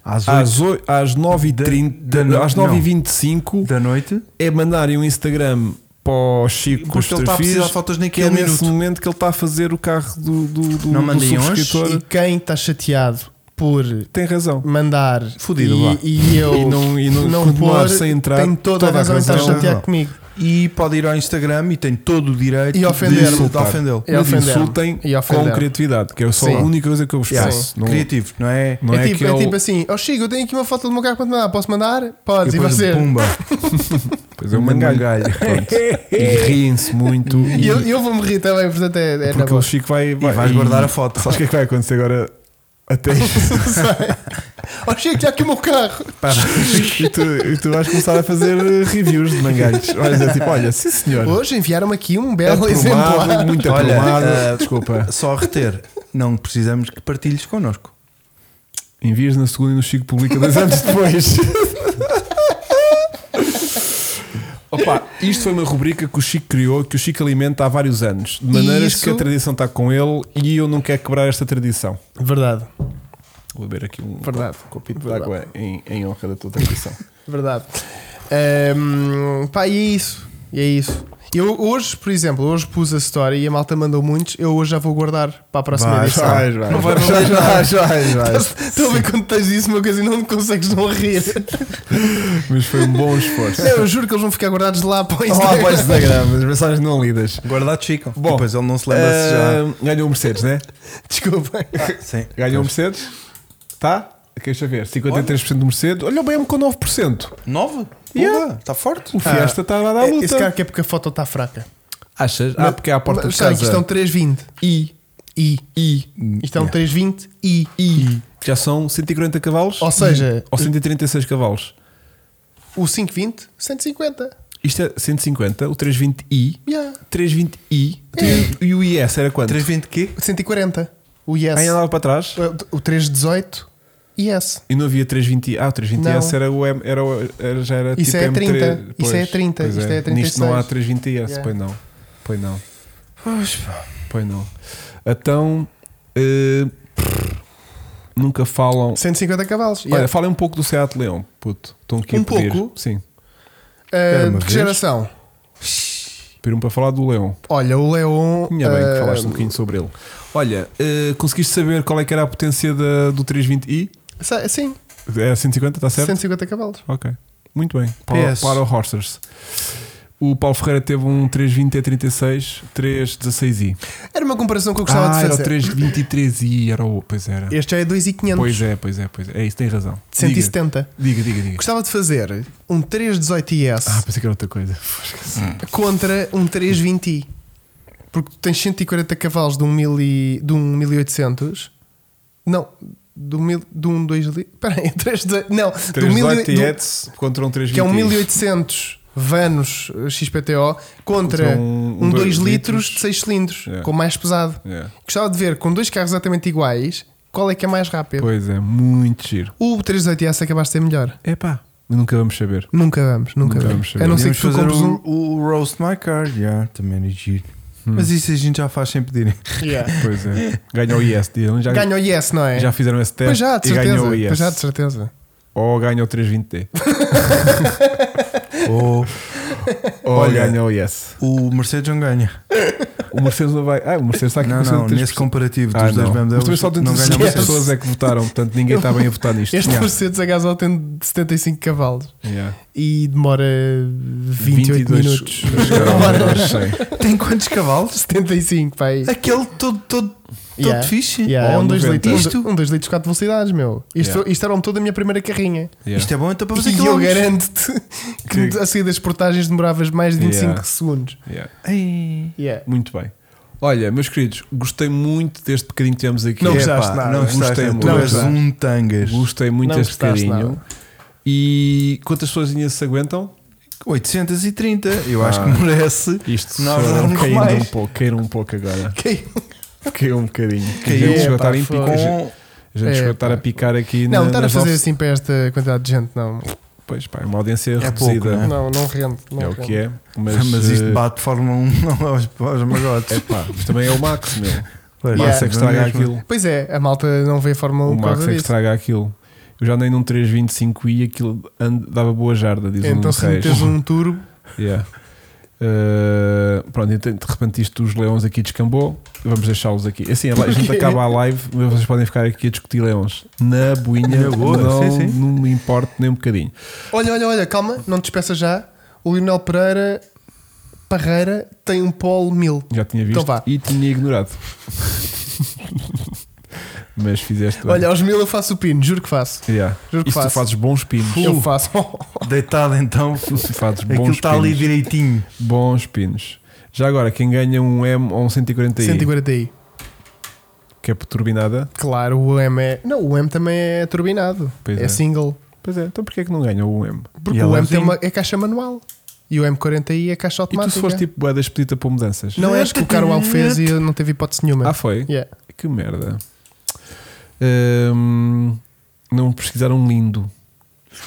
A: Às oito
B: às, oi- às 9h30,
A: Da- da-
B: às
A: não.
B: 9h25,
A: da noite.
B: é mandarem um Instagram para o Chico com os
A: Porque ele está a precisar de
B: perfis,
A: fotos
B: que
A: naquele
B: é nesse
A: minuto.
B: momento que ele está a fazer o carro do, do, do,
A: Não
B: do
A: mandem hoje
B: subscritor.
C: E quem está chateado por
B: Tem razão.
C: mandar
A: Fudido,
C: e,
A: vá.
C: e eu
B: E não- e não- continuar sem entrar,
C: tem toda a
B: toda a
C: razão em estar
A: razão.
C: chateado comigo
A: E pode ir ao Instagram e tem todo o direito
C: E
A: de-
C: ofender-me.
A: de ofendê-lo.
C: E
B: Mas
C: ofender-me.
B: insultem
C: E
B: com
C: ofender-me.
B: criatividade, que é só
C: Sim.
B: a única coisa que eu vos peço. Não,
A: Criativo, É, não é?
B: não
C: é,
B: é,
C: tipo,
B: que
C: é
B: eu-
C: tipo assim, ó Chico, eu tenho aqui uma foto do meu carro para te mandar, posso mandar? Podes, e,
A: depois,
C: você?
A: Pumba.
B: Pois é, um mangalho. Pronto. E riem-se muito.
C: E
B: E,
C: eu, eu vou-me rir também, portanto é, é na
B: porque
C: boa.
B: o Chico vai. vai
A: E vais guardar a foto.
B: Sabes o que é que vai acontecer agora? Até isso.
C: Ó "Oh, Chico, já aqui o meu carro.
B: e, tu, e tu vais começar a fazer eh, reviews de mangalhos. Vais dizer tipo: olha, sim senhor.
C: Hoje enviaram-me aqui um belo
B: aprovado,
C: exemplar.
B: muito
A: Olha,
B: aprovado.
A: eh,
B: Desculpa.
A: Só reter, não precisamos que partilhes connosco.
B: Envias na segunda e no Chico publica dois anos depois. Opa, isto foi uma rubrica que o Chico criou, que o Chico alimenta há vários anos, de maneiras
C: Isso.
B: que a tradição está com ele e eu não quero quebrar esta tradição.
C: Verdade,
B: Vou beber aqui um
C: Verdade.
B: copo- copito de água em, em honra da tua tradição.
C: verdade. Ehm, pá, e é isso. E é isso. Eu hoje, por exemplo, hoje pus a história e a malta mandou muitos. Eu hoje já vou guardar para a próxima
B: Vai,
C: edição.
B: vai, vai.
C: Não vai
B: Vai,
C: valer
B: vai,
C: nada.
B: vai, vai.
C: Estou a ver quando tens isso uma coisa e não consegues não rir.
B: Mas foi um bom esforço.
C: Não, eu juro que eles vão ficar guardados lá para o
B: Olá,
C: Instagram.
B: para o Instagram, as mensagens não lidas.
A: Guardados ficam.
B: Bom,
A: Depois ele não se lembra se já.
B: Ah, Ganhou o Mercedes, né?
C: Desculpem.
A: Sim.
B: Ganhou o Mercedes. Tá? Deixa ver. 53% do Mercedes. Olha o BM com 9%.
A: 9?
B: Yeah.
A: Está forte.
B: O Fiesta está a dar a Tá luta.
C: Esse cara que tá Ah, é porque a foto está fraca.
B: Achas? ah,
C: Mas-
B: porque é à porta
C: mas
B: de
C: sabe que
B: casa.
C: Isto é um 320.
B: I.
C: I.
B: I.
C: Isto é um 320 I.
B: I. Já são 140 cavalos. Hum.
C: Ou seja,
B: Ou 136 cavalos.
C: o 520, 150.
B: Isto é 150. O 320i.
C: Yeah.
B: 320i.
C: É.
B: E o IS era quanto?
A: 320 quê?
C: 140. O Yes.
B: Aí andava para trás.
C: O 318 Yes.
B: E não havia 320. Ah, o 320S
C: Não.
B: era o M, era, o- era- já era
C: Isso
B: tipo
C: é
B: M3.
C: 30, isso é 30,
B: pois
C: isto é
B: Nisto não há
C: 36.
B: 320S,
C: Yeah.
B: pois não. Pois não. Pois não. Então, eh, prrr, nunca falam.
C: 150 cavalos.
B: Olha,
C: Yeah.
B: falem um pouco do Seat Leon, puto. Estão aqui
C: Um
B: a pedir.
C: pouco?
B: Sim.
C: Ah,
A: uma
C: de
A: vez.
C: que geração?
B: Pediram para falar do Leon.
C: Olha, o Leon.
B: Minha bem, que
C: ah,
B: falaste um bocadinho sobre ele. Olha, eh, conseguiste saber qual é que era a potência da- do 320i?
C: sa- Sim,
B: É 150, está certo?
C: 150 cavalos.
B: Ok. Muito bem. Para,
C: PS.
B: para o Horsters. O Paulo Ferreira teve um 320 E36, 316i.
C: Era uma comparação que eu gostava
B: Ah,
C: de
B: era o
C: fazer.
B: 323i, era o. Pois era.
C: Este já é 2,500.
B: Pois é, pois é, pois é. É isso, tem razão.
C: de 170.
B: Diga, diga, diga. diga.
C: Gostava de fazer um 318IS
B: Ah, pensei que era outra coisa.
C: contra um 320i. Porque tu tens 140 cavalos de um, mil e, de um 1800. Não, do, mil, de um 2 litros. Espera aí, 318. Não, do
B: 318
C: mil- do-
B: IETS contra um 320
C: que é um 1800 vanos eh, XPTO contra,
B: Contra um-
C: um,
B: um
C: 2
B: dois
C: litros
B: litros. É.
C: de 6 cilindros,
B: Yeah.
C: com mais pesado.
B: Yeah.
C: Gostava de ver com dois carros exatamente iguais qual é que é mais rápido.
B: Pois é, muito giro.
C: O 318S acabaste de ser melhor.
B: É pá, nunca vamos saber.
C: Nunca vamos, nunca,
B: Nunca vamos
C: vamos.
B: saber.
C: A não ser
A: Podíamos
C: que tu
A: fazer
C: compres
A: o,
C: um.
A: o Roast My Car. Yeah, também era giro. Mas isso a gente já faz sem pedirem.
B: Pois é. Ganha o IS. digam, Já,
C: Ganha o Yes, não é?
B: já fizeram esse
C: pois
B: teste
C: já, de
B: e
C: certeza.
B: ganhou o
C: Pois
B: IS.
C: já, de certeza.
B: Ou ganha o 320D.
A: Ou
B: Ou
A: Olha.
B: ganha o IS.
A: o Mercedes não ganha.
B: O Mercedes não vai. Ah, o Mercedes está aqui
A: Não,
B: com
A: não,
B: 103%.
A: nesse comparativo dos
B: Ah,
A: dois
B: não. Mas também
A: BMWs,
B: só
A: não ganha o
B: 300
A: Mercedes.
B: pessoas é que votaram, portanto ninguém está bem a votar nisto.
C: Este
B: Yeah.
C: Mercedes a gasol tem 75 cavalos
B: Yeah.
C: e demora 28 minutos.
B: Não sei.
A: Tem quantos cavalos?
C: 75,
B: É
C: pai.
A: Aquele todo, todo, todo
C: Yeah.
A: fixe.
C: Yeah,
B: Ou
C: é um 2
B: 90.
C: litros,
A: Isto?
C: um 2 litros 4 velocidades, meu. Isto,
B: Yeah.
C: isto era o motor da minha primeira carrinha.
B: Yeah.
A: Isto é bom então para fazer
C: e eu
A: quilómetros.
C: garanto-te que
B: Que-
C: a sair das portagens demoravas mais de 25
B: Yeah.
C: segundos.
A: é-
B: Yeah.
A: Ei.
C: Yeah.
B: Muito bem. Olha, meus queridos, gostei muito deste bocadinho que tivemos aqui.
C: Não
B: Epá,
C: gostaste nada.
A: Não
B: Gostei
A: gostaste,
B: muito.
A: tu
C: Não
A: és
C: gostaste.
A: um tangas.
B: Gostei muito
C: Não
B: deste
C: gostaste
B: bocadinho.
C: nada.
B: E quantas pessoas se aguentam?
A: 830, eu
B: Ah.
A: acho que merece.
B: Isto
A: Nós
B: foram-
A: damos
B: caíram
A: mais.
B: um pouco, caíram um pouco agora.
C: Ok.
B: Caiu um bocadinho.
A: Caiu,
B: a gente chegou a
C: pá,
B: estar em
C: foi.
B: pica. A gente-
A: Com-
B: a gente chegou a estar
C: É,
B: a picar aqui
C: Não,
B: na,
C: estar a
B: nas
C: fazer
B: off-
C: assim para esta quantidade de gente, não.
B: Pois pá, é uma audiência
A: É pouco,
B: reduzida.
A: não
C: Não, não rende. Não
B: é o
C: rende.
B: que é. Mas,
A: Mas, isto
B: eh,
A: bate Fórmula 1 não aos, aos magotes.
B: É pá, mas também é o Max, meu. O
A: Pois,
C: Yeah.
B: Max é que estraga
A: não mesmo.
B: aquilo.
C: Pois é, a malta não vê a Fórmula 1
B: O
C: por
B: Max é
C: causa
B: que
C: disso.
B: estraga aquilo. Eu já andei num 325 e aquilo and- dava boa jarda, diz
C: Então
B: um
C: se
B: reis.
C: metes um turbo,
B: Yeah. Eh, pronto, então, de repente isto dos leões aqui descambou. Vamos deixá-los aqui. Assim, a li- a gente
C: Porquê?
B: acaba a live, mas vocês podem ficar aqui a discutir leões. Na boinha,
A: Na boa,
B: não,
A: sim, sim.
B: não me importo nem um bocadinho.
C: olha, olha, olha, calma, não te despeça já. O Lionel Pereira Parreira tem um Polo 1000.
B: Já tinha visto
C: Então vá.
B: e tinha ignorado. mas fizeste. Tá bem.
C: Olha, aos 1000 eu faço o pino, juro que faço.
B: Yeah.
C: Juro que
B: Isso tu
C: faço.
B: fazes um Tá bons pinos.
C: Eu faço.
A: Deitado então,
B: Tu fazes
A: aquilo
B: bons
A: está ali
B: pinos.
A: direitinho.
B: Bons pinos. Já agora, quem ganha um M ou um 140i,
C: 140 i. um.
B: que é por turbinada,
C: Claro, o M é. Não, o M também é turbinado.
B: Pois
C: é,
B: é.
C: single.
B: pois é, então porquê é que não ganha o M?
C: Porque
A: E
C: o
A: ela
C: M
A: é
C: tem
A: single.
C: uma, é caixa manual. E o M40i é
B: E
C: caixa automática.
B: tu se fores tipo boeda expedita para mudanças?
C: Não é acho que o Carwell fez e eu não teve hipótese nenhuma.
B: Ah, foi?
C: Yeah.
B: Que merda. Hum, não pesquisaram lindo.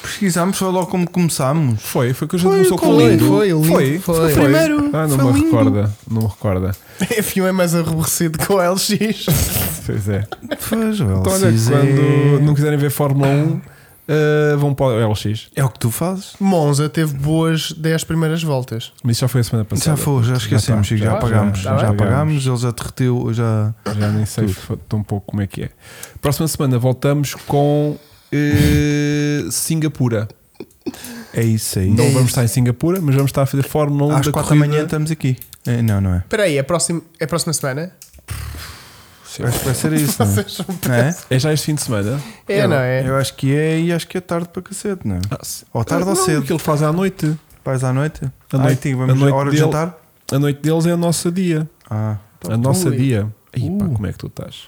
A: Pesquisámos, foi logo como começámos.
B: Foi, foi que a gente
A: Foi,
B: começou com
A: foi,
B: lindo.
C: foi, o lindo
B: Foi,
C: foi.
B: foi.
A: Primeiro,
B: Ah, não
A: foi
B: me
A: lindo.
B: recorda. Não me recorda.
C: F1 é mais aborrecido que o LX.
B: Pois é.
A: Pois, o
B: Então, olha,
A: LCZ. é-
B: quando não quiserem ver Fórmula 1, ah, vão para o LX.
A: É o que tu fazes?
C: Monza teve boas 10 primeiras voltas.
B: Mas isso já foi a semana
A: Já
B: passada.
A: foi, já esquecemos,
B: tá,
A: Chico, já,
B: já,
A: apagámos.
B: já,
A: Já,
B: já
A: apagámos, ele já derreteu, já.
B: Já nem sei f- tão pouco como é que é. Próxima semana voltamos com eh, Singapura.
A: É isso, é isso.
B: Não
C: É
B: vamos
C: isso.
B: estar em Singapura, mas vamos estar a fazer Fórmula 1
A: Às
B: da
A: 4 da
B: corrida.
A: manhã estamos aqui. É, não, não é?
C: Espera aí, é, próximo, é próxima semana?
A: Acho que vai ser isso. não é?
C: Vocês vão ter-
A: Não é?
B: É já este fim de semana?
C: É, não é?
A: Eu acho que é e acho que é tarde para cacete, não é? Ou tarde ou
B: Ah, Não,
A: cedo.
B: O que ele faz à noite?
A: Vais à noite?
B: A
A: À
B: noite-
A: noite, vamos
B: a noite
A: à hora de
B: dele-
A: jantar?
B: A noite deles é a nossa dia.
A: Ah,
B: a nossa
C: ui.
B: dia. Ih, pá,
A: Uh.
B: como é que tu estás?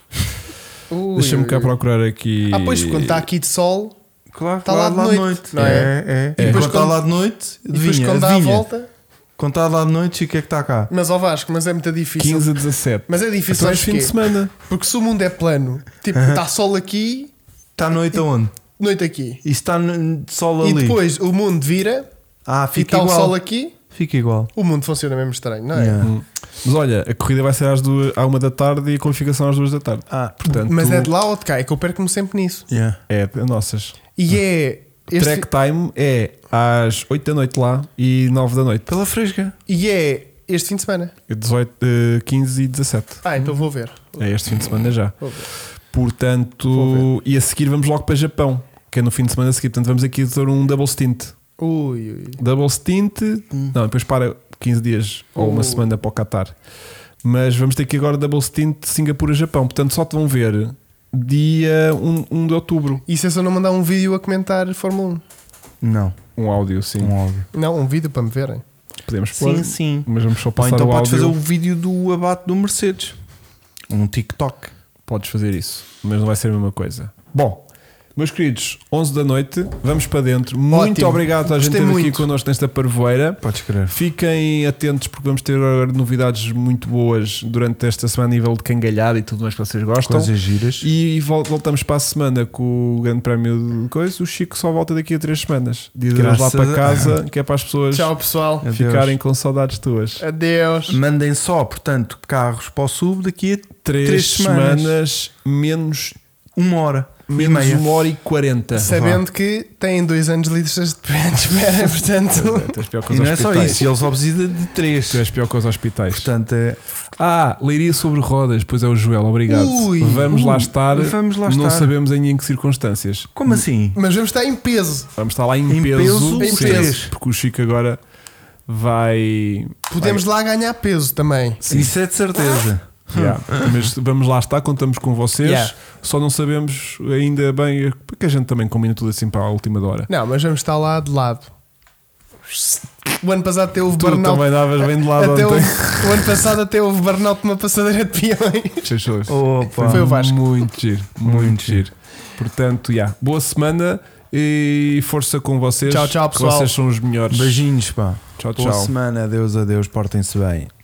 C: Ui,
B: Deixa-me cá
C: ui.
B: procurar aqui.
C: Ah, pois, quando está aqui de sol
A: claro,
C: Tá lá de noite, não é?
A: É, é.
B: E
A: E
C: depois
A: quando está
C: quando-
A: lá de noite,
C: e depois
A: adivinha,
C: quando dá a
A: adivinha.
C: volta.
A: Quando está lá de noite, e o que é que está cá?
C: Mas ao Vasco, mas é muito difícil.
B: 15 a 17.
C: Mas é difícil,
B: Então é
C: sabes
B: este fim de
C: porquê?
B: semana.
C: Porque se o mundo é plano, tipo, está sol aqui,
A: Está noite aonde?
C: noite aqui.
A: E está no- sol
C: E
A: ali.
C: depois o mundo vira,
A: ah,
C: e
A: fica
C: está o
A: igual.
C: sol aqui,
A: Fica igual.
C: o mundo funciona mesmo estranho, não é?
A: Yeah.
B: Hum. Mas olha, a corrida vai ser às 2, à 1 da tarde e a qualificação às 2 da tarde.
A: Ah,
B: Portanto,
C: Mas é de lá ou de cá, é que eu perco-me sempre nisso.
A: yeah.
B: É, de nossas.
A: Ah.
C: E é. Este,
B: Track time é às 8 da noite lá e 9 da noite.
A: Pela fresca.
C: e é este fim de semana.
B: 18, eh, 15 e 17.
C: Ah, então vou ver.
B: É este fim de semana já.
C: Vou ver. Vou
B: Portanto, e a seguir vamos logo para Japão, que é no fim de semana a seguir. Portanto, vamos aqui ter um double stint.
C: Ui, ui.
B: Double stint,
C: Hum.
B: não, depois para 15 dias ou uma
C: Uh.
B: semana para o Qatar. Mas vamos ter aqui agora double stint de Singapura-Japão. Portanto, só te vão ver dia 1, 1 de outubro.
C: E se eu só não mandar um vídeo a comentar Fórmula
A: Não,
B: Um áudio, sim.
A: um óbvio.
C: 1? Não, um vídeo para me verem.
B: Podemos pôr,
A: sim.
B: mas vamos só
A: Ou
B: passar
A: então
B: o
A: podes
B: áudio.
A: fazer o vídeo do abate do Mercedes. Um TikTok.
B: Podes fazer isso, mas não vai ser a mesma coisa. Bom, meus queridos, 11 da noite, vamos para dentro. Muito
C: Ótimo.
B: obrigado a gente
C: Gostei
B: ter aqui
C: muito.
B: connosco nesta parvoeira.
A: Podes crer.
B: Fiquem atentos porque vamos ter agora novidades muito boas durante esta semana a nível de cangalhada e tudo mais que vocês gostam.
A: Coisas giras.
B: E vol- voltamos para a semana com o grande prémio de coisa. O Chico só volta daqui a três semanas. Diz adeus lá
A: Graças
B: para
A: a-
B: casa, que é para as pessoas
C: Tchau, pessoal.
A: Adeus.
B: ficarem com saudades tuas.
C: Adeus.
A: Mandem só, portanto, carros para o sub daqui a
B: Três,
A: Três
B: semanas,
A: semanas.
B: menos,
A: uma hora e
B: menos
A: meia.
B: uma hora e quarenta.
C: Sabendo que têm dois anos de listas de espera, portanto.
B: Tu és pior que
A: E
B: os
A: não é só
B: hospitais.
A: isso, eles só precisam de três.
B: Tu és pior que os hospitais.
A: Portanto, é,
B: Ah, leiria sobre rodas, pois é o Joel, obrigado.
C: Ui,
B: vamos lá
A: ui,
B: estar.
A: vamos lá
B: não
A: estar.
B: sabemos ainda em que circunstâncias.
A: como assim?
C: Mas vamos estar em peso.
B: Vamos estar lá em,
A: Em
B: peso,
A: peso,
C: em
B: sim,
A: peso.
B: porque o Chico agora vai.
C: Podemos lá ganhar peso também.
A: Isso é de certeza.
B: Yeah.
A: Hum.
B: Mas vamos lá estar, contamos com vocês.
C: Yeah.
B: Só não sabemos ainda bem, porque a gente também combina tudo assim para a última da hora.
C: Não, mas vamos estar lá de lado. O ano passado até houve
B: Tu
C: burnout.
B: também davas bem de lado
C: Até
B: ontem.
C: houve- o ano passado até houve burnout numa passadeira de peões.
B: Fechou-se.
A: Opa.
C: Foi o Vasco.
B: Muito giro, muito,
A: Muito
B: giro. Portanto, yeah. boa semana e força com vocês.
C: Tchau, tchau,
B: que
C: pessoal.
B: Vocês são os melhores.
A: Beijinhos, pá.
B: Tchau,
A: Boa
B: tchau.
A: semana, adeus, adeus, portem-se bem.